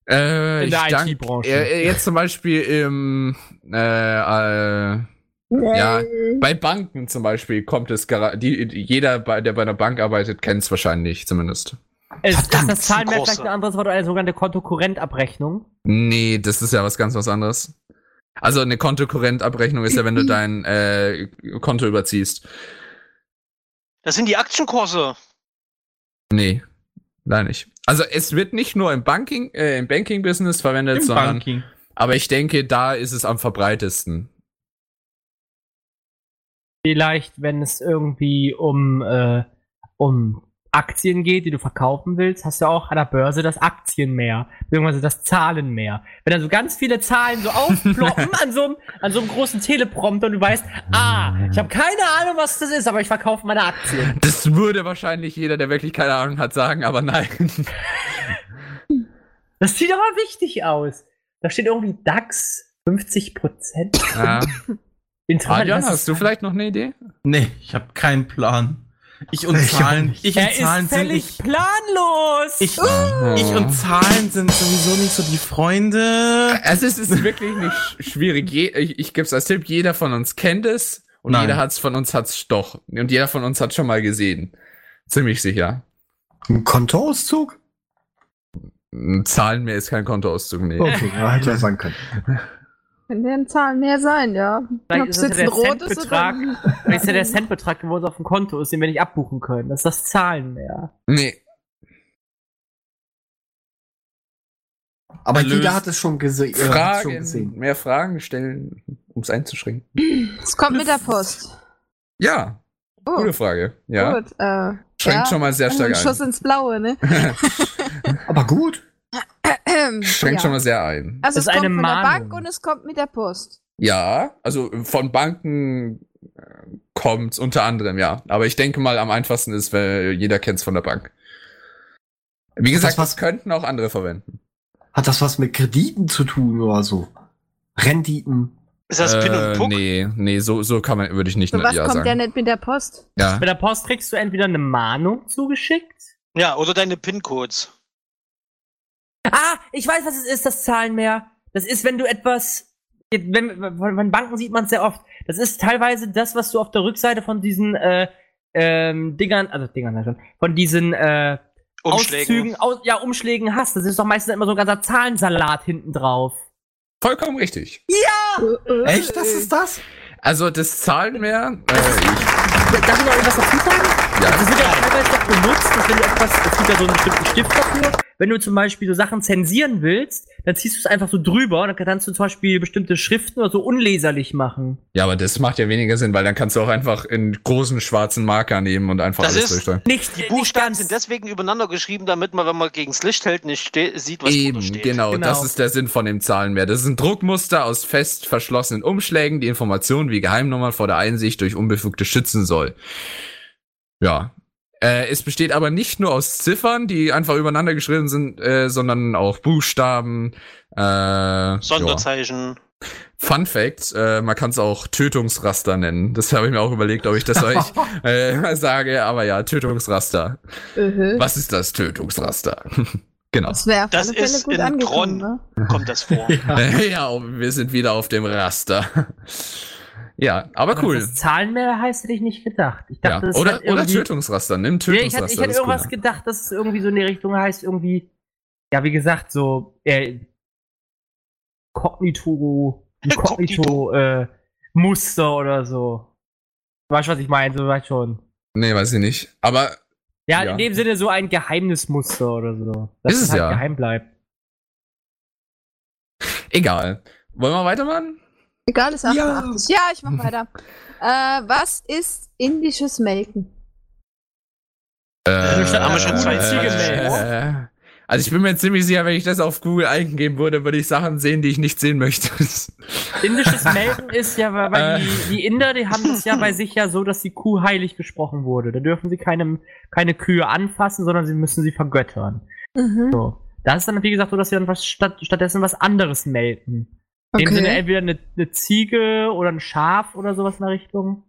[SPEAKER 6] Äh,
[SPEAKER 8] In der
[SPEAKER 6] ich dank-
[SPEAKER 8] IT-Branche.
[SPEAKER 6] Äh, äh, jetzt zum Beispiel im, äh, äh, ja, bei Banken zum Beispiel kommt es, gera- die, die- jeder, bei- der bei einer Bank arbeitet, kennt es wahrscheinlich zumindest.
[SPEAKER 8] Es ist
[SPEAKER 2] Verdammt,
[SPEAKER 8] das Zahlenmeer
[SPEAKER 7] große.
[SPEAKER 8] vielleicht ein anderes Wort, eine sogenannte Kontokorrentabrechnung.
[SPEAKER 6] Nee, das ist ja was ganz was anderes. Also eine Kontokorrentabrechnung ist ja, wenn du dein äh, Konto überziehst.
[SPEAKER 7] Das sind die Aktienkurse.
[SPEAKER 6] Nee, leider nicht. Also es wird nicht nur im Banking, äh, im Banking-Business verwendet,
[SPEAKER 9] Im
[SPEAKER 6] sondern
[SPEAKER 9] Banking.
[SPEAKER 6] Aber ich denke, da ist es am verbreitesten.
[SPEAKER 8] Vielleicht, wenn es irgendwie um, äh, um Aktien geht, die du verkaufen willst, hast du auch an der Börse das Aktienmeer, beziehungsweise das Zahlenmeer. Wenn da so ganz viele Zahlen so aufploppen an so einem, an so einem großen Teleprompter und du weißt, ah, ich habe keine Ahnung, was das ist, aber ich verkaufe meine Aktien.
[SPEAKER 6] Das würde wahrscheinlich jeder, der wirklich keine Ahnung hat, sagen, aber nein.
[SPEAKER 8] Das sieht aber wichtig aus. Da steht irgendwie DAX 50 Prozent?
[SPEAKER 6] Ja. Adrian, hast du vielleicht noch eine Idee?
[SPEAKER 9] Nee, ich habe keinen Plan. Ich und
[SPEAKER 2] Ich auch
[SPEAKER 9] Zahlen, ich und
[SPEAKER 8] Er
[SPEAKER 9] Zahlen
[SPEAKER 8] ist
[SPEAKER 9] sind
[SPEAKER 8] völlig Ah.
[SPEAKER 9] ich,
[SPEAKER 8] planlos.
[SPEAKER 9] ich, ich und Zahlen sind sowieso nicht so die Freunde.
[SPEAKER 6] Also es ist wirklich nicht sch- schwierig. Je, ich ich gebe es als Tipp, jeder von uns kennt es und
[SPEAKER 9] Nein.
[SPEAKER 6] jeder hat's von uns hat's doch. Und jeder von uns hat schon mal gesehen. Ziemlich sicher.
[SPEAKER 2] Ein Kontoauszug?
[SPEAKER 6] Hm, Zahlen mehr ist kein Kontoauszug, nee.
[SPEAKER 2] Okay, ja, hätte ja sein können.
[SPEAKER 5] Können deren Zahlen mehr sein, ja.
[SPEAKER 8] Vielleicht ist es
[SPEAKER 5] ein
[SPEAKER 8] der
[SPEAKER 5] rotes oder
[SPEAKER 8] Centbetrag.
[SPEAKER 5] ein-
[SPEAKER 8] Vielleicht ist ja der Centbetrag, der bei uns auf dem Konto ist, den wir nicht abbuchen können. Das ist das Zahlen mehr.
[SPEAKER 6] Nee.
[SPEAKER 2] Aber
[SPEAKER 9] Erlöst.
[SPEAKER 2] jeder hat es schon, gese äh, hat es schon
[SPEAKER 6] Fragen,
[SPEAKER 2] gesehen.
[SPEAKER 6] mehr Fragen stellen, um es einzuschränken.
[SPEAKER 5] Es kommt mit der Post.
[SPEAKER 6] Ja,
[SPEAKER 5] Oh,
[SPEAKER 6] gute Frage. Ja,
[SPEAKER 5] gut. Äh, ja.
[SPEAKER 6] schränkt schon mal sehr stark
[SPEAKER 5] Ein Schuss
[SPEAKER 6] ein.
[SPEAKER 5] ins Blaue, ne?
[SPEAKER 2] Aber gut.
[SPEAKER 6] Schränkt
[SPEAKER 5] Ja.
[SPEAKER 6] schon mal sehr ein.
[SPEAKER 5] Also
[SPEAKER 8] Das
[SPEAKER 5] es
[SPEAKER 8] ist
[SPEAKER 5] kommt
[SPEAKER 8] eine
[SPEAKER 5] von der
[SPEAKER 8] Mahnung.
[SPEAKER 5] Bank und es kommt mit der Post.
[SPEAKER 6] Ja, also von Banken äh, kommt's unter anderem, ja. Aber ich denke mal, am einfachsten ist, weil jeder kennt's von der Bank. Wie gesagt,
[SPEAKER 2] was-
[SPEAKER 6] das könnten auch andere verwenden.
[SPEAKER 2] Hat das was mit Krediten zu tun oder so? Renditen.
[SPEAKER 7] Ist das Pin und Puck?
[SPEAKER 6] Äh, Nee, nee, so, so kann man, würde ich nicht
[SPEAKER 5] So was
[SPEAKER 6] ja
[SPEAKER 5] kommt ja
[SPEAKER 6] sagen.
[SPEAKER 5] nicht mit der Post.
[SPEAKER 6] Ja.
[SPEAKER 8] Bei der Post kriegst du entweder eine Mahnung zugeschickt.
[SPEAKER 7] Ja, oder deine PIN-Codes.
[SPEAKER 8] Ah, ich weiß, was es ist, das Zahlen mehr. Das ist, wenn du etwas. Wenn, von, von Banken sieht man es sehr oft. Das ist teilweise das, was du auf der Rückseite von diesen äh, ähm, Dingern, also Dingern sag ich schon, von diesen äh,
[SPEAKER 7] Umschlägen.
[SPEAKER 8] Auszügen, aus, ja, Umschlägen hast. Das ist doch meistens immer so ein ganzer Zahlensalat hinten drauf.
[SPEAKER 6] Vollkommen richtig.
[SPEAKER 5] Äh,
[SPEAKER 9] Echt? Das ist das?
[SPEAKER 6] Also das Zahlenmeer, äh, ich,
[SPEAKER 8] Darf ich noch irgendwas dazu sagen?
[SPEAKER 6] ja,
[SPEAKER 8] Das wird ja teilweise doch benutzt, dass wenn du etwas, es gibt ja so einen bestimmten Stift dafür, wenn du zum Beispiel so Sachen zensieren willst, dann ziehst du es einfach so drüber und dann kannst du zum Beispiel bestimmte Schriften oder so unleserlich machen.
[SPEAKER 6] ja, aber das macht ja weniger Sinn, weil dann kannst du auch einfach einen großen schwarzen Marker nehmen und einfach
[SPEAKER 7] Das
[SPEAKER 6] alles
[SPEAKER 7] ist-
[SPEAKER 6] durchsteuern.
[SPEAKER 8] Nicht,
[SPEAKER 7] Die
[SPEAKER 8] nicht
[SPEAKER 7] Buchstaben
[SPEAKER 8] ganz.
[SPEAKER 7] sind deswegen übereinander geschrieben, damit man, wenn man gegen das Licht hält, nicht ste- sieht, was drunter
[SPEAKER 6] Eben,
[SPEAKER 7] steht.
[SPEAKER 6] genau,
[SPEAKER 8] Genau.
[SPEAKER 6] das ist der Sinn von dem Zahlenmeer. Das ist ein Druckmuster aus fest verschlossenen Umschlägen, die Informationen wie Geheimnummern vor der Einsicht durch Unbefugte schützen soll. Ja. Äh, es besteht aber nicht nur aus Ziffern, die einfach übereinander geschrieben sind, äh, sondern auch Buchstaben. Äh, ja.
[SPEAKER 7] Sonderzeichen.
[SPEAKER 6] Fun Fact, äh, man kann es auch Tötungsraster nennen. Das habe ich mir auch überlegt, ob ich das euch äh, sage, aber ja, Tötungsraster.
[SPEAKER 5] Mhm.
[SPEAKER 6] Was ist das Tötungsraster? genau.
[SPEAKER 5] Das wäre auf
[SPEAKER 7] Das
[SPEAKER 5] alle Fälle
[SPEAKER 7] ist
[SPEAKER 5] gut
[SPEAKER 7] in
[SPEAKER 5] angekommen,
[SPEAKER 7] Tron.
[SPEAKER 5] ne?
[SPEAKER 7] Kommt das vor?
[SPEAKER 6] ja, wir sind wieder auf dem Raster. ja, aber cool.
[SPEAKER 8] Das Zahlenmeer heißt, hätte ich nicht gedacht. Ich
[SPEAKER 6] Ja.
[SPEAKER 8] dachte, das
[SPEAKER 6] Oder,
[SPEAKER 8] hat
[SPEAKER 6] oder
[SPEAKER 8] irgendwie-
[SPEAKER 6] Tötungsraster, nimm
[SPEAKER 8] Nee,
[SPEAKER 6] Tötungsraster.
[SPEAKER 8] ich hätte, ich
[SPEAKER 6] das
[SPEAKER 8] hätte
[SPEAKER 6] ist
[SPEAKER 8] irgendwas
[SPEAKER 6] cooler.
[SPEAKER 8] gedacht, dass es irgendwie so in die Richtung heißt, irgendwie, ja, wie gesagt, so, äh, Kognito, Kognito, äh, Muster oder so. Weißt du, was ich meine? So weit schon.
[SPEAKER 6] nee, weiß ich nicht. Aber
[SPEAKER 8] Ja,
[SPEAKER 6] Ja.
[SPEAKER 8] in dem Sinne so ein Geheimnismuster oder so. halt
[SPEAKER 6] Ist es ja.
[SPEAKER 8] geheim bleibt.
[SPEAKER 6] egal. Wollen wir weitermachen?
[SPEAKER 5] Egal, ist 88. Ja, ich mach weiter. äh, was ist indisches Melken?
[SPEAKER 6] Äh,
[SPEAKER 7] haben wir schon zwei Züge
[SPEAKER 6] äh, Also ich bin mir ziemlich sicher, wenn ich das auf Google eingeben würde, würde ich Sachen sehen, die ich nicht sehen möchte.
[SPEAKER 8] Indisches Melken ist ja, weil, weil
[SPEAKER 6] Äh.
[SPEAKER 8] die, die Inder, die haben es ja bei sich ja so, dass die Kuh heilig gesprochen wurde. Da dürfen sie keine, keine Kühe anfassen, sondern sie müssen sie vergöttern.
[SPEAKER 5] Mhm.
[SPEAKER 8] So. Das ist dann, wie gesagt, so, dass sie dann was statt, stattdessen was anderes melken. In dem Sinne
[SPEAKER 5] Okay.
[SPEAKER 8] entweder eine, eine Ziege oder ein Schaf oder sowas in der Richtung.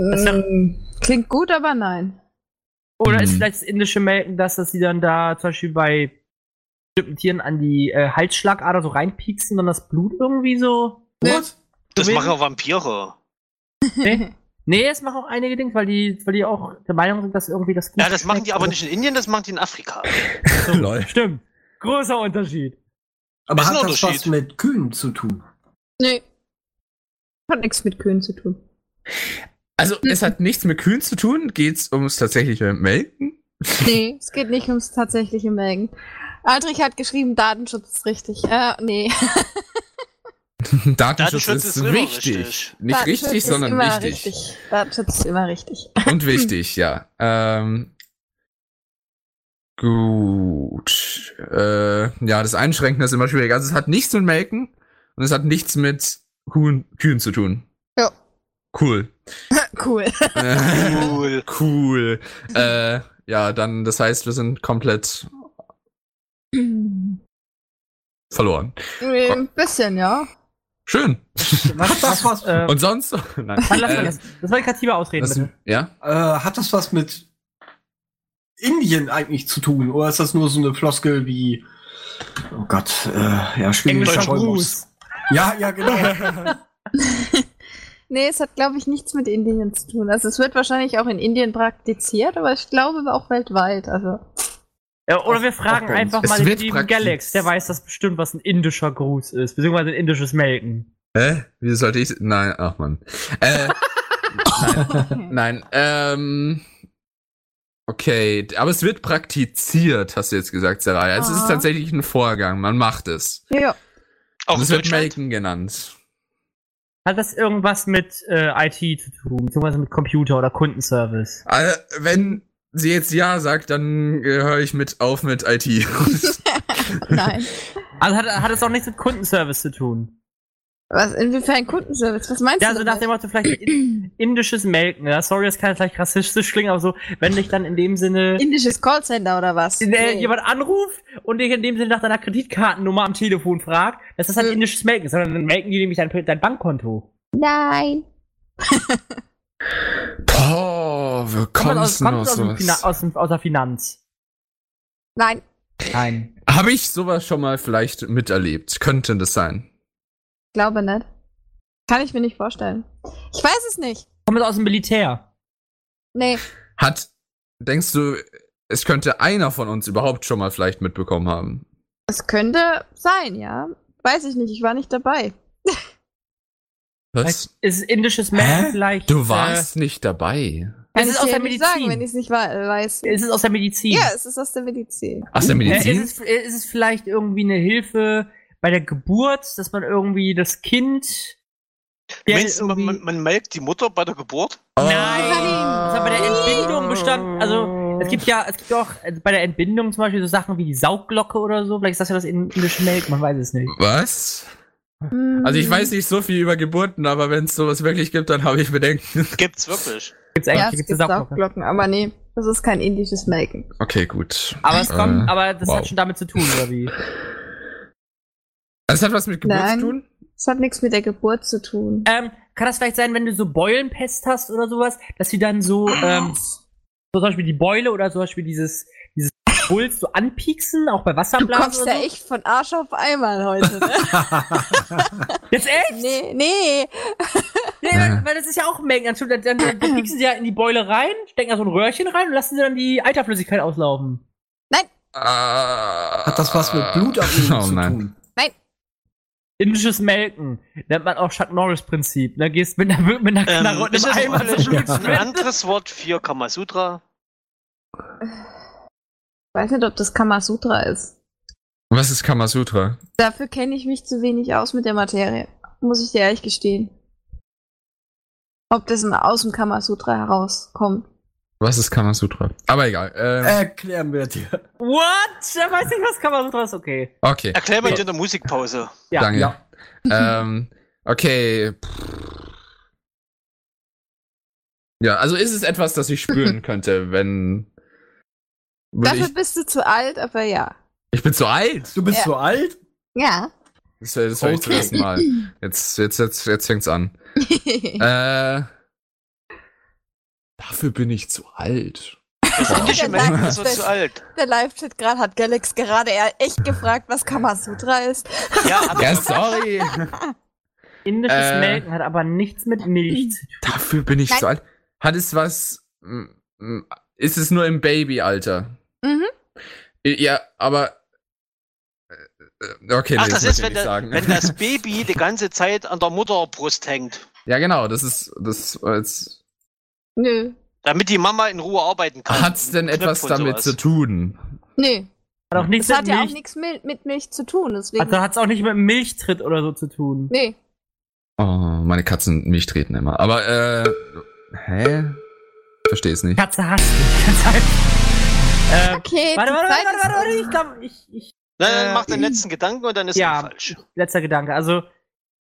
[SPEAKER 5] Ähm, Klingt gut, aber nein.
[SPEAKER 8] Oder
[SPEAKER 6] Mhm.
[SPEAKER 8] ist vielleicht das indische Melken das, dass sie dann da zum Beispiel bei bestimmten Tieren an die äh, Halsschlagader so reinpieksen, dann das Blut irgendwie so.
[SPEAKER 9] What?
[SPEAKER 7] Das
[SPEAKER 8] Wen-
[SPEAKER 7] machen auch Vampire.
[SPEAKER 8] Nee, das machen auch einige Dinge, weil die, weil die auch der Meinung sind, dass irgendwie das gut
[SPEAKER 7] Ja, das machen die
[SPEAKER 8] schmeckt.
[SPEAKER 7] aber nicht in Indien, das machen die in Afrika.
[SPEAKER 6] Lol.
[SPEAKER 8] Stimmt. Großer Unterschied.
[SPEAKER 2] Aber
[SPEAKER 7] Ist ein
[SPEAKER 2] hat das was
[SPEAKER 7] Unterschied.
[SPEAKER 2] mit Kühen zu tun?
[SPEAKER 5] Nee. Hat nichts mit Kühen zu tun.
[SPEAKER 6] Also es hat nichts mit Kühen zu tun, geht's ums tatsächliche Melken?
[SPEAKER 5] Nee, es geht nicht ums tatsächliche Melken. Aldrich hat geschrieben, Datenschutz ist richtig. Äh, nee.
[SPEAKER 6] Datenschutz,
[SPEAKER 7] Datenschutz
[SPEAKER 6] ist,
[SPEAKER 7] ist immer
[SPEAKER 6] wichtig.
[SPEAKER 7] richtig.
[SPEAKER 6] Nicht
[SPEAKER 5] Datenschutz
[SPEAKER 6] richtig,
[SPEAKER 5] ist
[SPEAKER 6] sondern
[SPEAKER 5] immer
[SPEAKER 6] wichtig.
[SPEAKER 5] richtig. Datenschutz ist immer richtig.
[SPEAKER 6] Und wichtig, ja. Ähm, gut. Äh, ja, das Einschränken ist immer schwierig. Also es hat nichts mit Melken und es hat nichts mit Kuhn, Kühen zu tun.
[SPEAKER 5] Ja.
[SPEAKER 6] Cool.
[SPEAKER 5] Cool.
[SPEAKER 6] Äh,
[SPEAKER 7] Cool.
[SPEAKER 6] cool. Äh, ja, dann, das heißt, wir sind komplett verloren.
[SPEAKER 5] Nee, Ein bisschen, ja.
[SPEAKER 6] Schön.
[SPEAKER 8] Was, was, was, äh,
[SPEAKER 6] Und sonst? Nein.
[SPEAKER 8] dann lassen wir
[SPEAKER 6] Äh,
[SPEAKER 8] das. Das war die Katiba ausreden,
[SPEAKER 6] lassen-
[SPEAKER 8] bitte.
[SPEAKER 6] ja?
[SPEAKER 2] Äh, hat das was mit Indien eigentlich zu tun? Oder ist das nur so eine Floskel wie, oh Gott, äh, ja, schwedischer Scholmus. Ja, ja, genau.
[SPEAKER 5] Nee, es hat, glaube ich, nichts mit Indien zu tun. Also es wird wahrscheinlich auch in Indien praktiziert, aber ich glaube auch weltweit. Also.
[SPEAKER 8] Ja, oder wir fragen
[SPEAKER 2] auch bei uns.
[SPEAKER 8] einfach
[SPEAKER 6] Es
[SPEAKER 8] mal den
[SPEAKER 6] wird
[SPEAKER 8] lieben
[SPEAKER 6] praktiz-
[SPEAKER 8] Galax, der weiß das bestimmt, was ein indischer Gruß ist, beziehungsweise ein indisches Melken.
[SPEAKER 6] Hä? Wie sollte ich. Nein, ach man. Äh, nein, nein, ähm. Okay, aber es wird praktiziert, hast du jetzt gesagt, Saraya. Also Es ist
[SPEAKER 8] Ah.
[SPEAKER 5] Aha.
[SPEAKER 6] tatsächlich ein Vorgang, man macht es.
[SPEAKER 5] Ja.
[SPEAKER 7] Auch
[SPEAKER 6] Und
[SPEAKER 7] in
[SPEAKER 6] es wird
[SPEAKER 7] Deutschland.
[SPEAKER 6] Melken genannt.
[SPEAKER 8] Hat das irgendwas mit äh, IT zu tun, beziehungsweise mit Computer oder Kundenservice?
[SPEAKER 6] Also, wenn sie jetzt Ja sagt, dann äh, höre ich mit auf mit IT.
[SPEAKER 5] Nein.
[SPEAKER 8] Also hat, hat es auch nichts mit Kundenservice zu tun.
[SPEAKER 5] Was, inwiefern Kundenservice? Was meinst
[SPEAKER 8] Ja,
[SPEAKER 5] du?
[SPEAKER 8] also nach
[SPEAKER 5] damit?
[SPEAKER 8] dem Motto vielleicht in- indisches Melken. Ja, sorry, das kann jetzt vielleicht rassistisch klingen, aber so, wenn dich dann in dem Sinne
[SPEAKER 5] Indisches Callcenter oder was?
[SPEAKER 8] äh,
[SPEAKER 5] Nee.
[SPEAKER 8] jemand anruft und dich in dem Sinne nach deiner Kreditkartennummer am Telefon fragt, das ist halt
[SPEAKER 5] Mhm.
[SPEAKER 8] indisches Melken, sondern dann melken die nämlich dein, dein Bankkonto.
[SPEAKER 5] Nein.
[SPEAKER 6] Boah, Oh, wir
[SPEAKER 8] Kommt aus,
[SPEAKER 6] kommst
[SPEAKER 8] kommt
[SPEAKER 6] noch
[SPEAKER 8] aus, dem Fina-
[SPEAKER 6] sowas.
[SPEAKER 8] aus, dem, aus der Finanz.
[SPEAKER 5] Nein.
[SPEAKER 8] Nein.
[SPEAKER 6] Habe ich sowas schon mal vielleicht miterlebt? Könnte das sein?
[SPEAKER 5] Glaube nicht. Kann ich mir nicht vorstellen. Ich weiß es nicht.
[SPEAKER 8] Kommt aus dem Militär.
[SPEAKER 5] Nee.
[SPEAKER 6] Hat, denkst du, es könnte einer von uns überhaupt schon mal vielleicht mitbekommen haben?
[SPEAKER 5] Es könnte sein, ja. Weiß ich nicht. Ich war nicht dabei.
[SPEAKER 6] Was?
[SPEAKER 8] Ist indisches Melken
[SPEAKER 6] Hä?
[SPEAKER 8] vielleicht.
[SPEAKER 6] Du warst nicht dabei.
[SPEAKER 8] Äh, es
[SPEAKER 5] Kann
[SPEAKER 8] ist
[SPEAKER 5] ich
[SPEAKER 8] aus
[SPEAKER 5] dir
[SPEAKER 8] der
[SPEAKER 5] nicht
[SPEAKER 8] Medizin.
[SPEAKER 5] sagen, wenn ich es nicht wa- äh, weiß.
[SPEAKER 8] es ist aus der Medizin.
[SPEAKER 5] Ja, es ist aus der Medizin.
[SPEAKER 6] Aus der
[SPEAKER 8] Äh,
[SPEAKER 6] Medizin?
[SPEAKER 8] ist, es, ist es vielleicht irgendwie eine Hilfe bei der Geburt, dass man irgendwie das Kind.
[SPEAKER 7] Du meinst, man,
[SPEAKER 8] irgendwie-
[SPEAKER 7] man, man melkt die Mutter bei der Geburt?
[SPEAKER 8] Nein! Das hat bei der Entbindung
[SPEAKER 6] Oh.
[SPEAKER 8] bestanden. Also, es gibt ja, es gibt ja auch äh, bei der Entbindung zum Beispiel so Sachen wie die Saugglocke oder so. Vielleicht ist das ja das in- indische Melk, man weiß es nicht.
[SPEAKER 6] Was? Also ich
[SPEAKER 5] Hm.
[SPEAKER 6] weiß nicht so viel über Geburten, aber wenn es sowas wirklich gibt, dann habe ich Bedenken.
[SPEAKER 7] Gibt's wirklich.
[SPEAKER 8] Gibt's
[SPEAKER 5] Ja,
[SPEAKER 8] eigentlich,
[SPEAKER 5] es
[SPEAKER 8] gibt's
[SPEAKER 5] gibt
[SPEAKER 8] eine Saugglocke.
[SPEAKER 5] Saugglocken, aber nee. Das ist kein indisches Melken.
[SPEAKER 6] Okay, gut.
[SPEAKER 8] Aber es kommt,
[SPEAKER 6] Äh,
[SPEAKER 8] aber das
[SPEAKER 6] wow.
[SPEAKER 8] hat schon damit zu tun, oder wie?
[SPEAKER 6] Das hat was mit Geburt
[SPEAKER 5] Nein.
[SPEAKER 6] zu tun?
[SPEAKER 5] Es hat nichts mit der Geburt zu tun.
[SPEAKER 8] Ähm, kann das vielleicht sein, wenn du so Beulenpest hast oder sowas, dass sie dann so, ähm, so zum Beispiel die Beule oder zum Beispiel dieses, dieses Puls so anpieksen, auch bei
[SPEAKER 5] Du
[SPEAKER 8] Wasserblasen?
[SPEAKER 5] kommst
[SPEAKER 8] oder
[SPEAKER 5] ja
[SPEAKER 8] so?
[SPEAKER 5] echt von Arsch auf einmal heute, ne?
[SPEAKER 8] Jetzt echt?
[SPEAKER 5] nee, nee.
[SPEAKER 8] Nee, weil, weil das ist ja auch Mengen. Dann, dann, dann, dann pieksen sie ja in die Beule rein, stecken da so ein Röhrchen rein und lassen sie dann die Eiterflüssigkeit auslaufen.
[SPEAKER 6] Hat
[SPEAKER 2] Hat das was mit Blutabnehmen
[SPEAKER 6] Ah. oh,
[SPEAKER 2] zu
[SPEAKER 6] nein.
[SPEAKER 2] tun?
[SPEAKER 8] Indisches Melken. Nennt man auch Chuck Norris-Prinzip. Da gehst mit einer, mit einer Knarre und
[SPEAKER 7] Ähm, ist
[SPEAKER 8] einem
[SPEAKER 7] um das ne?
[SPEAKER 8] Eimer
[SPEAKER 7] vielleicht
[SPEAKER 8] zum
[SPEAKER 7] ein anderes Wort für Kamasutra?
[SPEAKER 5] Ich weiß nicht, ob das Kamasutra ist.
[SPEAKER 6] Was ist Kamasutra?
[SPEAKER 5] Dafür kenne ich mich zu wenig aus mit der Materie. Muss ich dir ehrlich gestehen. Ob das mal aus dem Kamasutra herauskommt.
[SPEAKER 6] Was ist Kamasutra? Aber egal.
[SPEAKER 8] Äh,
[SPEAKER 6] ähm,
[SPEAKER 2] Erklären wir dir.
[SPEAKER 8] What? Da weiß ich was, kann man so draus, okay.
[SPEAKER 6] okay.
[SPEAKER 7] Erklär mal dir in der Musikpause.
[SPEAKER 8] Ja,
[SPEAKER 6] Danke.
[SPEAKER 2] ja.
[SPEAKER 6] ähm, okay. Ja, also ist es etwas, das ich spüren könnte, wenn. Würde
[SPEAKER 5] Dafür
[SPEAKER 6] ich,
[SPEAKER 5] bist du zu alt, aber ja.
[SPEAKER 6] ich bin zu alt.
[SPEAKER 2] Du bist
[SPEAKER 5] Ja.
[SPEAKER 2] so alt?
[SPEAKER 5] Ja.
[SPEAKER 6] Das, wär- das höre ich zum
[SPEAKER 2] Okay.
[SPEAKER 6] ersten Mal. Jetzt, jetzt, jetzt, jetzt fängt's an. Äh, dafür bin ich zu alt.
[SPEAKER 7] Das indische
[SPEAKER 5] Nein,
[SPEAKER 7] Melken ist
[SPEAKER 5] das
[SPEAKER 7] so
[SPEAKER 5] ist-
[SPEAKER 7] zu alt.
[SPEAKER 5] der Live-Chat gerade hat Galax gerade er- echt gefragt, was Kamasutra ist.
[SPEAKER 7] Ja, aber
[SPEAKER 6] Ja, sorry.
[SPEAKER 8] Indisches
[SPEAKER 6] Äh.
[SPEAKER 8] Melken hat aber nichts mit Milch zu tun.
[SPEAKER 6] dafür bin ich
[SPEAKER 5] Nein.
[SPEAKER 6] zu alt. Hat es was. m- m- Ist es nur im Babyalter?
[SPEAKER 5] Mhm.
[SPEAKER 6] Ja, aber. äh, Okay,
[SPEAKER 7] Ach,
[SPEAKER 6] nee,
[SPEAKER 7] das
[SPEAKER 6] möchte
[SPEAKER 7] ist,
[SPEAKER 6] ich
[SPEAKER 7] wenn,
[SPEAKER 6] nicht
[SPEAKER 7] der,
[SPEAKER 6] sagen.
[SPEAKER 7] wenn das Baby die ganze Zeit an der Mutterbrust hängt,
[SPEAKER 6] Ja, genau, das ist. Das war jetzt.
[SPEAKER 5] Nö.
[SPEAKER 7] damit die Mama in Ruhe arbeiten kann.
[SPEAKER 6] Hat's denn
[SPEAKER 7] Ah, Knöpfe
[SPEAKER 6] etwas
[SPEAKER 7] und
[SPEAKER 6] damit
[SPEAKER 7] sowas.
[SPEAKER 6] zu tun?
[SPEAKER 5] Nö.
[SPEAKER 8] Hat auch nichts
[SPEAKER 5] Das hat
[SPEAKER 8] mit
[SPEAKER 5] ja auch
[SPEAKER 8] Milch.
[SPEAKER 5] nichts mil- mit Milch zu tun, deswegen.
[SPEAKER 8] Also hat's auch nicht mit Milchtritt oder so zu tun.
[SPEAKER 5] nee.
[SPEAKER 6] Oh, meine Katzen mich treten immer. Aber, äh. Hä? Verstehe es nicht.
[SPEAKER 8] Katze hasst dich. Ganz einfach. Ähm,
[SPEAKER 5] Okay,
[SPEAKER 8] warte,
[SPEAKER 5] die
[SPEAKER 8] warte, warte,
[SPEAKER 5] Zeit ist um.
[SPEAKER 8] warte, warte, ich glaube, ich, ich,
[SPEAKER 7] Nein, nein,
[SPEAKER 8] Äh,
[SPEAKER 7] mach den letzten Gedanken und dann ist
[SPEAKER 8] ja.
[SPEAKER 7] er falsch.
[SPEAKER 8] letzter Gedanke. Also,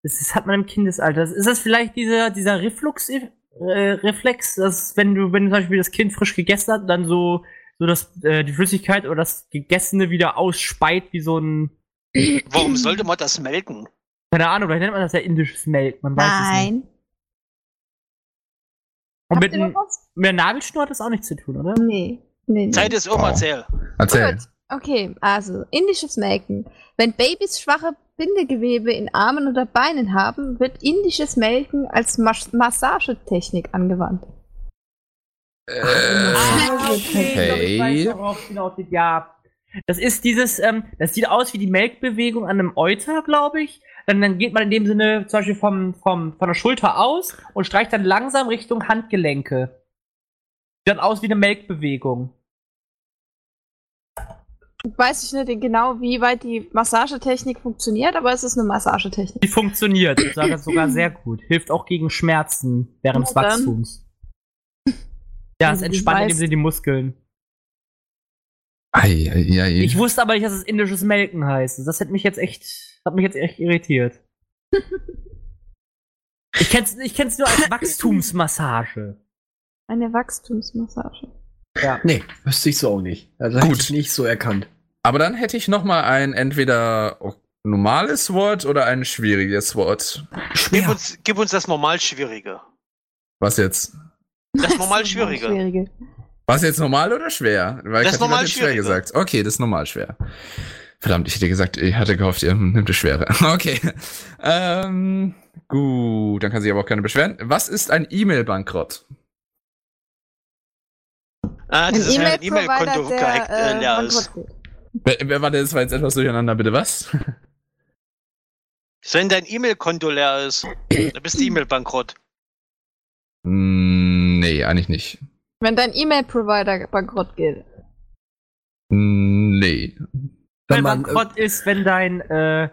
[SPEAKER 8] das, das hat man im Kindesalter. Ist das vielleicht dieser, dieser Reflux, äh, Reflex, dass wenn du, wenn zum Beispiel das Kind frisch gegessen hat, dann so, so dass äh, die Flüssigkeit oder das Gegessene wieder ausspeit wie so ein
[SPEAKER 7] Warum sollte man das melken?
[SPEAKER 8] Keine Ahnung, vielleicht nennt man das ja indisches Melk, man weiß es nicht.
[SPEAKER 5] Nein.
[SPEAKER 8] Und
[SPEAKER 5] Habt
[SPEAKER 8] mit,
[SPEAKER 5] ihr noch
[SPEAKER 8] n-
[SPEAKER 5] was?
[SPEAKER 8] mit einer Nabelschnur hat das auch nichts zu tun, oder?
[SPEAKER 5] Nee. nee, nee.
[SPEAKER 7] Zeit ist um,
[SPEAKER 6] Wow.
[SPEAKER 7] erzähl.
[SPEAKER 6] Erzähl.
[SPEAKER 5] Gut. Okay, also indisches Melken. Wenn Babys schwache Bindegewebe in Armen oder Beinen haben, wird indisches Melken als Mas Massagetechnik angewandt.
[SPEAKER 6] Äh,
[SPEAKER 8] okay. Ich
[SPEAKER 6] Okay.
[SPEAKER 8] weiß, worauf hinaus geht. Ja. Das ist dieses, ähm, das sieht aus wie die Melkbewegung an einem Euter, glaube ich. Dann, dann geht man in dem Sinne zum Beispiel vom, vom, von der Schulter aus und streicht dann langsam Richtung Handgelenke. Sieht dann aus wie eine Melkbewegung.
[SPEAKER 5] Weiß ich nicht genau, wie weit die Massagetechnik funktioniert, aber es ist eine Massagetechnik.
[SPEAKER 8] Die funktioniert. Ich sage das sogar sehr gut. Hilft auch gegen Schmerzen während
[SPEAKER 5] Na
[SPEAKER 8] des
[SPEAKER 5] dann.
[SPEAKER 8] Wachstums. Ja, es
[SPEAKER 5] Also, die
[SPEAKER 8] entspannt in dem
[SPEAKER 5] meisten-
[SPEAKER 8] Sinne die Muskeln.
[SPEAKER 6] Ei, ei, ei.
[SPEAKER 8] Ich wusste aber nicht, dass es indisches Melken heißt. Das hat mich jetzt echt, hat mich jetzt echt irritiert. ich kenn's, ich kenn's nur als Wachstumsmassage.
[SPEAKER 5] Eine Wachstumsmassage.
[SPEAKER 2] Nee, wüsste ich so auch nicht. Also
[SPEAKER 6] Gut.
[SPEAKER 2] Gut. Ich nicht so erkannt.
[SPEAKER 6] Aber dann hätte ich noch mal ein entweder normales Wort oder ein schwieriges Wort.
[SPEAKER 7] Gib uns, gib uns das normal Schwierige.
[SPEAKER 6] Was jetzt?
[SPEAKER 7] Das normal
[SPEAKER 5] ist
[SPEAKER 7] Schwierige.
[SPEAKER 5] Schwierige.
[SPEAKER 6] Was jetzt normal oder schwer? Weil
[SPEAKER 7] Das ist
[SPEAKER 6] Katrin hat
[SPEAKER 7] normal ne?
[SPEAKER 6] jetzt schwer
[SPEAKER 7] schwieriger.
[SPEAKER 6] gesagt. Okay, das ist normal schwer. Verdammt, ich hätte gesagt, ich hatte gehofft, ihr nimmt das Schwere. Okay. Ähm, gut, dann kann sich aber auch keine beschweren. Was ist ein E-Mail-Bankrott?
[SPEAKER 7] Ah,
[SPEAKER 5] Ein
[SPEAKER 7] das ist ein
[SPEAKER 5] E-Mail-Provider,
[SPEAKER 7] E-Mail-Konto gehackt, äh,
[SPEAKER 5] der
[SPEAKER 7] leer
[SPEAKER 5] äh,
[SPEAKER 7] ist.
[SPEAKER 5] bankrott geht.
[SPEAKER 6] Wer, wer war denn jetzt, war jetzt etwas durcheinander, bitte was?
[SPEAKER 7] Wenn dein E-Mail-Konto leer ist, dann bist du E-Mail-Bankrott.
[SPEAKER 6] Mm, nee, eigentlich nicht.
[SPEAKER 5] Wenn dein E-Mail-Provider bankrott geht.
[SPEAKER 6] Mm, Nee.
[SPEAKER 8] Wenn
[SPEAKER 2] Wenn man,
[SPEAKER 8] Bankrott ist, wenn dein, äh,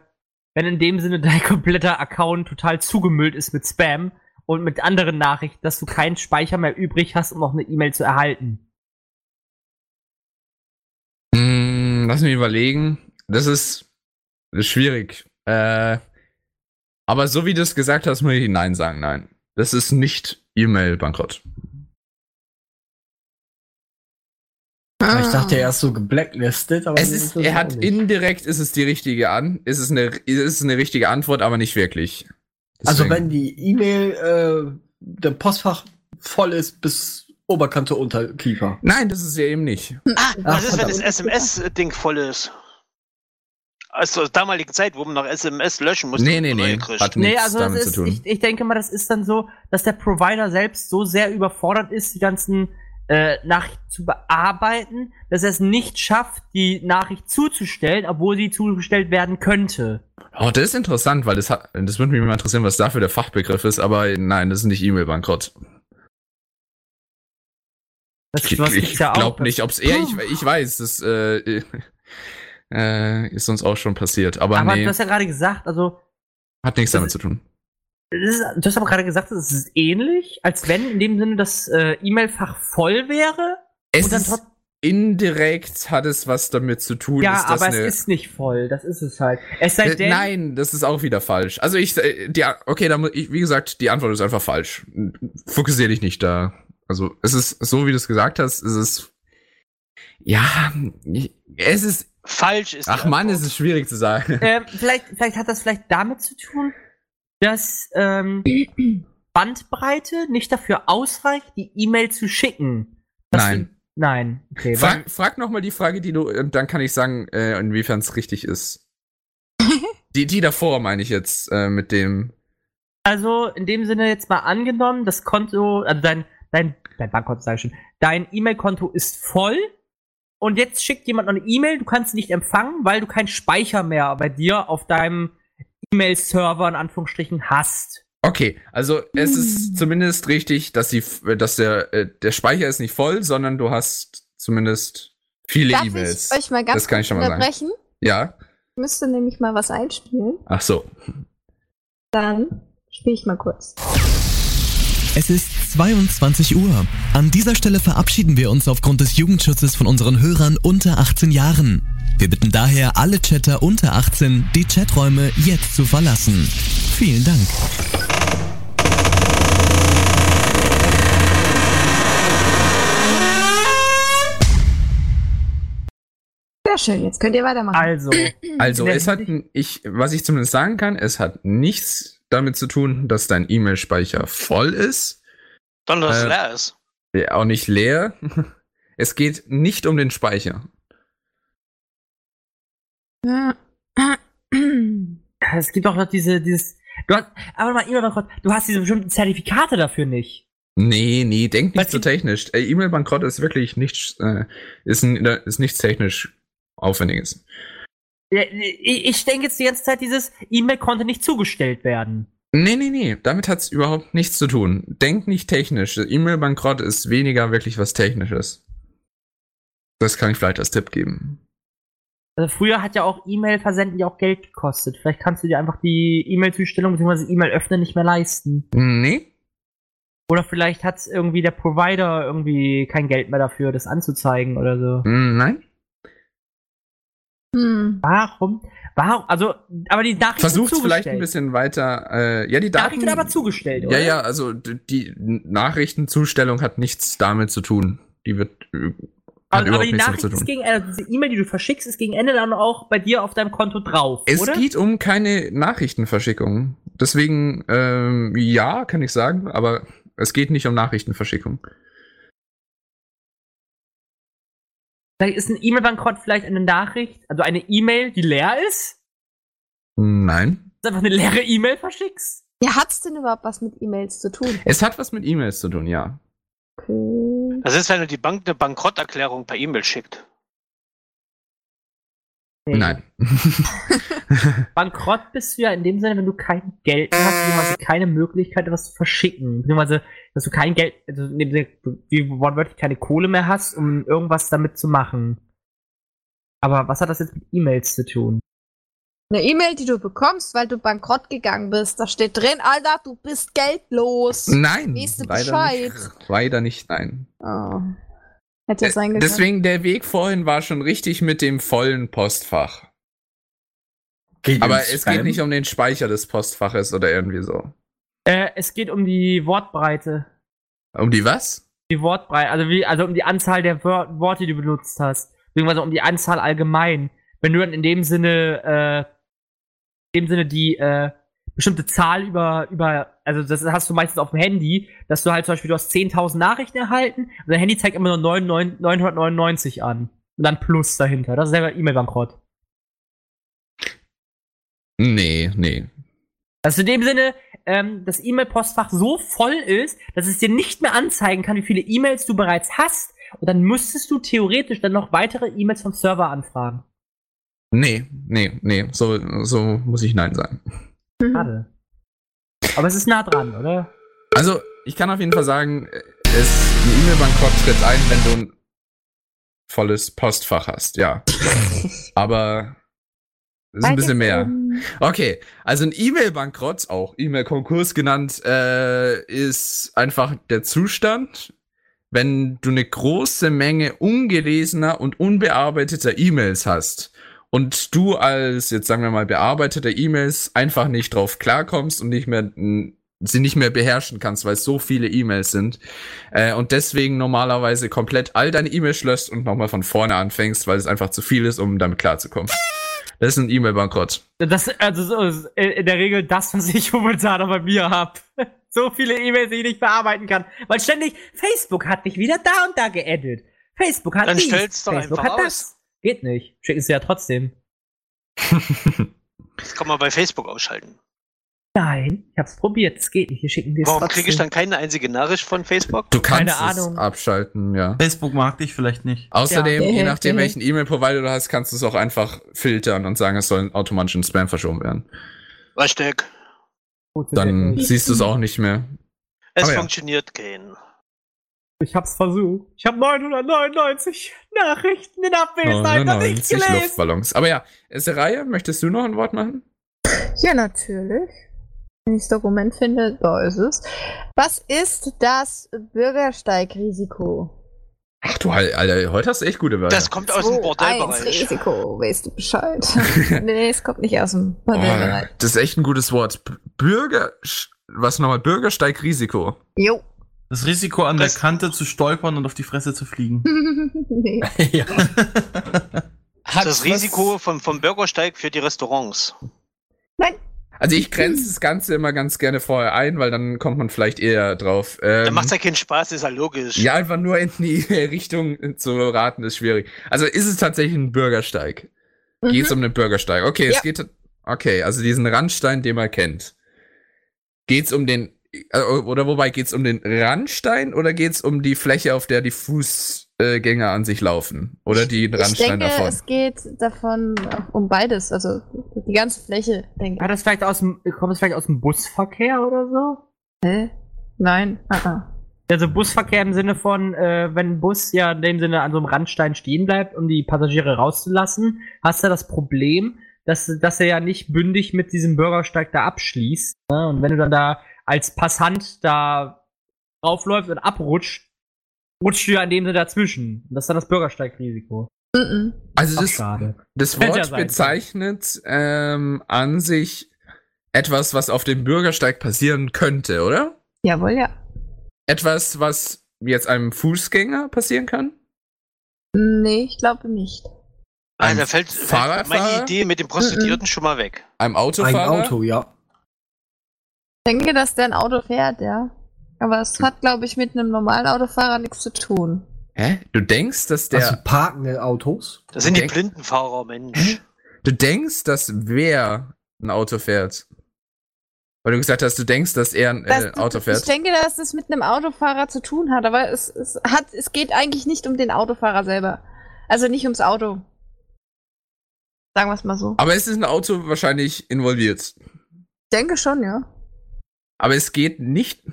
[SPEAKER 8] wenn in dem Sinne dein kompletter Account total zugemüllt ist mit Spam und mit anderen Nachrichten, dass du keinen Speicher mehr übrig hast, um noch eine E-Mail zu erhalten.
[SPEAKER 6] Mm, lass mich überlegen. Das ist, das ist schwierig. Äh, aber so wie du es gesagt hast, muss ich Nein sagen. Nein. Das ist nicht E-Mail-Bankrott.
[SPEAKER 2] Oh, äh, ich dachte, er ist so geblacklistet, aber
[SPEAKER 6] Ah. Es
[SPEAKER 2] nee,
[SPEAKER 6] ist,
[SPEAKER 2] das
[SPEAKER 6] er
[SPEAKER 2] auch
[SPEAKER 6] hat
[SPEAKER 2] nicht.
[SPEAKER 6] indirekt ist es die richtige an. Ist es eine, ist es eine richtige Antwort, aber nicht wirklich.
[SPEAKER 2] Also
[SPEAKER 6] Deswegen-
[SPEAKER 2] wenn die E-Mail, äh, der Postfach voll ist bis Oberkante Unterkiefer.
[SPEAKER 6] Nein, das ist ja eben nicht.
[SPEAKER 7] Was ist, wenn
[SPEAKER 2] verdammt.
[SPEAKER 7] das SMS-Ding voll ist? Also aus damaligen Zeit, wo man noch SMS löschen musste.
[SPEAKER 6] Nee, nee,
[SPEAKER 7] und neue
[SPEAKER 6] nee.
[SPEAKER 7] kriegt.
[SPEAKER 6] Hat nichts
[SPEAKER 8] Nee, also das
[SPEAKER 6] damit
[SPEAKER 8] ist,
[SPEAKER 6] zu tun.
[SPEAKER 8] ich, ich denke mal, das ist dann so, dass der Provider selbst so sehr überfordert ist, die ganzen äh, Nachrichten zu bearbeiten, dass er es nicht schafft, die Nachricht zuzustellen, obwohl sie zugestellt werden könnte.
[SPEAKER 6] Oh, das ist interessant, weil das hat, das würde mich mal interessieren, was dafür der Fachbegriff ist, aber nein, das ist nicht E-Mail-Bankrott.
[SPEAKER 8] Das
[SPEAKER 6] Ich,
[SPEAKER 8] sowas
[SPEAKER 6] ich
[SPEAKER 8] gibt's ja
[SPEAKER 6] glaube
[SPEAKER 8] auch.
[SPEAKER 6] nicht, ob es eher, ich, ich weiß, das äh, äh, ist uns auch schon passiert, aber,
[SPEAKER 8] Aber
[SPEAKER 6] nee,
[SPEAKER 8] du hast ja gerade gesagt, also
[SPEAKER 6] hat nichts
[SPEAKER 8] das
[SPEAKER 6] damit
[SPEAKER 8] ist-
[SPEAKER 6] zu tun.
[SPEAKER 8] das ist, du hast aber gerade gesagt, es ist ähnlich, als wenn in dem Sinne das äh, E-Mail-Fach voll wäre.
[SPEAKER 6] Es
[SPEAKER 8] dann
[SPEAKER 6] ist,
[SPEAKER 8] trotz-
[SPEAKER 6] indirekt hat es was damit zu tun,
[SPEAKER 8] ja,
[SPEAKER 6] dass das
[SPEAKER 8] aber
[SPEAKER 6] eine,
[SPEAKER 8] es ist nicht voll. Das ist es halt. Es sei
[SPEAKER 6] äh,
[SPEAKER 8] denn,
[SPEAKER 6] nein, das ist auch wieder falsch. Also ich, äh, die, okay, da, mu- ich, wie gesagt, die Antwort ist einfach falsch. Fokussiere dich nicht da. Also es ist so, wie du es gesagt hast, es ist, ja, ich- es ist
[SPEAKER 7] Falsch ist. die
[SPEAKER 6] Ach Mann,
[SPEAKER 7] Antwort.
[SPEAKER 6] es ist schwierig zu sagen.
[SPEAKER 8] Ähm, vielleicht, vielleicht hat das vielleicht damit zu tun, dass ähm, Bandbreite nicht dafür ausreicht, die E-Mail zu schicken. Dass
[SPEAKER 6] Nein.
[SPEAKER 8] Du, nein. Okay, weil-
[SPEAKER 6] Frag, frag nochmal die Frage, die du, und dann kann ich sagen, äh, inwiefern es richtig ist. die, die davor meine ich jetzt äh, mit dem.
[SPEAKER 8] also in dem Sinne jetzt mal angenommen, das Konto, also dein, dein, dein Bankkonto sag ich schon, dein E-Mail-Konto ist voll und jetzt schickt jemand noch eine E-Mail, du kannst sie nicht empfangen, weil du keinen Speicher mehr bei dir auf deinem E-Mail-Server in Anführungsstrichen hast.
[SPEAKER 6] Okay, also es
[SPEAKER 5] Hm.
[SPEAKER 6] ist zumindest richtig, dass die, dass der, äh, der Speicher ist nicht voll, sondern du hast zumindest viele
[SPEAKER 5] Darf
[SPEAKER 6] E-Mails.
[SPEAKER 5] ich euch mal ganz
[SPEAKER 6] Das kann ich
[SPEAKER 5] kurz
[SPEAKER 6] schon mal sagen.
[SPEAKER 5] unterbrechen?
[SPEAKER 6] Ja.
[SPEAKER 5] Ich müsste nämlich mal was einspielen.
[SPEAKER 6] Ach so.
[SPEAKER 5] Dann spiele ich mal kurz.
[SPEAKER 10] Es ist 22 Uhr. An dieser Stelle verabschieden wir uns aufgrund des Jugendschutzes von unseren Hörern unter 18 Jahren. Wir bitten daher alle Chatter unter 18, die Chaträume jetzt zu verlassen. Vielen Dank.
[SPEAKER 5] Sehr schön, jetzt könnt ihr weitermachen.
[SPEAKER 8] Also,
[SPEAKER 6] Also es hat, ich, was ich zumindest sagen kann, es hat nichts damit zu tun, dass dein E-Mail-Speicher voll ist,
[SPEAKER 7] Dann, dass es
[SPEAKER 6] Äh,
[SPEAKER 7] leer ist.
[SPEAKER 6] ja, auch nicht leer. Es geht nicht um den Speicher.
[SPEAKER 8] es gibt auch noch diese, dieses. Du hast, aber mal, immer noch kurz, du hast diese bestimmten Zertifikate dafür nicht.
[SPEAKER 6] Nee, nee, denk nicht
[SPEAKER 8] Was
[SPEAKER 6] so
[SPEAKER 8] die-
[SPEAKER 6] technisch. Äh, E-Mail-Bankrott ist wirklich nichts, äh, ist, n- ist nichts technisch Aufwendiges.
[SPEAKER 8] Ja, Ich, ich denke jetzt die ganze Zeit, dieses E-Mail konnte nicht zugestellt werden.
[SPEAKER 6] Nee, nee, nee, damit hat's überhaupt nichts zu tun. Denk nicht technisch. E-Mail-Bankrott ist weniger wirklich was Technisches. Das kann ich vielleicht als Tipp geben.
[SPEAKER 8] Also früher hat ja auch E-Mail-Versenden ja auch Geld gekostet. Vielleicht kannst du dir einfach die E-Mail-Zustellung bzw. E-Mail-Öffnen nicht mehr leisten.
[SPEAKER 6] Nee,
[SPEAKER 8] Oder vielleicht hat irgendwie der Provider irgendwie kein Geld mehr dafür, das anzuzeigen oder so.
[SPEAKER 6] Mm, nein.
[SPEAKER 5] Hm.
[SPEAKER 8] Warum? Warum? Also, aber die Nachrichten
[SPEAKER 6] Versucht
[SPEAKER 8] zugestellt.
[SPEAKER 6] vielleicht ein bisschen weiter. Äh, ja, die Daten.
[SPEAKER 8] Nachrichten aber zugestellt,
[SPEAKER 6] ja,
[SPEAKER 8] oder?
[SPEAKER 6] ja, also d- die Nachrichtenzustellung hat nichts damit zu tun. Die wird. äh, Hat
[SPEAKER 8] Aber, aber
[SPEAKER 6] überhaupt
[SPEAKER 8] die
[SPEAKER 6] nichts damit
[SPEAKER 8] Nachricht
[SPEAKER 6] zu
[SPEAKER 8] ist gegen
[SPEAKER 6] tun.
[SPEAKER 8] Ende, diese E-Mail, die du verschickst, ist gegen Ende dann auch bei dir auf deinem Konto drauf,
[SPEAKER 6] Es
[SPEAKER 8] oder?
[SPEAKER 6] geht um keine Nachrichtenverschickung. Deswegen, ähm, ja, kann ich sagen, aber es geht nicht um Nachrichtenverschickung.
[SPEAKER 8] Vielleicht ist ein E-Mail-Bankrott vielleicht eine Nachricht, also eine E-Mail, die leer ist,
[SPEAKER 6] Nein.
[SPEAKER 8] dass du einfach eine leere E-Mail verschickst.
[SPEAKER 5] Ja, hat's denn überhaupt was mit E-Mails zu tun?
[SPEAKER 6] Es hat was mit E-Mails zu tun, ja.
[SPEAKER 5] Okay.
[SPEAKER 7] Das ist, wenn die Bank eine Bankrotterklärung per E-Mail schickt.
[SPEAKER 8] Nee.
[SPEAKER 6] Nein.
[SPEAKER 8] Bankrott bist du ja in dem Sinne, wenn du kein Geld mehr hast, beziehungsweise keine Möglichkeit, was zu verschicken. Beziehungsweise, dass du kein Geld, also in dem Sinne, du- wie wortwörtlich keine Kohle mehr hast, um irgendwas damit zu machen. Aber was hat das jetzt mit E-Mails zu tun?
[SPEAKER 5] Eine E-Mail, die du bekommst, weil du bankrott gegangen bist. Da steht drin, Alter, du bist geldlos.
[SPEAKER 6] Nein.
[SPEAKER 5] Weißt du
[SPEAKER 6] Leider nicht, leider nicht, nein.
[SPEAKER 5] Oh. Hätte ja sein
[SPEAKER 6] Äh,
[SPEAKER 5] können.
[SPEAKER 6] Deswegen, der Weg vorhin war schon richtig mit dem vollen Postfach.
[SPEAKER 2] Geht
[SPEAKER 6] Aber
[SPEAKER 2] ins
[SPEAKER 6] es
[SPEAKER 2] Spam?
[SPEAKER 6] geht nicht um den Speicher des Postfaches oder irgendwie so.
[SPEAKER 8] Äh, es geht um die Wortbreite.
[SPEAKER 6] Um die was?
[SPEAKER 8] Die Wortbreite, also wie, also um die Anzahl der Wör Worte, die du benutzt hast. Beziehungsweise um die Anzahl allgemein. Wenn du dann in dem Sinne, äh, in dem Sinne die, äh, bestimmte Zahl über, über, also das hast du meistens auf dem Handy, dass du halt zum Beispiel, du hast 10.000 Nachrichten erhalten, und dein Handy zeigt immer nur 99 999 an. Und dann Plus dahinter. Das ist selber E-Mail-Bankrott.
[SPEAKER 6] Nee, nee.
[SPEAKER 8] Dass in dem Sinne ähm, das E-Mail-Postfach so voll ist, dass es dir nicht mehr anzeigen kann, wie viele E-Mails du bereits hast. Und dann müsstest du theoretisch dann noch weitere E-Mails vom Server anfragen.
[SPEAKER 6] Nee, nee, nee. So, so muss ich Nein sagen.
[SPEAKER 8] Schade. Aber es ist nah dran, oder?
[SPEAKER 6] Also, ich kann auf jeden Fall sagen, äh, es, ein E-Mail-Bankrott tritt ein, wenn du ein volles Postfach hast, ja. Aber es ist ein bisschen mehr. Okay, also ein E-Mail-Bankrott, auch E-Mail-Konkurs genannt, äh, ist einfach der Zustand, wenn du eine große Menge ungelesener und unbearbeiteter E-Mails hast und du als, jetzt sagen wir mal, bearbeiteter E-Mails einfach nicht drauf klarkommst und nicht mehr mh, sie nicht mehr beherrschen kannst, weil es so viele E-Mails sind äh, und deswegen normalerweise komplett all deine E-Mails schlösst und nochmal von vorne anfängst, weil es einfach zu viel ist, um damit klarzukommen. Das ist ein E-Mail-Bankrott.
[SPEAKER 8] Das also so ist äh, in der Regel das, was ich momentan auch bei mir habe. So viele E-Mails, die ich nicht bearbeiten kann. Weil ständig, Facebook hat mich wieder da und da geedit. Facebook hat
[SPEAKER 7] Dann
[SPEAKER 8] dies,
[SPEAKER 7] stell's doch
[SPEAKER 8] Facebook
[SPEAKER 7] einfach
[SPEAKER 8] hat das. Geht nicht. Schicken sie ja trotzdem.
[SPEAKER 7] Das kann man bei Facebook ausschalten.
[SPEAKER 8] Nein, ich hab's probiert, es geht nicht. Hier schicken wir es
[SPEAKER 7] Warum
[SPEAKER 8] trotzdem.
[SPEAKER 7] kriege ich dann keine einzige Nachricht von Facebook?
[SPEAKER 6] Du
[SPEAKER 8] Keine
[SPEAKER 6] kannst es
[SPEAKER 8] Ahnung.
[SPEAKER 6] abschalten, ja.
[SPEAKER 9] Facebook mag dich vielleicht nicht.
[SPEAKER 6] Außerdem,
[SPEAKER 5] Ja.
[SPEAKER 6] je nachdem, welchen E-Mail-Provider du hast, kannst du es auch einfach filtern und sagen, es soll automatisch in Spam verschoben werden.
[SPEAKER 7] Versteck.
[SPEAKER 6] Dann siehst du es auch nicht mehr.
[SPEAKER 7] Es
[SPEAKER 6] Aber Ah, ja. Ah,
[SPEAKER 7] funktioniert kein.
[SPEAKER 8] Ich hab's versucht. Ich hab 999 Nachrichten in Abwesenheit und nichts
[SPEAKER 6] 99
[SPEAKER 8] gelesen.
[SPEAKER 6] Luftballons. Aber ja, Seraya, möchtest du noch ein Wort machen?
[SPEAKER 5] Ja, natürlich. Wenn ich das Dokument finde, da ist es. Was ist das Bürgersteigrisiko?
[SPEAKER 6] Ach du Hal- Alter, heute hast du echt gute Wörter.
[SPEAKER 7] Das kommt aus dem
[SPEAKER 5] eins
[SPEAKER 7] Bordellbereich.
[SPEAKER 5] Risiko, weißt du Bescheid. nee, es kommt nicht aus dem
[SPEAKER 6] oh,
[SPEAKER 5] Bordellbereich.
[SPEAKER 6] das ist echt ein gutes Wort. B- Bürger, was nochmal? Bürgersteigrisiko.
[SPEAKER 5] Jo.
[SPEAKER 9] Das Risiko an der
[SPEAKER 7] Das-
[SPEAKER 9] Hm. Kante zu stolpern und auf die Fresse zu fliegen.
[SPEAKER 5] nee.
[SPEAKER 2] ja.
[SPEAKER 6] Hat
[SPEAKER 7] das
[SPEAKER 6] was-
[SPEAKER 7] Risiko vom, vom Bürgersteig für die Restaurants.
[SPEAKER 6] Also ich grenze das Ganze immer ganz gerne vorher ein, weil dann kommt man vielleicht eher drauf. Ähm,
[SPEAKER 7] Dann macht's ja keinen Spaß, ist ja logisch.
[SPEAKER 6] ja, einfach nur in die Richtung zu raten, ist schwierig. Also ist es tatsächlich ein Bürgersteig? Geht es um den Bürgersteig? Okay,
[SPEAKER 5] Mhm. Ja.
[SPEAKER 6] es geht. Okay, also diesen Randstein, den man kennt. Geht es um den. äh, Oder wobei, geht es um den Randstein oder geht es um die Fläche, auf der die Fußgänger an sich laufen? Oder den
[SPEAKER 5] Ich
[SPEAKER 6] Randstein
[SPEAKER 5] denke,
[SPEAKER 6] davon?
[SPEAKER 5] es geht davon äh, um beides, also die ganze Fläche, denke
[SPEAKER 8] Hat das vielleicht aus dem, kommt das vielleicht aus dem Busverkehr oder so?
[SPEAKER 5] ich. Nein. Ah, ah.
[SPEAKER 8] Also Busverkehr im Sinne von, äh, wenn ein Bus ja in dem Sinne an so einem Randstein stehen bleibt, um die Passagiere rauszulassen, hast du das Problem, dass, dass er ja nicht bündig mit diesem Bürgersteig da abschließt. Ne? Und wenn du dann da als Passant da raufläufst und abrutscht, rutscht du ja in dem Sinne dazwischen. Und das ist dann das Bürgersteigrisiko.
[SPEAKER 5] Mm-mm.
[SPEAKER 6] Also
[SPEAKER 8] Ach,
[SPEAKER 6] das,
[SPEAKER 8] schade.
[SPEAKER 6] Das
[SPEAKER 8] Hätte ja
[SPEAKER 6] Wort
[SPEAKER 8] sein können.
[SPEAKER 6] bezeichnet ähm, an sich etwas, was auf dem Bürgersteig passieren könnte, oder?
[SPEAKER 5] Jawohl, ja.
[SPEAKER 6] Etwas, was jetzt einem Fußgänger passieren kann?
[SPEAKER 5] Nee, ich glaube nicht.
[SPEAKER 7] Ah,
[SPEAKER 6] Ein
[SPEAKER 7] da fällt, fällt meine
[SPEAKER 6] Fahrradfahrer?
[SPEAKER 7] Idee mit den Prostituierten schon mal weg.
[SPEAKER 6] Einem
[SPEAKER 2] Ein
[SPEAKER 6] Autofahrer?
[SPEAKER 2] Auto, ja.
[SPEAKER 5] Ich denke, dass der ein Auto fährt, ja. Aber es hat, glaube ich, mit einem normalen Autofahrer nichts zu tun.
[SPEAKER 6] Hä? Du denkst, dass der.
[SPEAKER 2] Also parkende Autos.
[SPEAKER 7] Das sind die
[SPEAKER 6] Okay. Hm?
[SPEAKER 7] Blindenfahrer, Mensch.
[SPEAKER 6] Du denkst, dass wer ein Auto fährt? Weil du gesagt hast, du denkst, dass er ein äh,
[SPEAKER 5] Das-
[SPEAKER 6] Auto
[SPEAKER 5] Ich
[SPEAKER 6] fährt.
[SPEAKER 5] denke, dass es mit einem Autofahrer zu tun hat, aber es, es, hat, es geht eigentlich nicht um den Autofahrer selber. Also nicht ums Auto. Sagen wir es mal so.
[SPEAKER 6] Aber es ist ein Auto wahrscheinlich involviert.
[SPEAKER 5] Ich denke schon, ja.
[SPEAKER 6] Aber es geht nicht.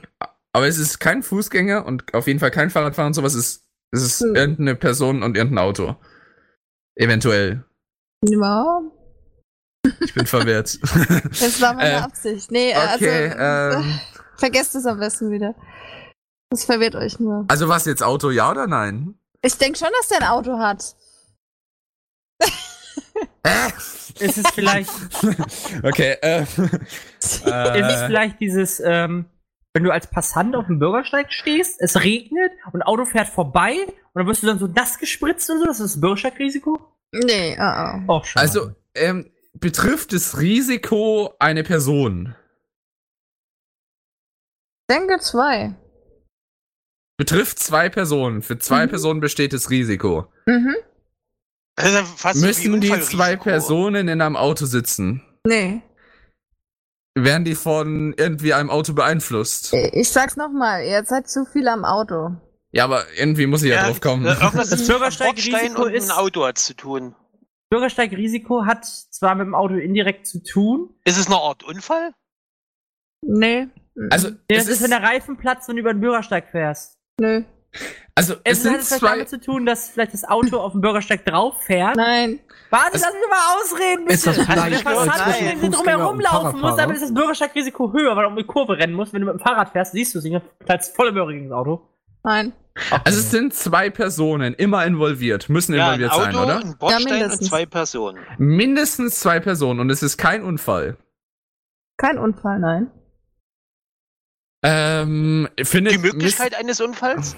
[SPEAKER 6] Aber es ist kein Fußgänger und auf jeden Fall kein Fahrradfahrer und sowas. Es ist, es ist
[SPEAKER 5] Hm.
[SPEAKER 6] irgendeine Person und irgendein Auto. Eventuell.
[SPEAKER 5] Ja,
[SPEAKER 6] Ich bin verwirrt.
[SPEAKER 5] das war meine
[SPEAKER 6] Äh,
[SPEAKER 5] Absicht. Nee,
[SPEAKER 6] Okay,
[SPEAKER 5] also
[SPEAKER 6] ähm,
[SPEAKER 5] vergesst es am besten wieder. Das verwirrt euch nur.
[SPEAKER 6] also was jetzt Auto, ja oder nein?
[SPEAKER 5] Ich denke schon, dass der ein Auto hat.
[SPEAKER 6] Äh,
[SPEAKER 8] Ist es vielleicht,
[SPEAKER 6] okay, äh,
[SPEAKER 8] ist es
[SPEAKER 6] äh,
[SPEAKER 8] vielleicht dieses, ähm, wenn du als Passant auf dem Bürgersteig stehst, es regnet und ein Auto fährt vorbei und dann wirst du dann so nass gespritzt und so, das ist das Bürgersteigrisiko?
[SPEAKER 5] Nee, ah, ah.
[SPEAKER 8] Auch schade.
[SPEAKER 6] also ähm, betrifft das Risiko eine Person?
[SPEAKER 5] Ich denke zwei.
[SPEAKER 6] Betrifft zwei Personen. Für zwei
[SPEAKER 5] Mhm.
[SPEAKER 6] Personen besteht das Risiko.
[SPEAKER 5] Mhm.
[SPEAKER 7] Das ist ja fast so Also wie
[SPEAKER 6] Müssen die
[SPEAKER 7] Unfallrisiko.
[SPEAKER 6] zwei Personen in einem Auto sitzen?
[SPEAKER 5] Nee.
[SPEAKER 6] Werden die von irgendwie einem Auto beeinflusst?
[SPEAKER 5] Ich sag's nochmal, ihr seid zu viel am Auto.
[SPEAKER 6] Ja, aber irgendwie muss ich ja,
[SPEAKER 7] Ja,
[SPEAKER 6] drauf kommen.
[SPEAKER 7] äh, Irgendwas ist
[SPEAKER 8] Das
[SPEAKER 7] mit einem
[SPEAKER 8] Bürgersteigrisiko
[SPEAKER 7] Bordstein und
[SPEAKER 8] ist-
[SPEAKER 7] ein Auto hat's zu tun.
[SPEAKER 8] Bürgersteigrisiko hat zwar mit dem Auto indirekt zu tun,
[SPEAKER 7] Ist es eine Art Unfall?
[SPEAKER 5] Nee.
[SPEAKER 6] also,
[SPEAKER 8] das
[SPEAKER 6] es
[SPEAKER 8] ist,
[SPEAKER 6] ist,
[SPEAKER 8] wenn der Reifen platzt und über den Bürgersteig fährst.
[SPEAKER 5] Nö.
[SPEAKER 6] also, es
[SPEAKER 8] Es hat
[SPEAKER 6] sind
[SPEAKER 8] es vielleicht
[SPEAKER 6] zwei,
[SPEAKER 8] damit zu tun, dass vielleicht das Auto auf dem Bürgersteig drauf fährt.
[SPEAKER 5] Nein.
[SPEAKER 8] Warte,
[SPEAKER 6] Es-
[SPEAKER 8] lass mich mal ausreden, bitte.
[SPEAKER 2] Ist das
[SPEAKER 8] also, wenn der
[SPEAKER 2] vielleicht zwischen
[SPEAKER 8] Passant wenn du
[SPEAKER 2] Fußgänger
[SPEAKER 8] drumherum
[SPEAKER 2] und
[SPEAKER 8] laufen musst,
[SPEAKER 2] Fahrradfahrer?
[SPEAKER 8] damit ist das Bürgersteigrisiko höher, weil du um die Kurve rennen musst. Wenn du mit dem Fahrrad fährst, siehst du es nicht, dann platzt volle Möhre gegen das Auto.
[SPEAKER 5] Nein.
[SPEAKER 6] also es sind zwei Personen immer involviert, müssen
[SPEAKER 7] Ja, ein
[SPEAKER 6] involviert
[SPEAKER 7] Auto,
[SPEAKER 6] sein, oder?
[SPEAKER 7] ein Bordstein und
[SPEAKER 5] mindestens.
[SPEAKER 7] zwei Personen.
[SPEAKER 6] Mindestens zwei Personen und es ist kein Unfall.
[SPEAKER 5] Kein Unfall, nein.
[SPEAKER 6] Ähm, findet
[SPEAKER 7] Die Möglichkeit eines Unfalls?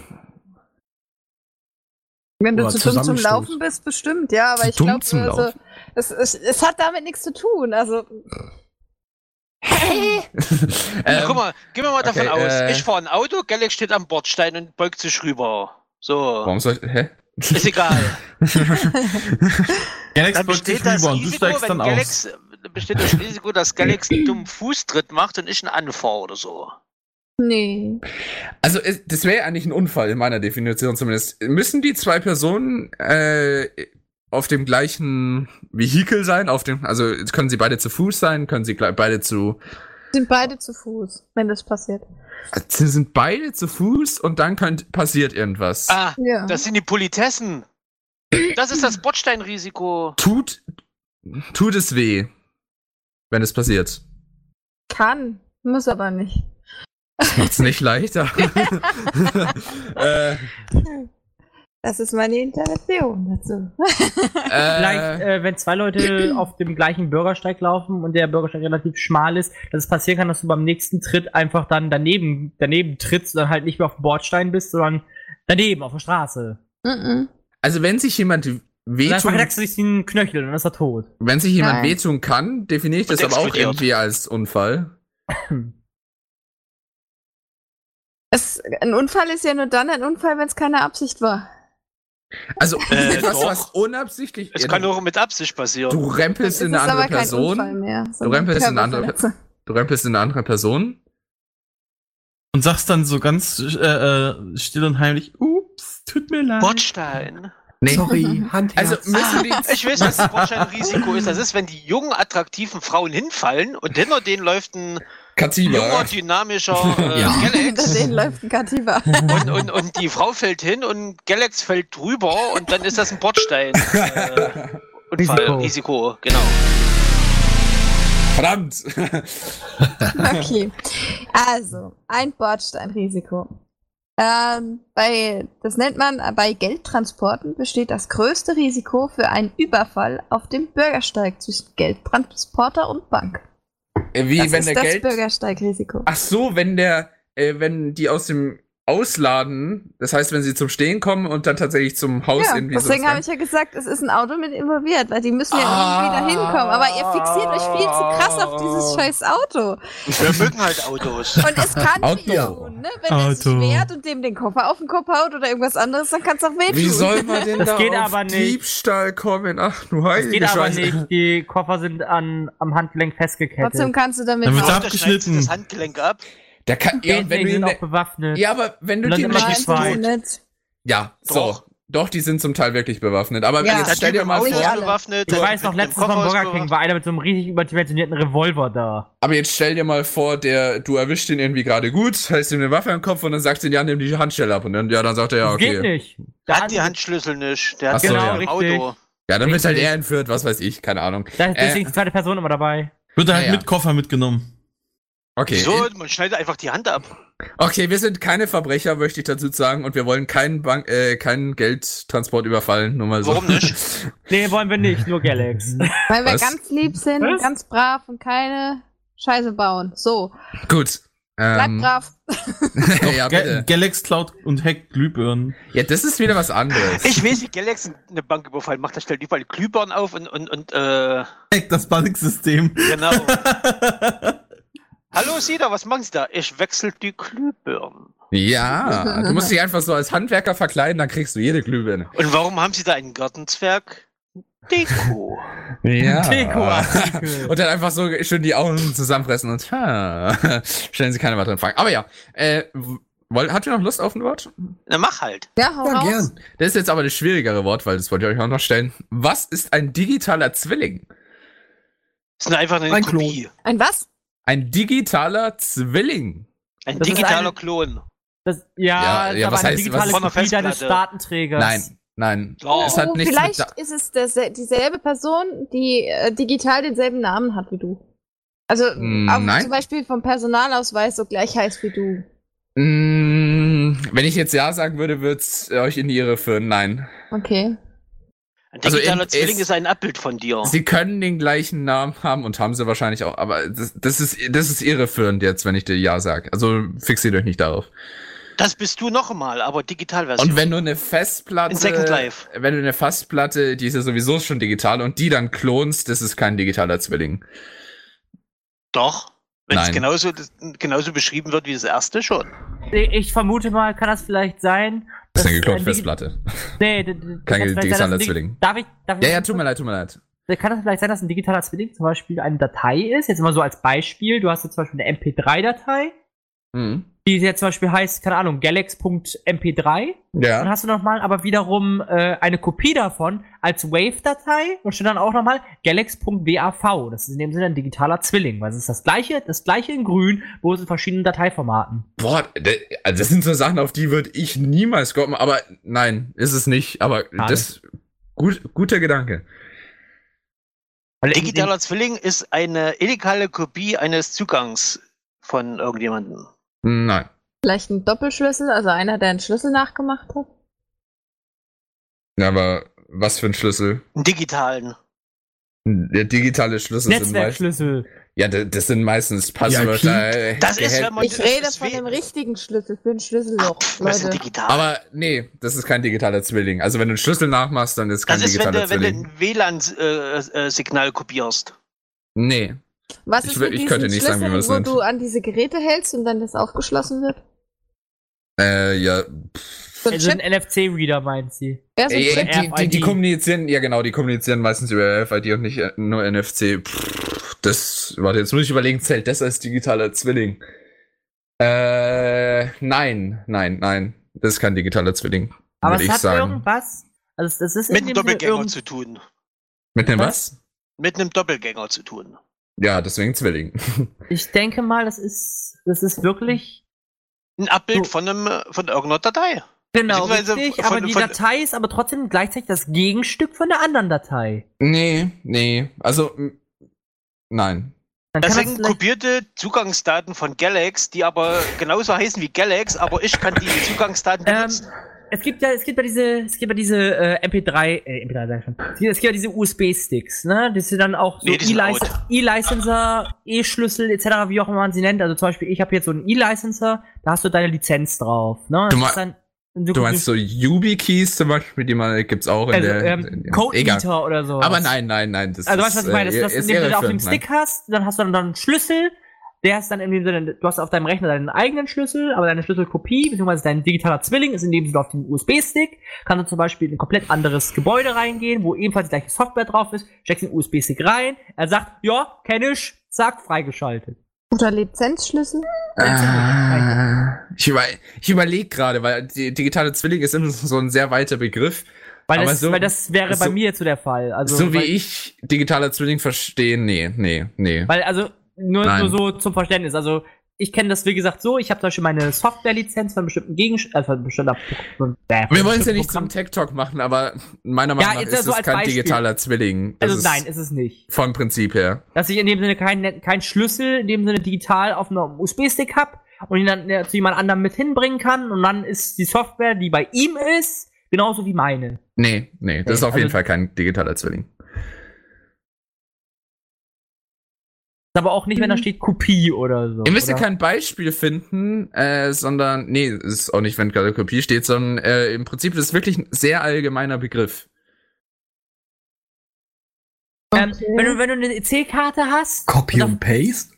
[SPEAKER 5] Wenn du
[SPEAKER 2] Oder
[SPEAKER 5] zu dumm zum
[SPEAKER 2] Zusammenstoß.
[SPEAKER 5] Laufen bist, bestimmt, ja, aber
[SPEAKER 6] Zu
[SPEAKER 5] ich
[SPEAKER 6] dumm
[SPEAKER 5] glaube,
[SPEAKER 6] zum
[SPEAKER 5] also,
[SPEAKER 6] Laufen.
[SPEAKER 5] es, es, es hat damit nichts zu tun. Also,
[SPEAKER 6] miss-
[SPEAKER 7] ja,
[SPEAKER 6] ähm,
[SPEAKER 7] guck mal, gehen wir mal davon
[SPEAKER 6] okay,
[SPEAKER 7] aus.
[SPEAKER 6] äh,
[SPEAKER 7] ich fahre ein Auto, Galax steht am Bordstein und beugt sich rüber. So,
[SPEAKER 6] Warum soll ich, hä?
[SPEAKER 7] ist egal.
[SPEAKER 9] Galax
[SPEAKER 7] Dann
[SPEAKER 9] beugt sich
[SPEAKER 7] besteht das
[SPEAKER 9] rüber und du
[SPEAKER 7] Risiko,
[SPEAKER 9] steigst
[SPEAKER 7] wenn
[SPEAKER 9] dann aus.
[SPEAKER 7] Galax, äh, besteht das Risiko, dass Galax einen dummen Fußtritt macht und ich einen anfahre oder so.
[SPEAKER 5] nee.
[SPEAKER 6] Also, es, das wäre eigentlich ein Unfall in meiner Definition zumindest. Müssen die zwei Personen äh, auf dem gleichen Vehikel sein? Auf dem, also können sie beide zu Fuß sein? Können sie gleich- beide zu?
[SPEAKER 5] Sind beide zu Fuß, wenn das passiert.
[SPEAKER 6] Also, Sie sind beide zu Fuß und dann könnt, passiert irgendwas.
[SPEAKER 7] Ah,
[SPEAKER 5] Ja.
[SPEAKER 7] das sind die Politessen. Das ist das Bordsteinrisiko.
[SPEAKER 6] Tut, tut es weh, wenn es passiert.
[SPEAKER 5] kann, muss aber nicht.
[SPEAKER 6] Das macht's nicht leichter. äh,
[SPEAKER 5] Das ist meine Intervention dazu.
[SPEAKER 8] Vielleicht,
[SPEAKER 6] äh,
[SPEAKER 8] äh, wenn zwei Leute auf dem gleichen Bürgersteig laufen und der Bürgersteig relativ schmal ist, dass es passieren kann, dass du beim nächsten Tritt einfach dann daneben, daneben trittst und dann halt nicht mehr auf dem Bordstein bist, sondern daneben auf der Straße.
[SPEAKER 5] Mhm.
[SPEAKER 6] also wenn sich jemand
[SPEAKER 8] Dann
[SPEAKER 6] wehtun,
[SPEAKER 8] verknackst du sich den Knöchel und dann ist er tot.
[SPEAKER 6] wenn sich jemand
[SPEAKER 5] Nein.
[SPEAKER 6] wehtun kann, definiere ich das
[SPEAKER 7] Und
[SPEAKER 6] aber auch
[SPEAKER 7] explodiert.
[SPEAKER 6] irgendwie als Unfall.
[SPEAKER 5] Es, ein Unfall ist ja nur dann ein Unfall, wenn es keine Absicht war.
[SPEAKER 6] Also
[SPEAKER 7] Äh,
[SPEAKER 6] etwas,
[SPEAKER 7] doch.
[SPEAKER 6] was unabsichtlich
[SPEAKER 7] Es
[SPEAKER 6] Ja,
[SPEAKER 7] kann
[SPEAKER 6] du,
[SPEAKER 7] doch mit Absicht passieren.
[SPEAKER 6] du rempelst
[SPEAKER 5] Dann
[SPEAKER 6] in eine
[SPEAKER 5] es
[SPEAKER 6] andere
[SPEAKER 5] kein Unfall
[SPEAKER 6] Person.
[SPEAKER 5] mehr.
[SPEAKER 6] Du rempelst in eine andere-
[SPEAKER 5] Person.
[SPEAKER 6] Du rempelst in eine andere Person.
[SPEAKER 9] Und sagst dann so ganz äh, äh, still und heimlich, ups, tut mir leid.
[SPEAKER 7] Bordstein.
[SPEAKER 6] Nee.
[SPEAKER 2] Sorry, Hand.
[SPEAKER 6] Also
[SPEAKER 2] Herz.
[SPEAKER 6] müssen die.
[SPEAKER 7] Ah, Ich weiß, was das Bordsteinrisiko ist. Das ist, wenn die jungen, attraktiven Frauen hinfallen und hinter denen läuft ein junger,
[SPEAKER 6] Katiba.
[SPEAKER 7] dynamischer äh,
[SPEAKER 6] Ja.
[SPEAKER 5] Hinter
[SPEAKER 7] Galax.
[SPEAKER 5] denen läuft ein Katiba.
[SPEAKER 7] Und, und, und die Frau fällt hin und Galax fällt drüber und dann ist das ein Bordstein. Äh, Unfall, Risiko.
[SPEAKER 8] Risiko.
[SPEAKER 7] genau.
[SPEAKER 6] Verdammt.
[SPEAKER 5] Okay. Also, ein Bordsteinrisiko. Ähm, bei, das nennt man, äh, bei Geldtransporten besteht das größte Risiko für einen Überfall auf dem Bürgersteig zwischen Geldtransporter und Bank.
[SPEAKER 6] Äh, Wie
[SPEAKER 5] Das
[SPEAKER 6] wenn
[SPEAKER 5] ist
[SPEAKER 6] der
[SPEAKER 5] das
[SPEAKER 6] Geld.
[SPEAKER 5] Bürgersteigrisiko.
[SPEAKER 6] Ach so, wenn der, äh, wenn die aus dem Ausladen, das heißt, wenn sie zum Stehen kommen und dann tatsächlich zum Haus
[SPEAKER 5] Ja,
[SPEAKER 6] irgendwie
[SPEAKER 5] deswegen
[SPEAKER 6] sowas ne?
[SPEAKER 5] habe ich ja gesagt, es ist ein Auto mit involviert, weil die müssen ja
[SPEAKER 6] Ah.
[SPEAKER 5] irgendwie da hinkommen. Aber ihr fixiert euch viel zu krass auf dieses scheiß Auto.
[SPEAKER 7] Wir mögen halt Autos.
[SPEAKER 5] Und es kann
[SPEAKER 6] Auto.
[SPEAKER 5] wehtun, ne? Wenn er sich
[SPEAKER 9] Auto.
[SPEAKER 5] wehrt und dem den Koffer auf den Kopf haut oder irgendwas anderes, dann kann es auch wehtun.
[SPEAKER 6] Wie soll man denn
[SPEAKER 8] Das
[SPEAKER 6] da
[SPEAKER 8] geht
[SPEAKER 6] auf
[SPEAKER 8] aber nicht.
[SPEAKER 6] Diebstahl kommen? Ach, du
[SPEAKER 8] Das
[SPEAKER 6] heilige
[SPEAKER 8] geht aber
[SPEAKER 6] Scheiße.
[SPEAKER 8] nicht. Die Koffer sind an, am Handgelenk
[SPEAKER 5] Trotzdem
[SPEAKER 8] festgekettet.
[SPEAKER 5] kannst du damit
[SPEAKER 9] Dann wird's
[SPEAKER 5] auch-
[SPEAKER 7] Da schneidet sie
[SPEAKER 9] abgeschnitten.
[SPEAKER 7] das Handgelenk ab.
[SPEAKER 6] Der kann, ja, wenn
[SPEAKER 8] Geldmengen
[SPEAKER 6] du ihn, ne-
[SPEAKER 8] sind auch bewaffnet.
[SPEAKER 6] ja, aber wenn du
[SPEAKER 8] Dann
[SPEAKER 6] die
[SPEAKER 8] immer
[SPEAKER 5] Nein,
[SPEAKER 8] die
[SPEAKER 6] nicht,
[SPEAKER 8] zwei.
[SPEAKER 5] sind sie nicht.
[SPEAKER 6] ja, so.
[SPEAKER 7] Doch.
[SPEAKER 6] Doch, die sind zum Teil wirklich bewaffnet. Aber
[SPEAKER 5] Ja.
[SPEAKER 6] jetzt
[SPEAKER 7] Der
[SPEAKER 6] stell
[SPEAKER 7] Typ
[SPEAKER 6] dir
[SPEAKER 7] im
[SPEAKER 6] mal
[SPEAKER 7] Auto
[SPEAKER 5] Nicht
[SPEAKER 7] ist
[SPEAKER 6] vor,
[SPEAKER 5] alle.
[SPEAKER 7] bewaffnet.
[SPEAKER 8] Ich
[SPEAKER 7] der
[SPEAKER 8] weiß
[SPEAKER 7] Typ mit
[SPEAKER 8] noch,
[SPEAKER 7] dem
[SPEAKER 8] letztens beim
[SPEAKER 7] Koffer ist
[SPEAKER 8] Burger King war einer mit so einem riesig überdimensionierten Revolver da.
[SPEAKER 6] aber jetzt stell dir mal vor, der, du erwischst ihn irgendwie gerade gut, hältst ihm eine Waffe am Kopf und dann sagst du ihm, ja, nimm die Handschelle ab. Und dann, ja, dann sagt er, ja,
[SPEAKER 8] Das
[SPEAKER 6] okay.
[SPEAKER 8] Geht nicht.
[SPEAKER 7] Der
[SPEAKER 8] Da
[SPEAKER 7] hat die Handschlüssel nicht. Der
[SPEAKER 6] Ach
[SPEAKER 7] hat
[SPEAKER 6] so,
[SPEAKER 7] die
[SPEAKER 6] ja.
[SPEAKER 7] im Auto.
[SPEAKER 6] Ja, dann wird halt
[SPEAKER 8] Richtig.
[SPEAKER 6] er entführt, was weiß ich, keine Ahnung.
[SPEAKER 8] Da ist deswegen
[SPEAKER 6] Äh,
[SPEAKER 8] die zweite Person immer dabei.
[SPEAKER 9] Wird er halt
[SPEAKER 6] Naja.
[SPEAKER 9] mit Koffer mitgenommen.
[SPEAKER 6] Okay.
[SPEAKER 7] So, man schneidet einfach die Hand ab.
[SPEAKER 6] Okay, wir sind keine Verbrecher, möchte ich dazu sagen, und wir wollen keinen Bank, äh, keinen Geldtransport überfallen, nur mal so.
[SPEAKER 7] Warum nicht?
[SPEAKER 8] Nee, wollen wir nicht, nur Galax.
[SPEAKER 5] Weil wir
[SPEAKER 6] Was?
[SPEAKER 5] ganz lieb sind,
[SPEAKER 8] Was?
[SPEAKER 5] ganz brav und keine Scheiße bauen. So,
[SPEAKER 6] Gut.
[SPEAKER 5] bleib
[SPEAKER 6] Ähm,
[SPEAKER 5] brav.
[SPEAKER 6] ja,
[SPEAKER 9] Ga
[SPEAKER 6] bitte.
[SPEAKER 9] Galax klaut und hackt Glühbirnen.
[SPEAKER 6] Ja, das ist wieder was anderes.
[SPEAKER 7] Ich weiß, wie Galax eine Bank überfallen macht. Da stellt überall Glühbirnen auf und, und, und äh,
[SPEAKER 9] Hackt das Banksystem.
[SPEAKER 7] genau. Hallo, Sida, was machen Sie da? Ich wechsel die Glühbirnen.
[SPEAKER 6] ja, du musst dich einfach so als Handwerker verkleiden, dann kriegst du jede Glühbirne.
[SPEAKER 7] Und warum haben Sie da einen Gartenzwerg? Deko.
[SPEAKER 6] Ja.
[SPEAKER 8] Dekoartikel.
[SPEAKER 6] und dann einfach so schön die Augen zusammenpressen und ha, stellen sie keine weiteren Fragen. Aber ja, äh, wollt, habt ihr noch Lust auf ein Wort?
[SPEAKER 7] Na, mach halt.
[SPEAKER 5] Ja, hau
[SPEAKER 2] Ja,
[SPEAKER 5] raus.
[SPEAKER 2] gern.
[SPEAKER 6] Das ist jetzt aber das schwierigere Wort, weil das wollte ich euch auch noch stellen. Was ist ein digitaler Zwilling?
[SPEAKER 7] Das ist einfach eine
[SPEAKER 2] Ein Klon.
[SPEAKER 7] Kopie.
[SPEAKER 5] Ein was?
[SPEAKER 6] Ein digitaler Zwilling.
[SPEAKER 7] Ein
[SPEAKER 8] Das ist
[SPEAKER 7] digitaler
[SPEAKER 8] ein-
[SPEAKER 7] Klon.
[SPEAKER 8] Das, ja,
[SPEAKER 6] Ja, ja,
[SPEAKER 8] aber
[SPEAKER 6] was
[SPEAKER 8] eine
[SPEAKER 6] heißt-
[SPEAKER 8] digitale
[SPEAKER 6] was-
[SPEAKER 7] Von der
[SPEAKER 8] Kopie deines
[SPEAKER 7] Festplatte.
[SPEAKER 8] Datenträgers.
[SPEAKER 6] Nein, nein.
[SPEAKER 7] Oh,
[SPEAKER 6] es hat nichts mit
[SPEAKER 5] vielleicht
[SPEAKER 6] da
[SPEAKER 5] ist es derse- dieselbe Person, die äh, digital denselben Namen hat wie du. Also
[SPEAKER 6] Mm,
[SPEAKER 5] auch
[SPEAKER 6] nein.
[SPEAKER 5] zum Beispiel vom Personalausweis so gleich heißt wie du.
[SPEAKER 6] Mm, Wenn ich jetzt Ja sagen würde, wird's euch in die Irre führen. Nein.
[SPEAKER 5] Okay.
[SPEAKER 7] Ein
[SPEAKER 6] Also
[SPEAKER 7] digitaler
[SPEAKER 6] in-
[SPEAKER 7] Zwilling
[SPEAKER 6] es-
[SPEAKER 7] ist ein Abbild von dir.
[SPEAKER 6] Sie können den gleichen Namen haben und haben sie wahrscheinlich auch, aber das, das, ist, das ist irreführend jetzt, wenn ich dir Ja sage. Also fixiert euch nicht darauf.
[SPEAKER 7] Das bist du nochmal, aber digital
[SPEAKER 6] Und
[SPEAKER 7] Version.
[SPEAKER 6] wenn du eine Festplatte.
[SPEAKER 7] In Second Life.
[SPEAKER 6] Wenn du eine Festplatte, die ist ja sowieso schon digital und die dann klonst, das ist kein digitaler Zwilling.
[SPEAKER 7] Doch. Wenn es
[SPEAKER 6] Nein.
[SPEAKER 7] genauso, das- genauso beschrieben wird wie das erste schon.
[SPEAKER 8] Ich ich vermute mal, kann das vielleicht sein.
[SPEAKER 6] Das ist eine
[SPEAKER 8] dass ein
[SPEAKER 6] geklonte
[SPEAKER 8] digi-
[SPEAKER 6] Festplatte.
[SPEAKER 8] Nee, d- d-
[SPEAKER 6] Kein
[SPEAKER 8] kann es vielleicht sein,
[SPEAKER 6] digitaler
[SPEAKER 8] dass ein Dig-
[SPEAKER 6] Zwilling.
[SPEAKER 8] Darf ich, darf ich
[SPEAKER 6] Ja, ja, tut mir leid, tut mir leid.
[SPEAKER 8] Da Kann das vielleicht sein, dass ein digitaler Zwilling zum Beispiel eine Datei ist? Jetzt mal so als Beispiel, du hast jetzt zum Beispiel eine MP3-Datei,
[SPEAKER 6] Mhm.
[SPEAKER 8] die jetzt zum Beispiel heißt, keine Ahnung, galax.mp3. Dann
[SPEAKER 6] Ja.
[SPEAKER 8] hast du nochmal aber wiederum äh, eine Kopie davon als Wave-Datei und steht dann auch nochmal galax.wav. Das ist in dem Sinne ein digitaler Zwilling, weil es ist das gleiche, das gleiche in grün, bloß in verschiedenen Dateiformaten.
[SPEAKER 6] Boah, d- also das sind so Sachen, auf die würde ich niemals kommen, aber nein, ist es nicht. Aber das. Gut, guter Gedanke.
[SPEAKER 8] Weil in-
[SPEAKER 7] Digitaler Zwilling ist eine illegale Kopie eines Zugangs von irgendjemandem.
[SPEAKER 6] Nein.
[SPEAKER 5] Vielleicht ein Doppelschlüssel, also einer, der einen Schlüssel nachgemacht hat.
[SPEAKER 6] Ja, aber was für ein Schlüssel?
[SPEAKER 7] Einen digitalen.
[SPEAKER 6] Der digitale Schlüssel
[SPEAKER 8] Netzwerkschlüssel.
[SPEAKER 6] sind meist, Ja, da- das sind meistens Passwörter. äh,
[SPEAKER 7] Das ist,
[SPEAKER 6] gehackt.
[SPEAKER 7] wenn man
[SPEAKER 11] Ich rede
[SPEAKER 7] das
[SPEAKER 11] von
[SPEAKER 7] W-
[SPEAKER 11] dem richtigen Schlüssel für ein Schlüsselloch,
[SPEAKER 7] Das ist
[SPEAKER 11] Leute.
[SPEAKER 7] digital.
[SPEAKER 6] aber nee, das ist kein digitaler Zwilling. Also wenn du einen Schlüssel nachmachst, dann ist kein
[SPEAKER 7] das ist, wenn
[SPEAKER 6] digitaler
[SPEAKER 7] du, wenn du
[SPEAKER 6] Zwilling.
[SPEAKER 7] ein WLAN-Signal äh, kopierst.
[SPEAKER 6] Nee.
[SPEAKER 11] Was
[SPEAKER 6] Ich
[SPEAKER 11] ist
[SPEAKER 6] wür-
[SPEAKER 11] mit
[SPEAKER 6] ich
[SPEAKER 11] diesem
[SPEAKER 6] könnte nicht sagen, wie
[SPEAKER 11] Schlüssel,
[SPEAKER 6] man es
[SPEAKER 11] wo
[SPEAKER 6] nennt.
[SPEAKER 11] du an diese Geräte hältst und dann das aufgeschlossen wird?
[SPEAKER 6] Äh, ja.
[SPEAKER 11] So ein
[SPEAKER 8] Also ein
[SPEAKER 11] Chip?
[SPEAKER 8] NFC-Reader meint sie.
[SPEAKER 11] Ja, so ein
[SPEAKER 6] Äh,
[SPEAKER 11] Chip.
[SPEAKER 6] die, die, die
[SPEAKER 8] RFID.
[SPEAKER 6] kommunizieren, ja genau, die kommunizieren meistens über RFID und nicht äh, nur NFC. Pff, das, warte, jetzt muss ich überlegen, zählt das als digitaler Zwilling? Äh, nein, nein, nein. Das ist kein digitaler Zwilling,
[SPEAKER 8] Aber
[SPEAKER 6] würde
[SPEAKER 8] es
[SPEAKER 6] ich
[SPEAKER 8] hat
[SPEAKER 6] sagen.
[SPEAKER 8] irgendwas. Also das ist in
[SPEAKER 7] Mit einem
[SPEAKER 8] dem Sinne
[SPEAKER 7] Doppelgänger
[SPEAKER 8] irgend-
[SPEAKER 7] zu tun.
[SPEAKER 6] Mit einem was?
[SPEAKER 7] Mit einem Doppelgänger zu tun.
[SPEAKER 6] Ja, deswegen Zwilling.
[SPEAKER 8] Ich denke mal, das ist, das ist wirklich
[SPEAKER 7] Ein Abbild
[SPEAKER 8] So.
[SPEAKER 7] von, einem, äh, von irgendeiner Datei.
[SPEAKER 8] genau
[SPEAKER 7] Beziehungsweise
[SPEAKER 8] richtig.
[SPEAKER 7] von-
[SPEAKER 8] aber
[SPEAKER 7] von-
[SPEAKER 8] die
[SPEAKER 7] von-
[SPEAKER 8] Datei ist aber trotzdem gleichzeitig das Gegenstück von der anderen Datei.
[SPEAKER 6] nee, nee. Also, m- nein.
[SPEAKER 8] Dann kann
[SPEAKER 7] Deswegen
[SPEAKER 8] das vielleicht-
[SPEAKER 7] kopierte Zugangsdaten von Galax, die aber genauso heißen wie Galax, aber ich kann die Zugangsdaten
[SPEAKER 8] Ähm,
[SPEAKER 7] benutzen.
[SPEAKER 8] es gibt ja, es gibt ja diese, es gibt ja diese äh, MP3, äh, MP3 sag ich schon. Es gibt- Es gibt ja diese USB-Sticks, ne? Die sind dann auch so
[SPEAKER 7] Nee, die sind
[SPEAKER 8] E-Lic-
[SPEAKER 7] out.
[SPEAKER 8] E-Licenser, E-Schlüssel etc., wie auch immer man sie nennt. Also zum Beispiel, ich habe jetzt so einen E-Licenser, da hast du deine Lizenz drauf, ne? Das
[SPEAKER 6] Du mein-
[SPEAKER 8] ist dann-
[SPEAKER 6] Du meinst so YubiKeys zum Beispiel, die man gibt's auch in
[SPEAKER 8] also,
[SPEAKER 6] der.
[SPEAKER 8] ähm,
[SPEAKER 6] ja,
[SPEAKER 8] Code
[SPEAKER 6] egal.
[SPEAKER 8] Meter oder so.
[SPEAKER 6] Aber nein, nein, nein. Das
[SPEAKER 8] Also
[SPEAKER 6] ist,
[SPEAKER 8] weißt du, was ich meine?
[SPEAKER 6] äh,
[SPEAKER 8] Dass, dass
[SPEAKER 6] ist
[SPEAKER 8] du den du auf dem
[SPEAKER 6] irreführend, nein.
[SPEAKER 8] Stick hast, dann hast du dann einen Schlüssel, der ist dann in dem Sinne, du hast auf deinem Rechner deinen eigenen Schlüssel, aber deine Schlüsselkopie, beziehungsweise dein digitaler Zwilling ist in dem Sinne auf dem USB-Stick, kann dann zum Beispiel in ein komplett anderes Gebäude reingehen, wo ebenfalls die gleiche Software drauf ist, steckst den USB-Stick rein, er sagt, ja, kenn ich, zack, freigeschaltet.
[SPEAKER 11] Oder Lizenzschlüssel?
[SPEAKER 6] Ah, ich, über, ich überlege gerade, weil die digitale Zwilling ist immer so ein sehr weiter Begriff.
[SPEAKER 8] Weil,
[SPEAKER 6] Aber
[SPEAKER 8] das,
[SPEAKER 6] so-
[SPEAKER 8] weil das wäre bei
[SPEAKER 6] so-
[SPEAKER 8] mir zu der Fall. Also,
[SPEAKER 6] so wie
[SPEAKER 8] weil,
[SPEAKER 6] ich digitaler Zwilling verstehe, nee, nee, nee.
[SPEAKER 8] Weil, also, nur,
[SPEAKER 6] Nein.
[SPEAKER 8] nur so zum Verständnis. Also, ich kenne das, wie gesagt, so. Ich habe zum Beispiel meine Softwarelizenz von bestimmten Gegenständen, äh, von bestimmter. Äh, von
[SPEAKER 6] Wir wollen es ja
[SPEAKER 8] bestimmten
[SPEAKER 6] nicht zum Tech Talk machen, aber meiner Meinung
[SPEAKER 8] Ja,
[SPEAKER 6] nach
[SPEAKER 8] jetzt
[SPEAKER 6] ist
[SPEAKER 8] so
[SPEAKER 6] es
[SPEAKER 8] als
[SPEAKER 6] kein
[SPEAKER 8] Beispiel.
[SPEAKER 6] digitaler Zwilling. Das
[SPEAKER 8] Also
[SPEAKER 6] ist
[SPEAKER 8] nein, ist es nicht.
[SPEAKER 6] vom Prinzip her.
[SPEAKER 8] Dass ich in dem Sinne keinen kein Schlüssel, in dem Sinne digital auf einem USB-Stick hab und ihn dann äh, zu jemand anderem mit hinbringen kann und dann ist die Software, die bei ihm ist, genauso wie meine.
[SPEAKER 6] Nee, nee, das
[SPEAKER 8] Nee,
[SPEAKER 6] ist auf jeden
[SPEAKER 8] also-
[SPEAKER 6] Fall kein digitaler Zwilling.
[SPEAKER 8] Ist aber auch nicht, wenn da steht Kopie oder so.
[SPEAKER 6] Ihr müsst ja
[SPEAKER 8] oder?
[SPEAKER 6] kein Beispiel finden, äh, sondern, nee, es ist auch nicht, wenn gerade Kopie steht, sondern äh, im Prinzip ist es wirklich ein sehr allgemeiner Begriff.
[SPEAKER 8] ähm, wenn, du, wenn du eine EC-Karte hast.
[SPEAKER 2] Copy
[SPEAKER 8] und
[SPEAKER 2] und Paste?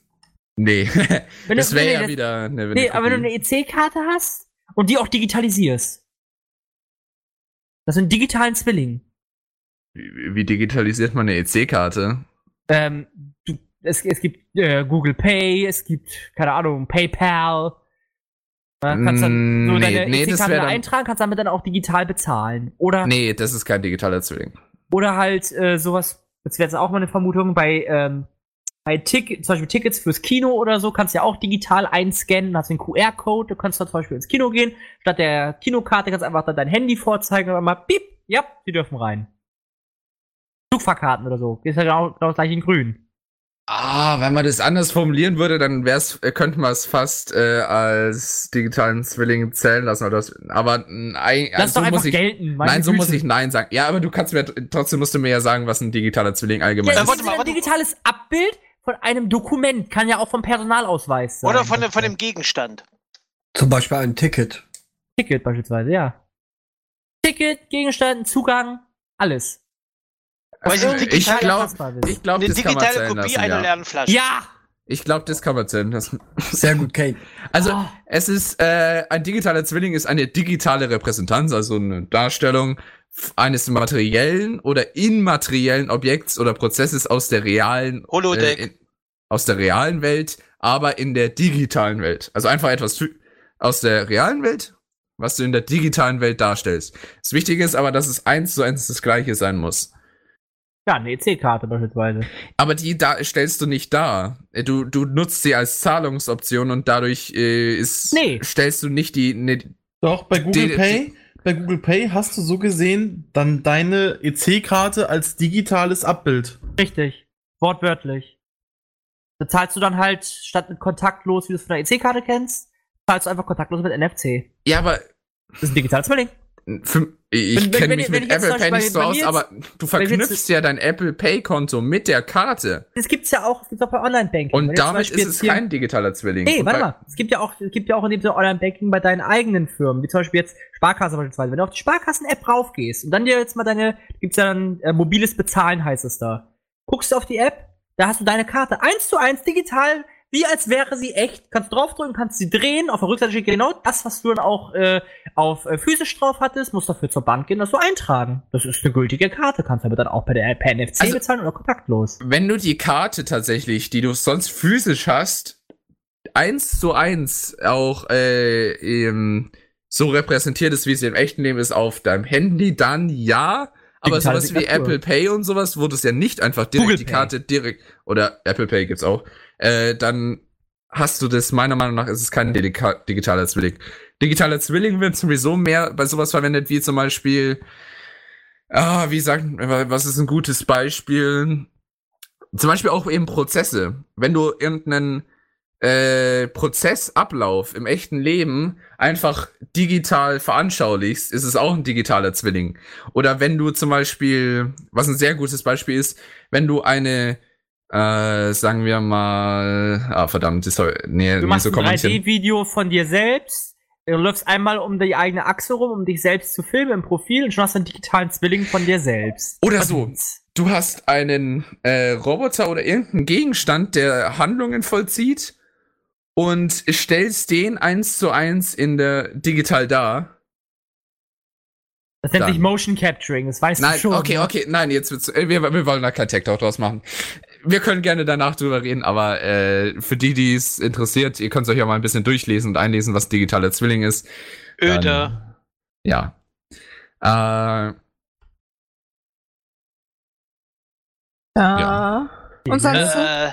[SPEAKER 6] Nee,
[SPEAKER 8] dann- wenn
[SPEAKER 6] das
[SPEAKER 8] du, wenn
[SPEAKER 6] wäre
[SPEAKER 8] du
[SPEAKER 6] ja
[SPEAKER 8] das-
[SPEAKER 6] wieder eine,
[SPEAKER 8] Nee, aber wenn du eine EC-Karte hast und die auch digitalisierst. Das sind digitalen Zwilling.
[SPEAKER 6] Wie wie digitalisiert man eine E EC-Karte?
[SPEAKER 8] Ähm, du, es, es gibt äh, Google Pay, es gibt, keine Ahnung, PayPal. Ja, kannst dann so
[SPEAKER 6] Mm,
[SPEAKER 8] deine
[SPEAKER 6] nee, nee, das
[SPEAKER 8] EC-Karte
[SPEAKER 6] wär dann-
[SPEAKER 8] eintragen, kannst damit dann auch digital bezahlen. Oder,
[SPEAKER 6] Nee, das ist kein digitaler Zwilling.
[SPEAKER 8] oder halt äh, sowas, das wäre jetzt auch mal eine Vermutung, bei, ähm, bei Tick, zum Beispiel Tickets fürs Kino oder so, kannst du ja auch digital einscannen, hast den QR-Code, du kannst da zum Beispiel ins Kino gehen, statt der Kinokarte kannst du einfach dann dein Handy vorzeigen und dann mal piep, ja, die dürfen rein. Zugfahrkarten oder so, ist ja genau, genau das gleiche in grün.
[SPEAKER 6] Ah, wenn man das anders formulieren würde, dann wär's, äh, könnte man es fast äh, als digitalen Zwilling zählen lassen. Oder das, aber nein,
[SPEAKER 8] Lass
[SPEAKER 6] so
[SPEAKER 8] doch einfach
[SPEAKER 6] muss ich,
[SPEAKER 8] gelten. meine
[SPEAKER 6] nein, so muss
[SPEAKER 8] Güte.
[SPEAKER 6] ich nein sagen. Ja, aber du kannst mir trotzdem musst du mir ja sagen, was ein digitaler Zwilling allgemein
[SPEAKER 7] Ja,
[SPEAKER 8] Das
[SPEAKER 6] ist.
[SPEAKER 7] warte
[SPEAKER 8] ist
[SPEAKER 7] mal,
[SPEAKER 8] ja ein
[SPEAKER 7] warte mal.
[SPEAKER 8] digitales Abbild von einem Dokument. Kann ja auch vom Personalausweis sein.
[SPEAKER 7] Oder von, dem- von dem Gegenstand.
[SPEAKER 2] Zum Beispiel ein Ticket.
[SPEAKER 8] Ticket beispielsweise, ja. Ticket, Gegenstand, Zugang, alles.
[SPEAKER 7] Weil
[SPEAKER 6] Also,
[SPEAKER 7] es
[SPEAKER 6] ich
[SPEAKER 7] ein digitaler
[SPEAKER 6] glaube,
[SPEAKER 8] Fassbar ist.
[SPEAKER 6] ich glaub,
[SPEAKER 7] Eine
[SPEAKER 6] das kann man
[SPEAKER 7] digitale
[SPEAKER 6] zählen
[SPEAKER 7] Kopie
[SPEAKER 6] lassen.
[SPEAKER 7] einer
[SPEAKER 6] Ja.
[SPEAKER 7] Lernflasche.
[SPEAKER 8] Ja!
[SPEAKER 6] Ich glaube, das kann man zählen lassen.
[SPEAKER 2] Sehr gut, Kate.
[SPEAKER 6] Also,
[SPEAKER 8] Ah.
[SPEAKER 6] es ist, äh, ein digitaler Zwilling ist eine digitale Repräsentanz, also eine Darstellung f- eines materiellen oder immateriellen Objekts oder Prozesses aus der realen, äh,
[SPEAKER 7] Holodeck.
[SPEAKER 6] in, aus der realen Welt, aber in der digitalen Welt. Also einfach etwas fü- aus der realen Welt, was du in der digitalen Welt darstellst. Das Wichtige ist aber, dass es eins zu eins das Gleiche sein muss.
[SPEAKER 8] Ja, eine EC-Karte beispielsweise.
[SPEAKER 6] Aber die da stellst du nicht dar. Äh, Du, du nutzt sie als Zahlungsoption und dadurch äh, ist,
[SPEAKER 8] Nee.
[SPEAKER 6] stellst du nicht die. ne, Nee,
[SPEAKER 9] Doch, bei Google
[SPEAKER 6] Die-
[SPEAKER 9] Pay, bei Google Pay hast du so gesehen dann deine EC-Karte als digitales Abbild.
[SPEAKER 8] Richtig. Wortwörtlich. Da zahlst du dann halt statt mit kontaktlos, wie du es von der EC-Karte kennst, zahlst du einfach kontaktlos mit NFC.
[SPEAKER 6] ja, aber
[SPEAKER 8] Das ist ein digitales Zwilling.
[SPEAKER 6] Für, ich
[SPEAKER 8] Wenn- wenn-
[SPEAKER 6] kenne
[SPEAKER 8] wenn
[SPEAKER 6] mich
[SPEAKER 8] ich- wenn
[SPEAKER 6] mit
[SPEAKER 8] ich jetzt
[SPEAKER 6] Apple
[SPEAKER 8] zum Beispiel
[SPEAKER 6] Pay nicht so
[SPEAKER 8] bei mir
[SPEAKER 6] aus,
[SPEAKER 8] jetzt-
[SPEAKER 6] aber du
[SPEAKER 8] wenn ich jetzt-
[SPEAKER 6] verknüpfst ja dein Apple Pay Konto mit der Karte.
[SPEAKER 8] Das gibt's ja auch, das gibt's auch bei Online-Banking. Wenn
[SPEAKER 6] Und
[SPEAKER 8] du zum
[SPEAKER 6] damit
[SPEAKER 8] Beispiel
[SPEAKER 6] ist
[SPEAKER 8] jetzt
[SPEAKER 6] es
[SPEAKER 8] hier-
[SPEAKER 6] kein digitaler Zwilling.
[SPEAKER 8] Nee,
[SPEAKER 6] Und
[SPEAKER 8] warte
[SPEAKER 6] bei-
[SPEAKER 8] mal. Es gibt ja auch, es gibt ja auch in dem Sinne Online-Banking bei deinen eigenen Firmen, wie zum Beispiel jetzt Sparkasse beispielsweise. Wenn du auf die Sparkassen-App raufgehst und dann dir jetzt mal deine, gibt's ja dann äh, mobiles Bezahlen heißt es da. Guckst auf die App, da hast du deine Karte eins zu eins digital, wie als wäre sie echt. Kannst draufdrücken, kannst sie drehen, auf der Rückseite steht genau das, was du dann auch äh, auf äh, physisch drauf hattest, musst dafür zur Bank gehen, das so eintragen. Das ist eine gültige Karte, kannst aber dann auch per, der, per NFC
[SPEAKER 6] Also-
[SPEAKER 8] bezahlen oder kontaktlos.
[SPEAKER 6] Wenn du die Karte tatsächlich, die du sonst physisch hast, eins zu eins auch äh, ähm, so repräsentiert ist, wie sie im echten Leben ist, auf deinem Handy, dann ja. Aber
[SPEAKER 8] Digitale
[SPEAKER 6] sowas wie
[SPEAKER 8] Signatur.
[SPEAKER 6] Apple Pay und sowas, wo du es ja nicht einfach direkt
[SPEAKER 8] Google
[SPEAKER 6] die
[SPEAKER 8] Pay.
[SPEAKER 6] Karte direkt oder Apple Pay gibt's auch, äh, dann hast du das, meiner Meinung nach, ist es kein Dedika- digitaler Zwilling. Digitaler Zwilling wird sowieso mehr bei sowas verwendet, wie zum Beispiel, ah, wie sagt, was ist ein gutes Beispiel? Zum Beispiel auch eben Prozesse. Wenn du irgendeinen äh, Prozessablauf im echten Leben einfach digital veranschaulichst, ist es auch ein digitaler Zwilling. Oder wenn du zum Beispiel, was ein sehr gutes Beispiel ist, wenn du eine, äh, sagen wir mal, ah verdammt, das soll, nee,
[SPEAKER 8] Du
[SPEAKER 6] nee,
[SPEAKER 8] machst
[SPEAKER 6] so komme
[SPEAKER 8] ein
[SPEAKER 6] ich hin.
[SPEAKER 8] 3D-Video von dir selbst, du läufst einmal um die eigene Achse rum, um dich selbst zu filmen im Profil und schon hast du einen digitalen Zwilling von dir selbst.
[SPEAKER 6] Oder so, du hast einen äh, Roboter oder irgendeinen Gegenstand, der Handlungen vollzieht und stellst den eins zu eins in der digital dar.
[SPEAKER 8] Das nennt sich
[SPEAKER 6] Dann.
[SPEAKER 8] Motion Capturing, das weißt
[SPEAKER 6] Nein,
[SPEAKER 8] du schon.
[SPEAKER 6] okay,
[SPEAKER 8] ne?
[SPEAKER 6] okay, nein, jetzt wird's, äh, wir, wir wollen da kein Tech Talk draus machen. Wir können gerne danach drüber reden, aber äh, für die, die es interessiert, ihr könnt euch ja mal ein bisschen durchlesen und einlesen, was digitaler Zwilling ist.
[SPEAKER 7] Öde.
[SPEAKER 6] Ja. Äh,
[SPEAKER 5] Ja. Und sonst so?
[SPEAKER 7] Äh,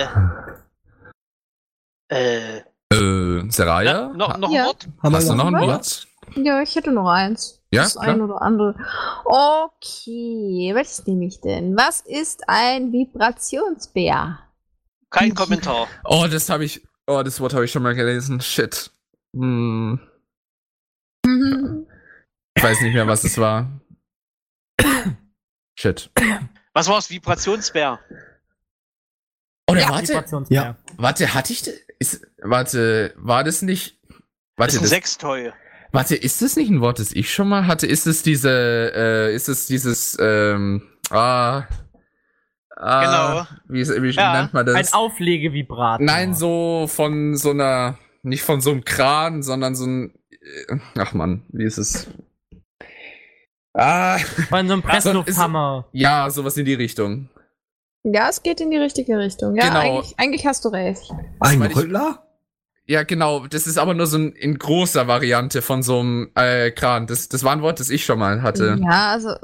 [SPEAKER 7] äh, äh,
[SPEAKER 6] äh, Seraya?
[SPEAKER 7] noch, noch
[SPEAKER 11] Ja.
[SPEAKER 7] ein Wort?
[SPEAKER 6] Hast du noch ein
[SPEAKER 11] was?
[SPEAKER 6] Wort?
[SPEAKER 11] Ja, ich hätte noch eins.
[SPEAKER 6] Ja,
[SPEAKER 11] Das
[SPEAKER 6] klar.
[SPEAKER 11] ein oder andere. Okay, welches nehme ich denn? Was ist ein Vibrationsbär?
[SPEAKER 7] Kein Kommentar.
[SPEAKER 6] Oh, das habe ich, oh, das Wort habe ich schon mal gelesen. Shit. Hm,
[SPEAKER 11] Mhm.
[SPEAKER 6] ich weiß nicht mehr, was es war. Shit.
[SPEAKER 7] Was war's? Vibrationsbär.
[SPEAKER 6] Oder
[SPEAKER 8] Ja,
[SPEAKER 6] warte,
[SPEAKER 8] Vibrationsbär.
[SPEAKER 2] Ja.
[SPEAKER 6] warte, hatte ich, de- ist, warte, war das nicht,
[SPEAKER 7] Das
[SPEAKER 6] warte,
[SPEAKER 7] ist ein
[SPEAKER 6] das,
[SPEAKER 7] Sechsteu.
[SPEAKER 6] Warte, ist das nicht ein Wort, das ich schon mal hatte? Ist es diese, äh, ist es dieses, ähm, ah,
[SPEAKER 7] Genau.
[SPEAKER 6] ah wie, ist- wie
[SPEAKER 7] Ja,
[SPEAKER 6] nennt man das?
[SPEAKER 8] Ein Auflegevibrator.
[SPEAKER 6] Nein, so von so einer, nicht von so einem Kran, sondern so ein, äh, ach man, wie ist es? Ah,
[SPEAKER 8] Von so einem
[SPEAKER 6] Also,
[SPEAKER 8] Presslufthammer.
[SPEAKER 6] ja, sowas in die Richtung.
[SPEAKER 11] Ja, es geht in die richtige Richtung. Ja,
[SPEAKER 6] Genau.
[SPEAKER 11] eigentlich, eigentlich hast du recht.
[SPEAKER 2] Ein
[SPEAKER 6] meine ich-
[SPEAKER 2] Rüttler?
[SPEAKER 6] Ja, genau, das ist aber nur so ein, in großer Variante von so einem äh, Kran. Das, das war ein Wort, das ich schon mal hatte.
[SPEAKER 11] Ja, also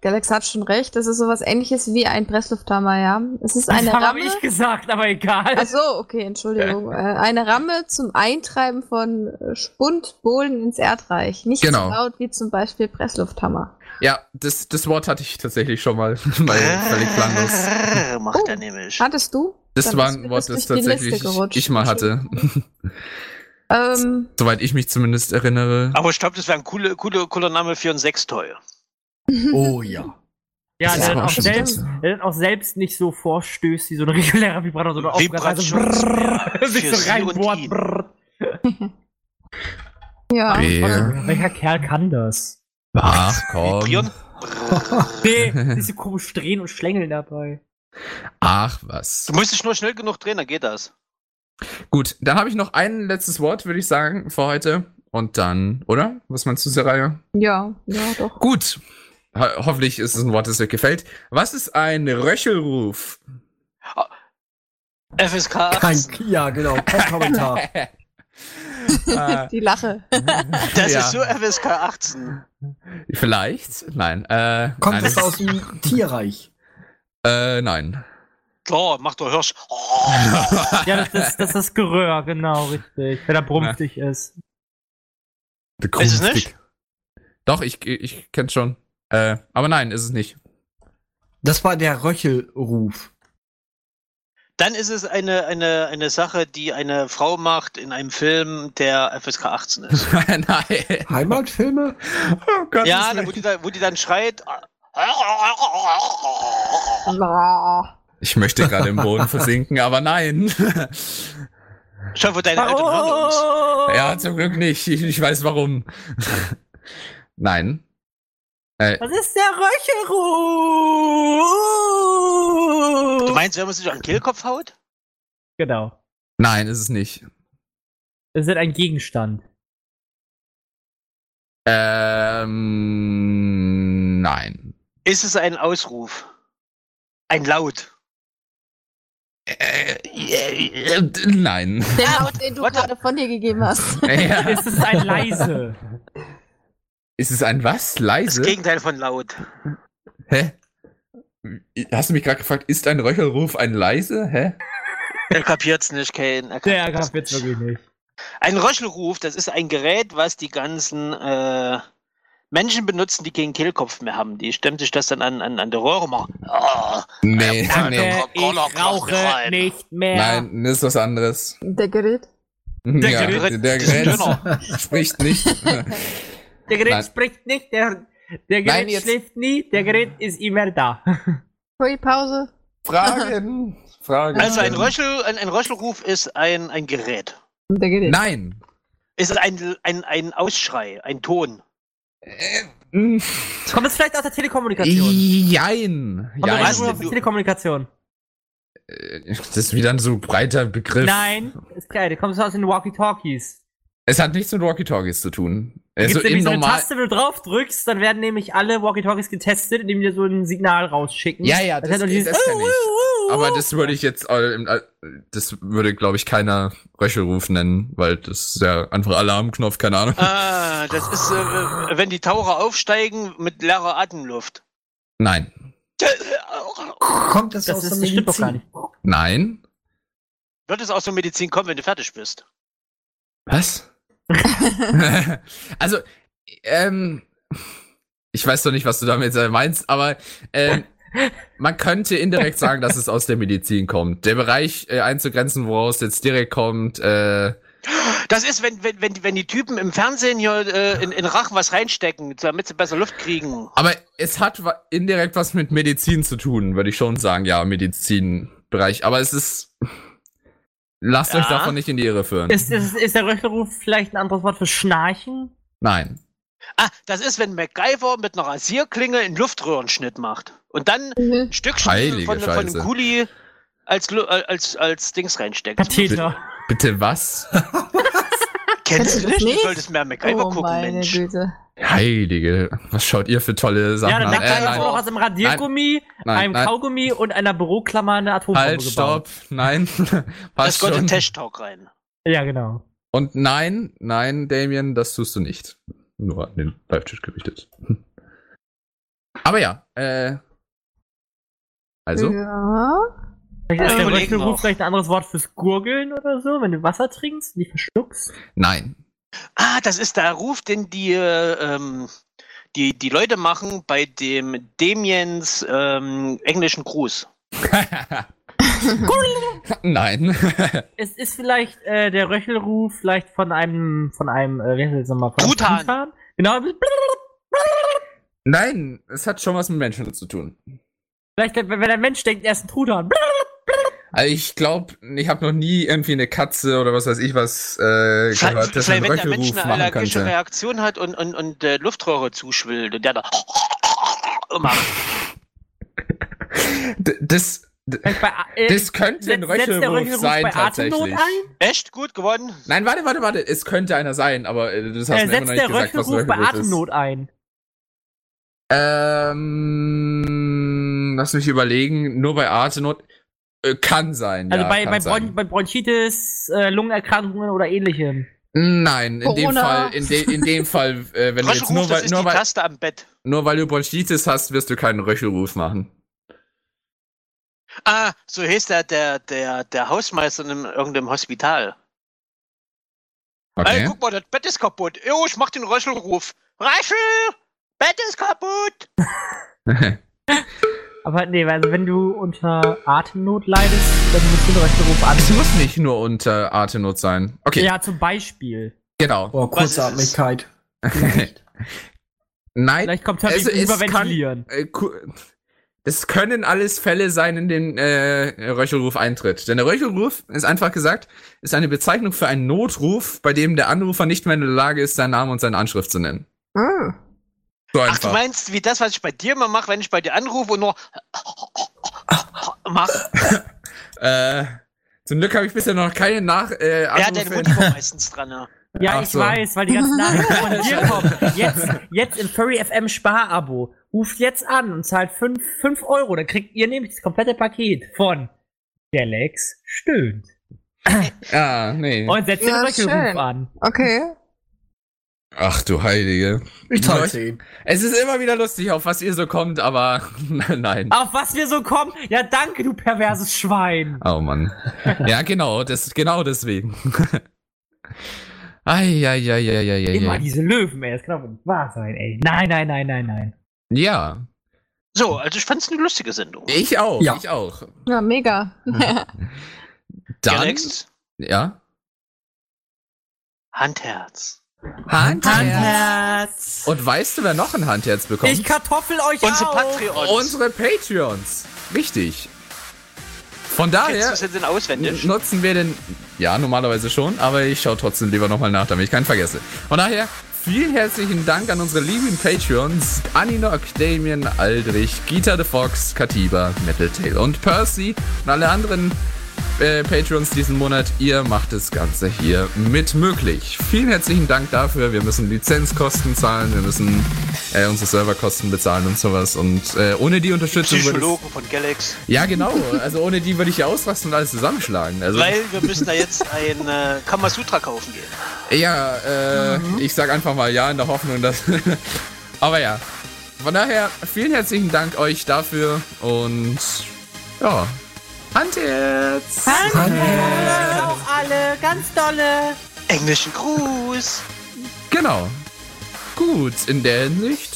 [SPEAKER 11] Galax hat schon recht. Das ist sowas ähnliches wie ein Presslufthammer, ja. Es ist eine
[SPEAKER 8] das habe
[SPEAKER 11] Ramme. Also,
[SPEAKER 8] ich gesagt, aber egal.
[SPEAKER 11] Ach so, okay, Entschuldigung. Äh, eine Ramme zum Eintreiben von äh, Spundbohlen ins Erdreich. Nicht
[SPEAKER 6] Genau.
[SPEAKER 11] so laut wie zum Beispiel Presslufthammer.
[SPEAKER 6] Ja, das, das Wort hatte ich tatsächlich schon mal bei
[SPEAKER 11] Ah.
[SPEAKER 6] völlig planlos.
[SPEAKER 7] Brrrr, Macht er
[SPEAKER 11] Oh.
[SPEAKER 7] nämlich.
[SPEAKER 11] Hattest du?
[SPEAKER 6] Das
[SPEAKER 11] Dann
[SPEAKER 6] war
[SPEAKER 11] ist mir
[SPEAKER 6] ein Wort, das
[SPEAKER 11] durch die Liste
[SPEAKER 6] tatsächlich
[SPEAKER 11] gerutscht.
[SPEAKER 6] ich mal hatte.
[SPEAKER 11] Ähm,
[SPEAKER 6] Soweit ich mich zumindest erinnere.
[SPEAKER 7] Aber ich glaube, das wäre ein cooler, cooler, cooler Name für ein Sechsteu.
[SPEAKER 2] Oh ja.
[SPEAKER 8] ja,
[SPEAKER 6] das
[SPEAKER 8] der
[SPEAKER 6] ist
[SPEAKER 8] dann
[SPEAKER 6] aber
[SPEAKER 8] auch,
[SPEAKER 6] schon
[SPEAKER 8] selbst,
[SPEAKER 6] so.
[SPEAKER 8] der dann auch selbst nicht so vorstößt wie so ein regulärer Vibrator, sondern auch also
[SPEAKER 7] Vibrationsbär.
[SPEAKER 8] sich
[SPEAKER 7] Für
[SPEAKER 8] so
[SPEAKER 7] sie
[SPEAKER 8] rein
[SPEAKER 7] und
[SPEAKER 8] bohrt.
[SPEAKER 7] ihn.
[SPEAKER 8] brrr.
[SPEAKER 11] ja.
[SPEAKER 6] Wer
[SPEAKER 8] Welcher Kerl kann das?
[SPEAKER 6] Ach
[SPEAKER 7] Vibrieren.
[SPEAKER 6] komm.
[SPEAKER 8] Nee, diese komisch drehen und schlängeln dabei.
[SPEAKER 6] Ach was.
[SPEAKER 7] Du musst dich nur schnell genug drehen, dann geht das.
[SPEAKER 6] Gut, dann habe ich noch ein letztes Wort, würde ich sagen, für heute. Und dann, oder? Was meinst du, Seraya?
[SPEAKER 11] ja, ja, doch.
[SPEAKER 6] Gut. Ho hoffentlich ist es ein Wort, das dir gefällt. Was ist ein Röchelruf?
[SPEAKER 7] FSK. 18.
[SPEAKER 2] Kein, ja, genau. Kein Kommentar.
[SPEAKER 6] Äh,
[SPEAKER 11] Die Lache.
[SPEAKER 7] Das
[SPEAKER 6] ja.
[SPEAKER 7] ist so FSK 18.
[SPEAKER 6] Vielleicht? Nein. Äh,
[SPEAKER 2] Kommt
[SPEAKER 6] nein,
[SPEAKER 2] es
[SPEAKER 6] das-
[SPEAKER 2] aus dem Tierreich?
[SPEAKER 6] Äh, nein.
[SPEAKER 7] Klar, macht doch Hirsch.
[SPEAKER 8] Ja, das, das, das ist das Geröhr, genau, richtig. Wenn er brumpfig ist.
[SPEAKER 7] Ist es nicht?
[SPEAKER 6] Doch, ich, ich kenn's schon. Äh, aber nein, ist es nicht.
[SPEAKER 2] Das war der Röchelruf.
[SPEAKER 7] Dann ist es eine, eine, eine Sache, die eine Frau macht in einem Film, der FSK 18 ist.
[SPEAKER 6] Nein.
[SPEAKER 2] Heimatfilme?
[SPEAKER 6] Oh Gott,
[SPEAKER 7] ja, da, wo, die, da- wo die dann schreit.
[SPEAKER 6] Ich möchte gerade im Boden versinken, aber nein.
[SPEAKER 7] Schau, wo deine alte Nonne uns.
[SPEAKER 8] Oh,
[SPEAKER 6] Ja, zum Glück nicht. Ich, ich weiß warum. Nein. Äh,
[SPEAKER 8] Das ist der Röcheru.
[SPEAKER 11] uh.
[SPEAKER 7] Du meinst, wenn man sich an den Kehlkopf haut?
[SPEAKER 8] Genau.
[SPEAKER 6] nein, ist es nicht.
[SPEAKER 8] Das ist ein Gegenstand.
[SPEAKER 6] Ähm, nein.
[SPEAKER 7] Ist es ein Ausruf? Ein Laut.
[SPEAKER 6] Äh, äh, äh, nein.
[SPEAKER 11] Der Laut, den du gerade von dir gegeben hast.
[SPEAKER 6] Ja.
[SPEAKER 8] Es ist ein leise.
[SPEAKER 6] Ist es ein was?
[SPEAKER 7] Das
[SPEAKER 6] Leise?
[SPEAKER 7] Gegenteil von Laut.
[SPEAKER 6] Hä? Hast du mich gerade gefragt, ist ein Röchelruf ein leise? Hä?
[SPEAKER 7] Er kapiert's nicht, Kane. Er
[SPEAKER 8] Der
[SPEAKER 7] kapiert's
[SPEAKER 8] gab jetzt
[SPEAKER 7] nicht.
[SPEAKER 8] wirklich nicht.
[SPEAKER 7] Ein Röchelruf, das ist ein Gerät, was die ganzen äh, Menschen benutzen, die keinen Kehlkopf mehr haben. Die stemmen sich das dann an, an, an der Röhre machen. Ah,
[SPEAKER 6] Nee,
[SPEAKER 7] Ja,
[SPEAKER 6] nee.
[SPEAKER 7] Komm, komm, komm,
[SPEAKER 8] ich rauche
[SPEAKER 7] rein.
[SPEAKER 8] nicht mehr.
[SPEAKER 6] Nein, das ist was anderes.
[SPEAKER 11] Der Gerät.
[SPEAKER 6] Der
[SPEAKER 7] Gerät-
[SPEAKER 6] der
[SPEAKER 7] das ist ein
[SPEAKER 6] Gerät Genau. spricht nicht.
[SPEAKER 8] Der Gerät
[SPEAKER 6] Nein.
[SPEAKER 8] spricht nicht, der, der
[SPEAKER 6] Nein,
[SPEAKER 8] Gerät
[SPEAKER 6] jetzt-
[SPEAKER 8] schläft nie, der Gerät ist immer da.
[SPEAKER 11] Free Pause.
[SPEAKER 6] Fragen. Fragen.
[SPEAKER 7] Also ein,
[SPEAKER 6] stellen.
[SPEAKER 7] Röchel, ein, ein Röchelruf ist ein, ein Gerät.
[SPEAKER 11] Der Gerät.
[SPEAKER 6] Nein.
[SPEAKER 7] Ist ein, ein, ein Ausschrei, ein Ton.
[SPEAKER 8] Hm,
[SPEAKER 6] Mm,
[SPEAKER 8] Kommt es vielleicht aus der Telekommunikation?
[SPEAKER 6] Jein.
[SPEAKER 8] Kommt
[SPEAKER 7] Ja,
[SPEAKER 8] es
[SPEAKER 7] weiß
[SPEAKER 8] nur
[SPEAKER 6] Jein.
[SPEAKER 8] aus
[SPEAKER 7] nicht.
[SPEAKER 8] der Telekommunikation?
[SPEAKER 6] Das ist wieder ein so breiter Begriff.
[SPEAKER 8] Nein, ist klar, kommt es aus den Walkie-Talkies.
[SPEAKER 6] Es hat nichts mit Walkie-Talkies zu tun. Also
[SPEAKER 8] Gibt's
[SPEAKER 6] im
[SPEAKER 8] nämlich so eine
[SPEAKER 6] normal.
[SPEAKER 8] Taste, wenn du drauf drückst, dann werden nämlich alle Walkie-Talkies getestet, indem die dir so ein Signal rausschicken.
[SPEAKER 6] Ja, ja,
[SPEAKER 8] das,
[SPEAKER 6] das-
[SPEAKER 8] hat dieses,
[SPEAKER 6] das kenn
[SPEAKER 8] "Uh,
[SPEAKER 6] ich.
[SPEAKER 8] uh, uh, uh."
[SPEAKER 6] Aber das würde ich jetzt, all- im- all- das würde, glaube ich, keiner Röchelruf nennen, weil das ist ja einfach Alarmknopf, keine Ahnung.
[SPEAKER 7] Ah, das ist, äh, wenn die Taucher aufsteigen mit leerer Atemluft.
[SPEAKER 6] Nein.
[SPEAKER 2] Kommt das,
[SPEAKER 8] Das,
[SPEAKER 2] aus
[SPEAKER 8] ist,
[SPEAKER 2] der
[SPEAKER 8] das stimmt doch gar
[SPEAKER 2] Medizin?
[SPEAKER 8] nicht.
[SPEAKER 6] Nein.
[SPEAKER 7] Wird es aus der Medizin kommen, wenn du fertig bist?
[SPEAKER 6] Was? also, ähm, ich weiß doch nicht, was du damit äh, meinst, aber ähm, man könnte indirekt sagen, dass es aus der Medizin kommt. Der Bereich äh, einzugrenzen, woraus jetzt direkt kommt, äh,
[SPEAKER 7] Das ist, wenn, wenn, wenn, die- wenn die Typen im Fernsehen hier äh, in, in Rachen was reinstecken, damit sie besser Luft kriegen.
[SPEAKER 6] aber es hat wa- indirekt was mit Medizin zu tun, würde ich schon sagen, ja, Medizinbereich. Aber es ist, lasst
[SPEAKER 7] Ja.
[SPEAKER 6] euch davon nicht in die Irre führen.
[SPEAKER 8] Ist, ist, ist der Röchelruf vielleicht ein anderes Wort für Schnarchen?
[SPEAKER 6] Nein.
[SPEAKER 7] Ah, das ist, wenn MacGyver mit einer Rasierklinge einen Luftröhrenschnitt macht. Und dann
[SPEAKER 11] Mhm.
[SPEAKER 7] ein Stück
[SPEAKER 6] Heilige
[SPEAKER 7] Schnitzel von, von
[SPEAKER 6] Scheiße.
[SPEAKER 7] dem Kuli als, Lu- äh, als, als Dings reinsteckt.
[SPEAKER 8] Katheter.
[SPEAKER 6] Bitte was?
[SPEAKER 7] Kennst
[SPEAKER 11] Kennst du das
[SPEAKER 7] Du
[SPEAKER 11] nicht?
[SPEAKER 7] solltest mehr MacGyver
[SPEAKER 11] oh
[SPEAKER 7] gucken,
[SPEAKER 11] meine
[SPEAKER 7] Mensch.
[SPEAKER 11] Güte.
[SPEAKER 6] Heilige, was schaut ihr für tolle Sachen
[SPEAKER 8] Ja, dann
[SPEAKER 6] an?
[SPEAKER 8] merkt man
[SPEAKER 6] Äh,
[SPEAKER 8] einfach
[SPEAKER 6] nein,
[SPEAKER 8] noch aus einem Radiergummi,
[SPEAKER 6] Nein,
[SPEAKER 8] einem
[SPEAKER 6] nein.
[SPEAKER 8] Kaugummi und einer Büroklammer eine Atombombe
[SPEAKER 6] halt,
[SPEAKER 8] gebaut.
[SPEAKER 6] stopp, nein.
[SPEAKER 7] Das
[SPEAKER 6] Passt
[SPEAKER 7] Gott in
[SPEAKER 6] schon.
[SPEAKER 7] Test Talk rein.
[SPEAKER 8] Ja, genau.
[SPEAKER 6] Und nein, nein, Damien, das tust du nicht. Nur an den Live-Chat gerichtet. Aber ja, äh. Also,
[SPEAKER 8] Mhm.
[SPEAKER 11] Ja.
[SPEAKER 8] Vielleicht ist der
[SPEAKER 7] überlegen
[SPEAKER 8] Röchelruf
[SPEAKER 7] noch.
[SPEAKER 8] vielleicht ein anderes Wort fürs Gurgeln oder so, wenn du Wasser trinkst und dich verschluckst.
[SPEAKER 6] nein.
[SPEAKER 7] Ah, das ist der Ruf, den die, äh, ähm, die, die Leute machen bei dem Damiens ähm, englischen Gruß.
[SPEAKER 6] nein.
[SPEAKER 8] Es ist vielleicht äh, der Röchelruf vielleicht von einem, von einem, äh, wie heißt das nochmal? Von einem
[SPEAKER 7] Truthahn.
[SPEAKER 8] Truthahn. Genau,
[SPEAKER 6] nein, es hat schon was mit Menschen zu tun.
[SPEAKER 8] vielleicht, wenn wenn der Mensch denkt, er ist ein Truthahn.
[SPEAKER 6] Also ich glaube, ich habe noch nie irgendwie eine Katze oder was weiß ich was äh, gehört, dass ein
[SPEAKER 7] wenn der Mensch eine
[SPEAKER 6] Röchelruf machen
[SPEAKER 7] allergische
[SPEAKER 6] könnte.
[SPEAKER 7] Reaktion hat und, und, und äh, Luftröhre zuschwillt und der da macht.
[SPEAKER 6] D- Das, d-
[SPEAKER 8] Vielleicht bei, äh,
[SPEAKER 6] das könnte ein
[SPEAKER 8] setzt- setzt der
[SPEAKER 6] Röchelruf sein,
[SPEAKER 8] bei Atemnot
[SPEAKER 6] tatsächlich.
[SPEAKER 8] ein?
[SPEAKER 7] Echt gut gewonnen.
[SPEAKER 6] Nein, warte, warte, warte. Es könnte einer sein, aber äh, das hast
[SPEAKER 8] Äh,
[SPEAKER 6] du mir immer
[SPEAKER 8] setzt
[SPEAKER 6] noch
[SPEAKER 8] der
[SPEAKER 6] nicht gesagt, was
[SPEAKER 8] Röchelruf bei
[SPEAKER 6] Röchelruf ist.
[SPEAKER 8] Atemnot ein?
[SPEAKER 6] Ähm, lass mich überlegen. Nur bei Atemnot äh, kann sein.
[SPEAKER 8] Also
[SPEAKER 6] ja,
[SPEAKER 8] bei,
[SPEAKER 6] kann
[SPEAKER 8] bei,
[SPEAKER 6] sein.
[SPEAKER 8] Bron bei Bronchitis, äh, Lungenerkrankungen oder ähnlichem.
[SPEAKER 6] Nein, in dem
[SPEAKER 11] Corona.
[SPEAKER 6] Fall, in, de, in dem Fall, äh, wenn du jetzt
[SPEAKER 7] Röchelruf,
[SPEAKER 6] nur
[SPEAKER 7] das
[SPEAKER 6] weil,
[SPEAKER 7] ist
[SPEAKER 6] nur,
[SPEAKER 7] die
[SPEAKER 6] weil,
[SPEAKER 7] Taste am Bett.
[SPEAKER 6] nur weil du Bronchitis hast, wirst du keinen Röchelruf machen.
[SPEAKER 7] Ah, so hieß der, der, der, der Hausmeister in irgendeinem Hospital. Ey,
[SPEAKER 6] Okay.
[SPEAKER 7] guck mal, das Bett ist kaputt. Jo, ich mach den Röchelruf. Röschel! Bett ist kaputt!
[SPEAKER 8] Aber nee, also wenn du unter Atemnot leidest, dann musst du direkt Beruf an.
[SPEAKER 6] Es muss nicht nur unter Atemnot sein. Okay.
[SPEAKER 8] Ja, zum Beispiel.
[SPEAKER 6] Genau.
[SPEAKER 2] Oh, Kurzatmigkeit.
[SPEAKER 6] Nein.
[SPEAKER 8] Vielleicht kommt Harry
[SPEAKER 6] Also, es kann,
[SPEAKER 8] überventilieren.
[SPEAKER 6] äh, ku- das können alles Fälle sein, in denen äh, Röchelruf eintritt. Denn der Röchelruf, ist einfach gesagt, ist eine Bezeichnung für einen Notruf, bei dem der Anrufer nicht mehr in der Lage ist, seinen Namen und seine Anschrift zu nennen.
[SPEAKER 11] Ah.
[SPEAKER 6] So
[SPEAKER 7] Ach, du
[SPEAKER 6] einfach.
[SPEAKER 7] meinst, wie das, was ich bei dir immer mache, wenn ich bei dir anrufe und nur mache?
[SPEAKER 6] äh, zum Glück habe ich bisher noch keine Nach äh,
[SPEAKER 7] Ja, deine
[SPEAKER 6] Anrufe-
[SPEAKER 7] Mutter war meistens dran. Ja.
[SPEAKER 8] Ja,
[SPEAKER 6] Ach
[SPEAKER 8] ich
[SPEAKER 6] so.
[SPEAKER 8] weiß, weil die ganzen Nachrichten von dir kommen. Jetzt, jetzt im Furry FM Sparabo. Ruft jetzt an und zahlt 5 fünf Euro. Dann kriegt ihr nämlich das komplette Paket von Galax stöhnt.
[SPEAKER 6] Ja, nee.
[SPEAKER 8] Und setzt
[SPEAKER 11] Ja,
[SPEAKER 8] den Röchelruf
[SPEAKER 11] schön.
[SPEAKER 8] an.
[SPEAKER 11] Okay.
[SPEAKER 6] Ach du Heilige.
[SPEAKER 2] Ich zahl
[SPEAKER 6] Leute,
[SPEAKER 2] 10.
[SPEAKER 6] Es ist immer wieder lustig, auf was ihr so kommt, aber nein.
[SPEAKER 8] Auf was wir so kommen? Ja, danke, du perverses Schwein.
[SPEAKER 6] Oh Mann. Ja, genau, das, genau deswegen.
[SPEAKER 8] Immer
[SPEAKER 6] Eieieiei.
[SPEAKER 8] diese Löwen, ey. Das kann doch nicht wahr sein, ey. Nein, nein, nein, nein, nein.
[SPEAKER 6] Ja,
[SPEAKER 7] So, also ich fand es eine lustige Sendung.
[SPEAKER 6] ich auch,
[SPEAKER 2] Ja.
[SPEAKER 6] ich auch.
[SPEAKER 11] Ja, mega.
[SPEAKER 6] Dann,
[SPEAKER 7] Galax,
[SPEAKER 6] ja.
[SPEAKER 7] Handherz.
[SPEAKER 8] Handherz.
[SPEAKER 6] Und weißt du, wer noch ein Handherz bekommt?
[SPEAKER 8] Ich kartoffel euch
[SPEAKER 7] Unsere
[SPEAKER 8] auf.
[SPEAKER 7] Patreons.
[SPEAKER 6] Unsere Patreons. Richtig. Von
[SPEAKER 7] Kennst
[SPEAKER 6] daher
[SPEAKER 7] du sie denn auswendig?
[SPEAKER 6] nutzen wir den. Ja, normalerweise schon, aber ich schaue trotzdem lieber nochmal nach, damit ich keinen vergesse. Von daher, vielen herzlichen Dank an unsere lieben Patreons: Aninok, Damien, Aldrich, Gita the Fox, Katiba, Metal Tail und Percy und alle anderen äh, Patreons diesen Monat. Ihr macht das Ganze hier mit möglich. Vielen herzlichen Dank dafür. Wir müssen Lizenzkosten zahlen, wir müssen äh, unsere Serverkosten bezahlen und sowas. Und äh, ohne die Unterstützung würde es
[SPEAKER 7] Psychologen von Galax.
[SPEAKER 6] ja, genau. Also ohne die würde ich ja ausrasten und alles zusammenschlagen. Also,
[SPEAKER 7] Weil wir müssen da jetzt ein äh, Kamasutra kaufen gehen.
[SPEAKER 6] ja, äh, ich sag einfach mal ja in der Hoffnung, dass. Aber ja. Von daher, vielen herzlichen Dank euch dafür und ja. Hand jetzt!
[SPEAKER 8] Hallo auch alle. Ganz dolle.
[SPEAKER 7] Englischen Gruß.
[SPEAKER 6] Genau. Gut, in der Hinsicht,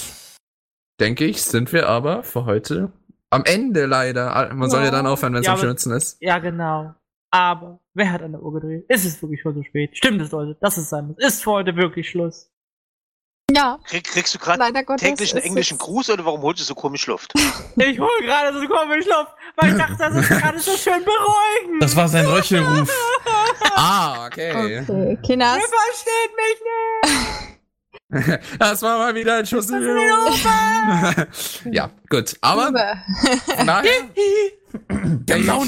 [SPEAKER 6] denke ich, sind wir aber für heute am Ende leider. Ah, Man soll ja dann aufhören, wenn es
[SPEAKER 8] Ja,
[SPEAKER 6] am
[SPEAKER 8] aber-
[SPEAKER 6] schönsten ist.
[SPEAKER 8] Ja, genau. Aber wer hat an der Uhr gedreht? Ist es wirklich schon so spät? Stimmt es, Leute, dass es sein muss. Ist für heute wirklich Schluss.
[SPEAKER 11] Ja,
[SPEAKER 7] Krieg, kriegst du gerade
[SPEAKER 11] leider Gottes.
[SPEAKER 7] täglich einen
[SPEAKER 11] ist
[SPEAKER 7] englischen
[SPEAKER 11] es-
[SPEAKER 7] Gruß oder warum holst du so komisch Luft?
[SPEAKER 8] Ich hole gerade so komisch Luft, weil ich dachte, das ist gerade so schön beruhigend.
[SPEAKER 9] Das war sein Röchelruf.
[SPEAKER 6] Ah, okay.
[SPEAKER 11] Okay, Kinas.
[SPEAKER 8] Ihr versteht mich nicht.
[SPEAKER 6] Das war mal wieder ein Schuss in den Ofen. ja, gut. Aber
[SPEAKER 11] Rüber.
[SPEAKER 6] Von daher genau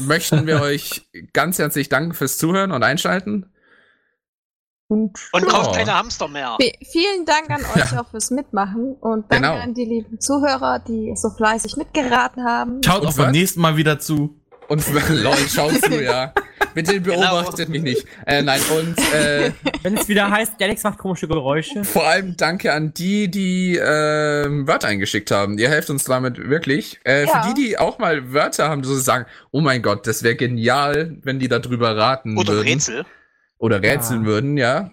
[SPEAKER 6] möchten wir euch ganz herzlich danken fürs Zuhören und Einschalten.
[SPEAKER 7] Und
[SPEAKER 6] Ja.
[SPEAKER 7] kauft keine Hamster mehr.
[SPEAKER 11] Vi- Vielen Dank an euch auch fürs Mitmachen und danke
[SPEAKER 6] Genau.
[SPEAKER 11] an die lieben Zuhörer, die so fleißig mitgeraten haben.
[SPEAKER 9] Schaut
[SPEAKER 6] Und
[SPEAKER 9] auch beim
[SPEAKER 6] was?
[SPEAKER 9] nächsten Mal wieder zu.
[SPEAKER 6] Und lol, schau zu, ja. Bitte beobachtet mich nicht. Äh, nein, und äh,
[SPEAKER 8] Wenn es wieder heißt, Galax macht komische Geräusche.
[SPEAKER 6] vor allem danke an die, die ähm, Wörter eingeschickt haben. Ihr helft uns damit wirklich. Äh,
[SPEAKER 11] Ja.
[SPEAKER 6] Für die, die auch mal Wörter haben, so sagen, oh mein Gott, das wäre genial, wenn die darüber raten
[SPEAKER 7] Oder
[SPEAKER 6] würden.
[SPEAKER 7] Rätsel.
[SPEAKER 6] oder rätseln
[SPEAKER 8] Ja.
[SPEAKER 6] würden, ja,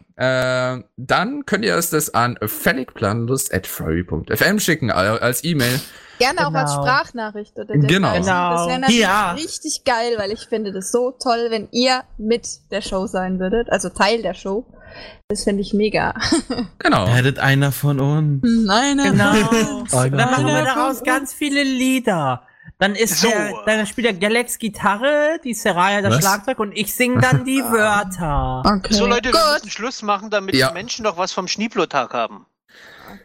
[SPEAKER 6] äh, dann könnt ihr uns das an fälligplanlust.furry.fm schicken al- als E-Mail.
[SPEAKER 11] Gerne auch
[SPEAKER 8] Genau.
[SPEAKER 11] als Sprachnachricht oder
[SPEAKER 6] Genau.
[SPEAKER 11] dergleichen. Das wäre
[SPEAKER 8] Genau.
[SPEAKER 11] natürlich
[SPEAKER 8] Ja.
[SPEAKER 11] richtig geil, weil ich finde das so toll, wenn ihr mit der Show sein würdet, also Teil der Show. Das finde ich mega.
[SPEAKER 6] Genau.
[SPEAKER 9] Werdet einer von uns.
[SPEAKER 11] Nein,
[SPEAKER 8] Genau. Und dann
[SPEAKER 2] Einer
[SPEAKER 8] machen wir
[SPEAKER 11] von
[SPEAKER 8] daraus
[SPEAKER 11] uns.
[SPEAKER 8] ganz viele Lieder. Dann ist
[SPEAKER 7] So.
[SPEAKER 8] der, dann spielt der Galax Gitarre, die Seraya das
[SPEAKER 6] Was?
[SPEAKER 8] Schlagzeug und ich singe dann die Wörter.
[SPEAKER 11] Okay.
[SPEAKER 7] So Leute, wir
[SPEAKER 11] Gut.
[SPEAKER 7] müssen Schluss machen, damit
[SPEAKER 6] Ja.
[SPEAKER 7] die Menschen noch was vom Schneeblotag haben.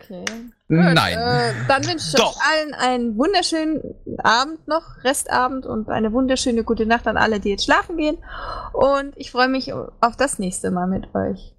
[SPEAKER 11] Okay.
[SPEAKER 6] Nein.
[SPEAKER 11] Äh, dann wünsche ich
[SPEAKER 7] Doch.
[SPEAKER 11] euch allen einen wunderschönen Abend noch, Restabend und eine wunderschöne gute Nacht an alle, die jetzt schlafen gehen. Und ich freue mich auf das nächste Mal mit euch.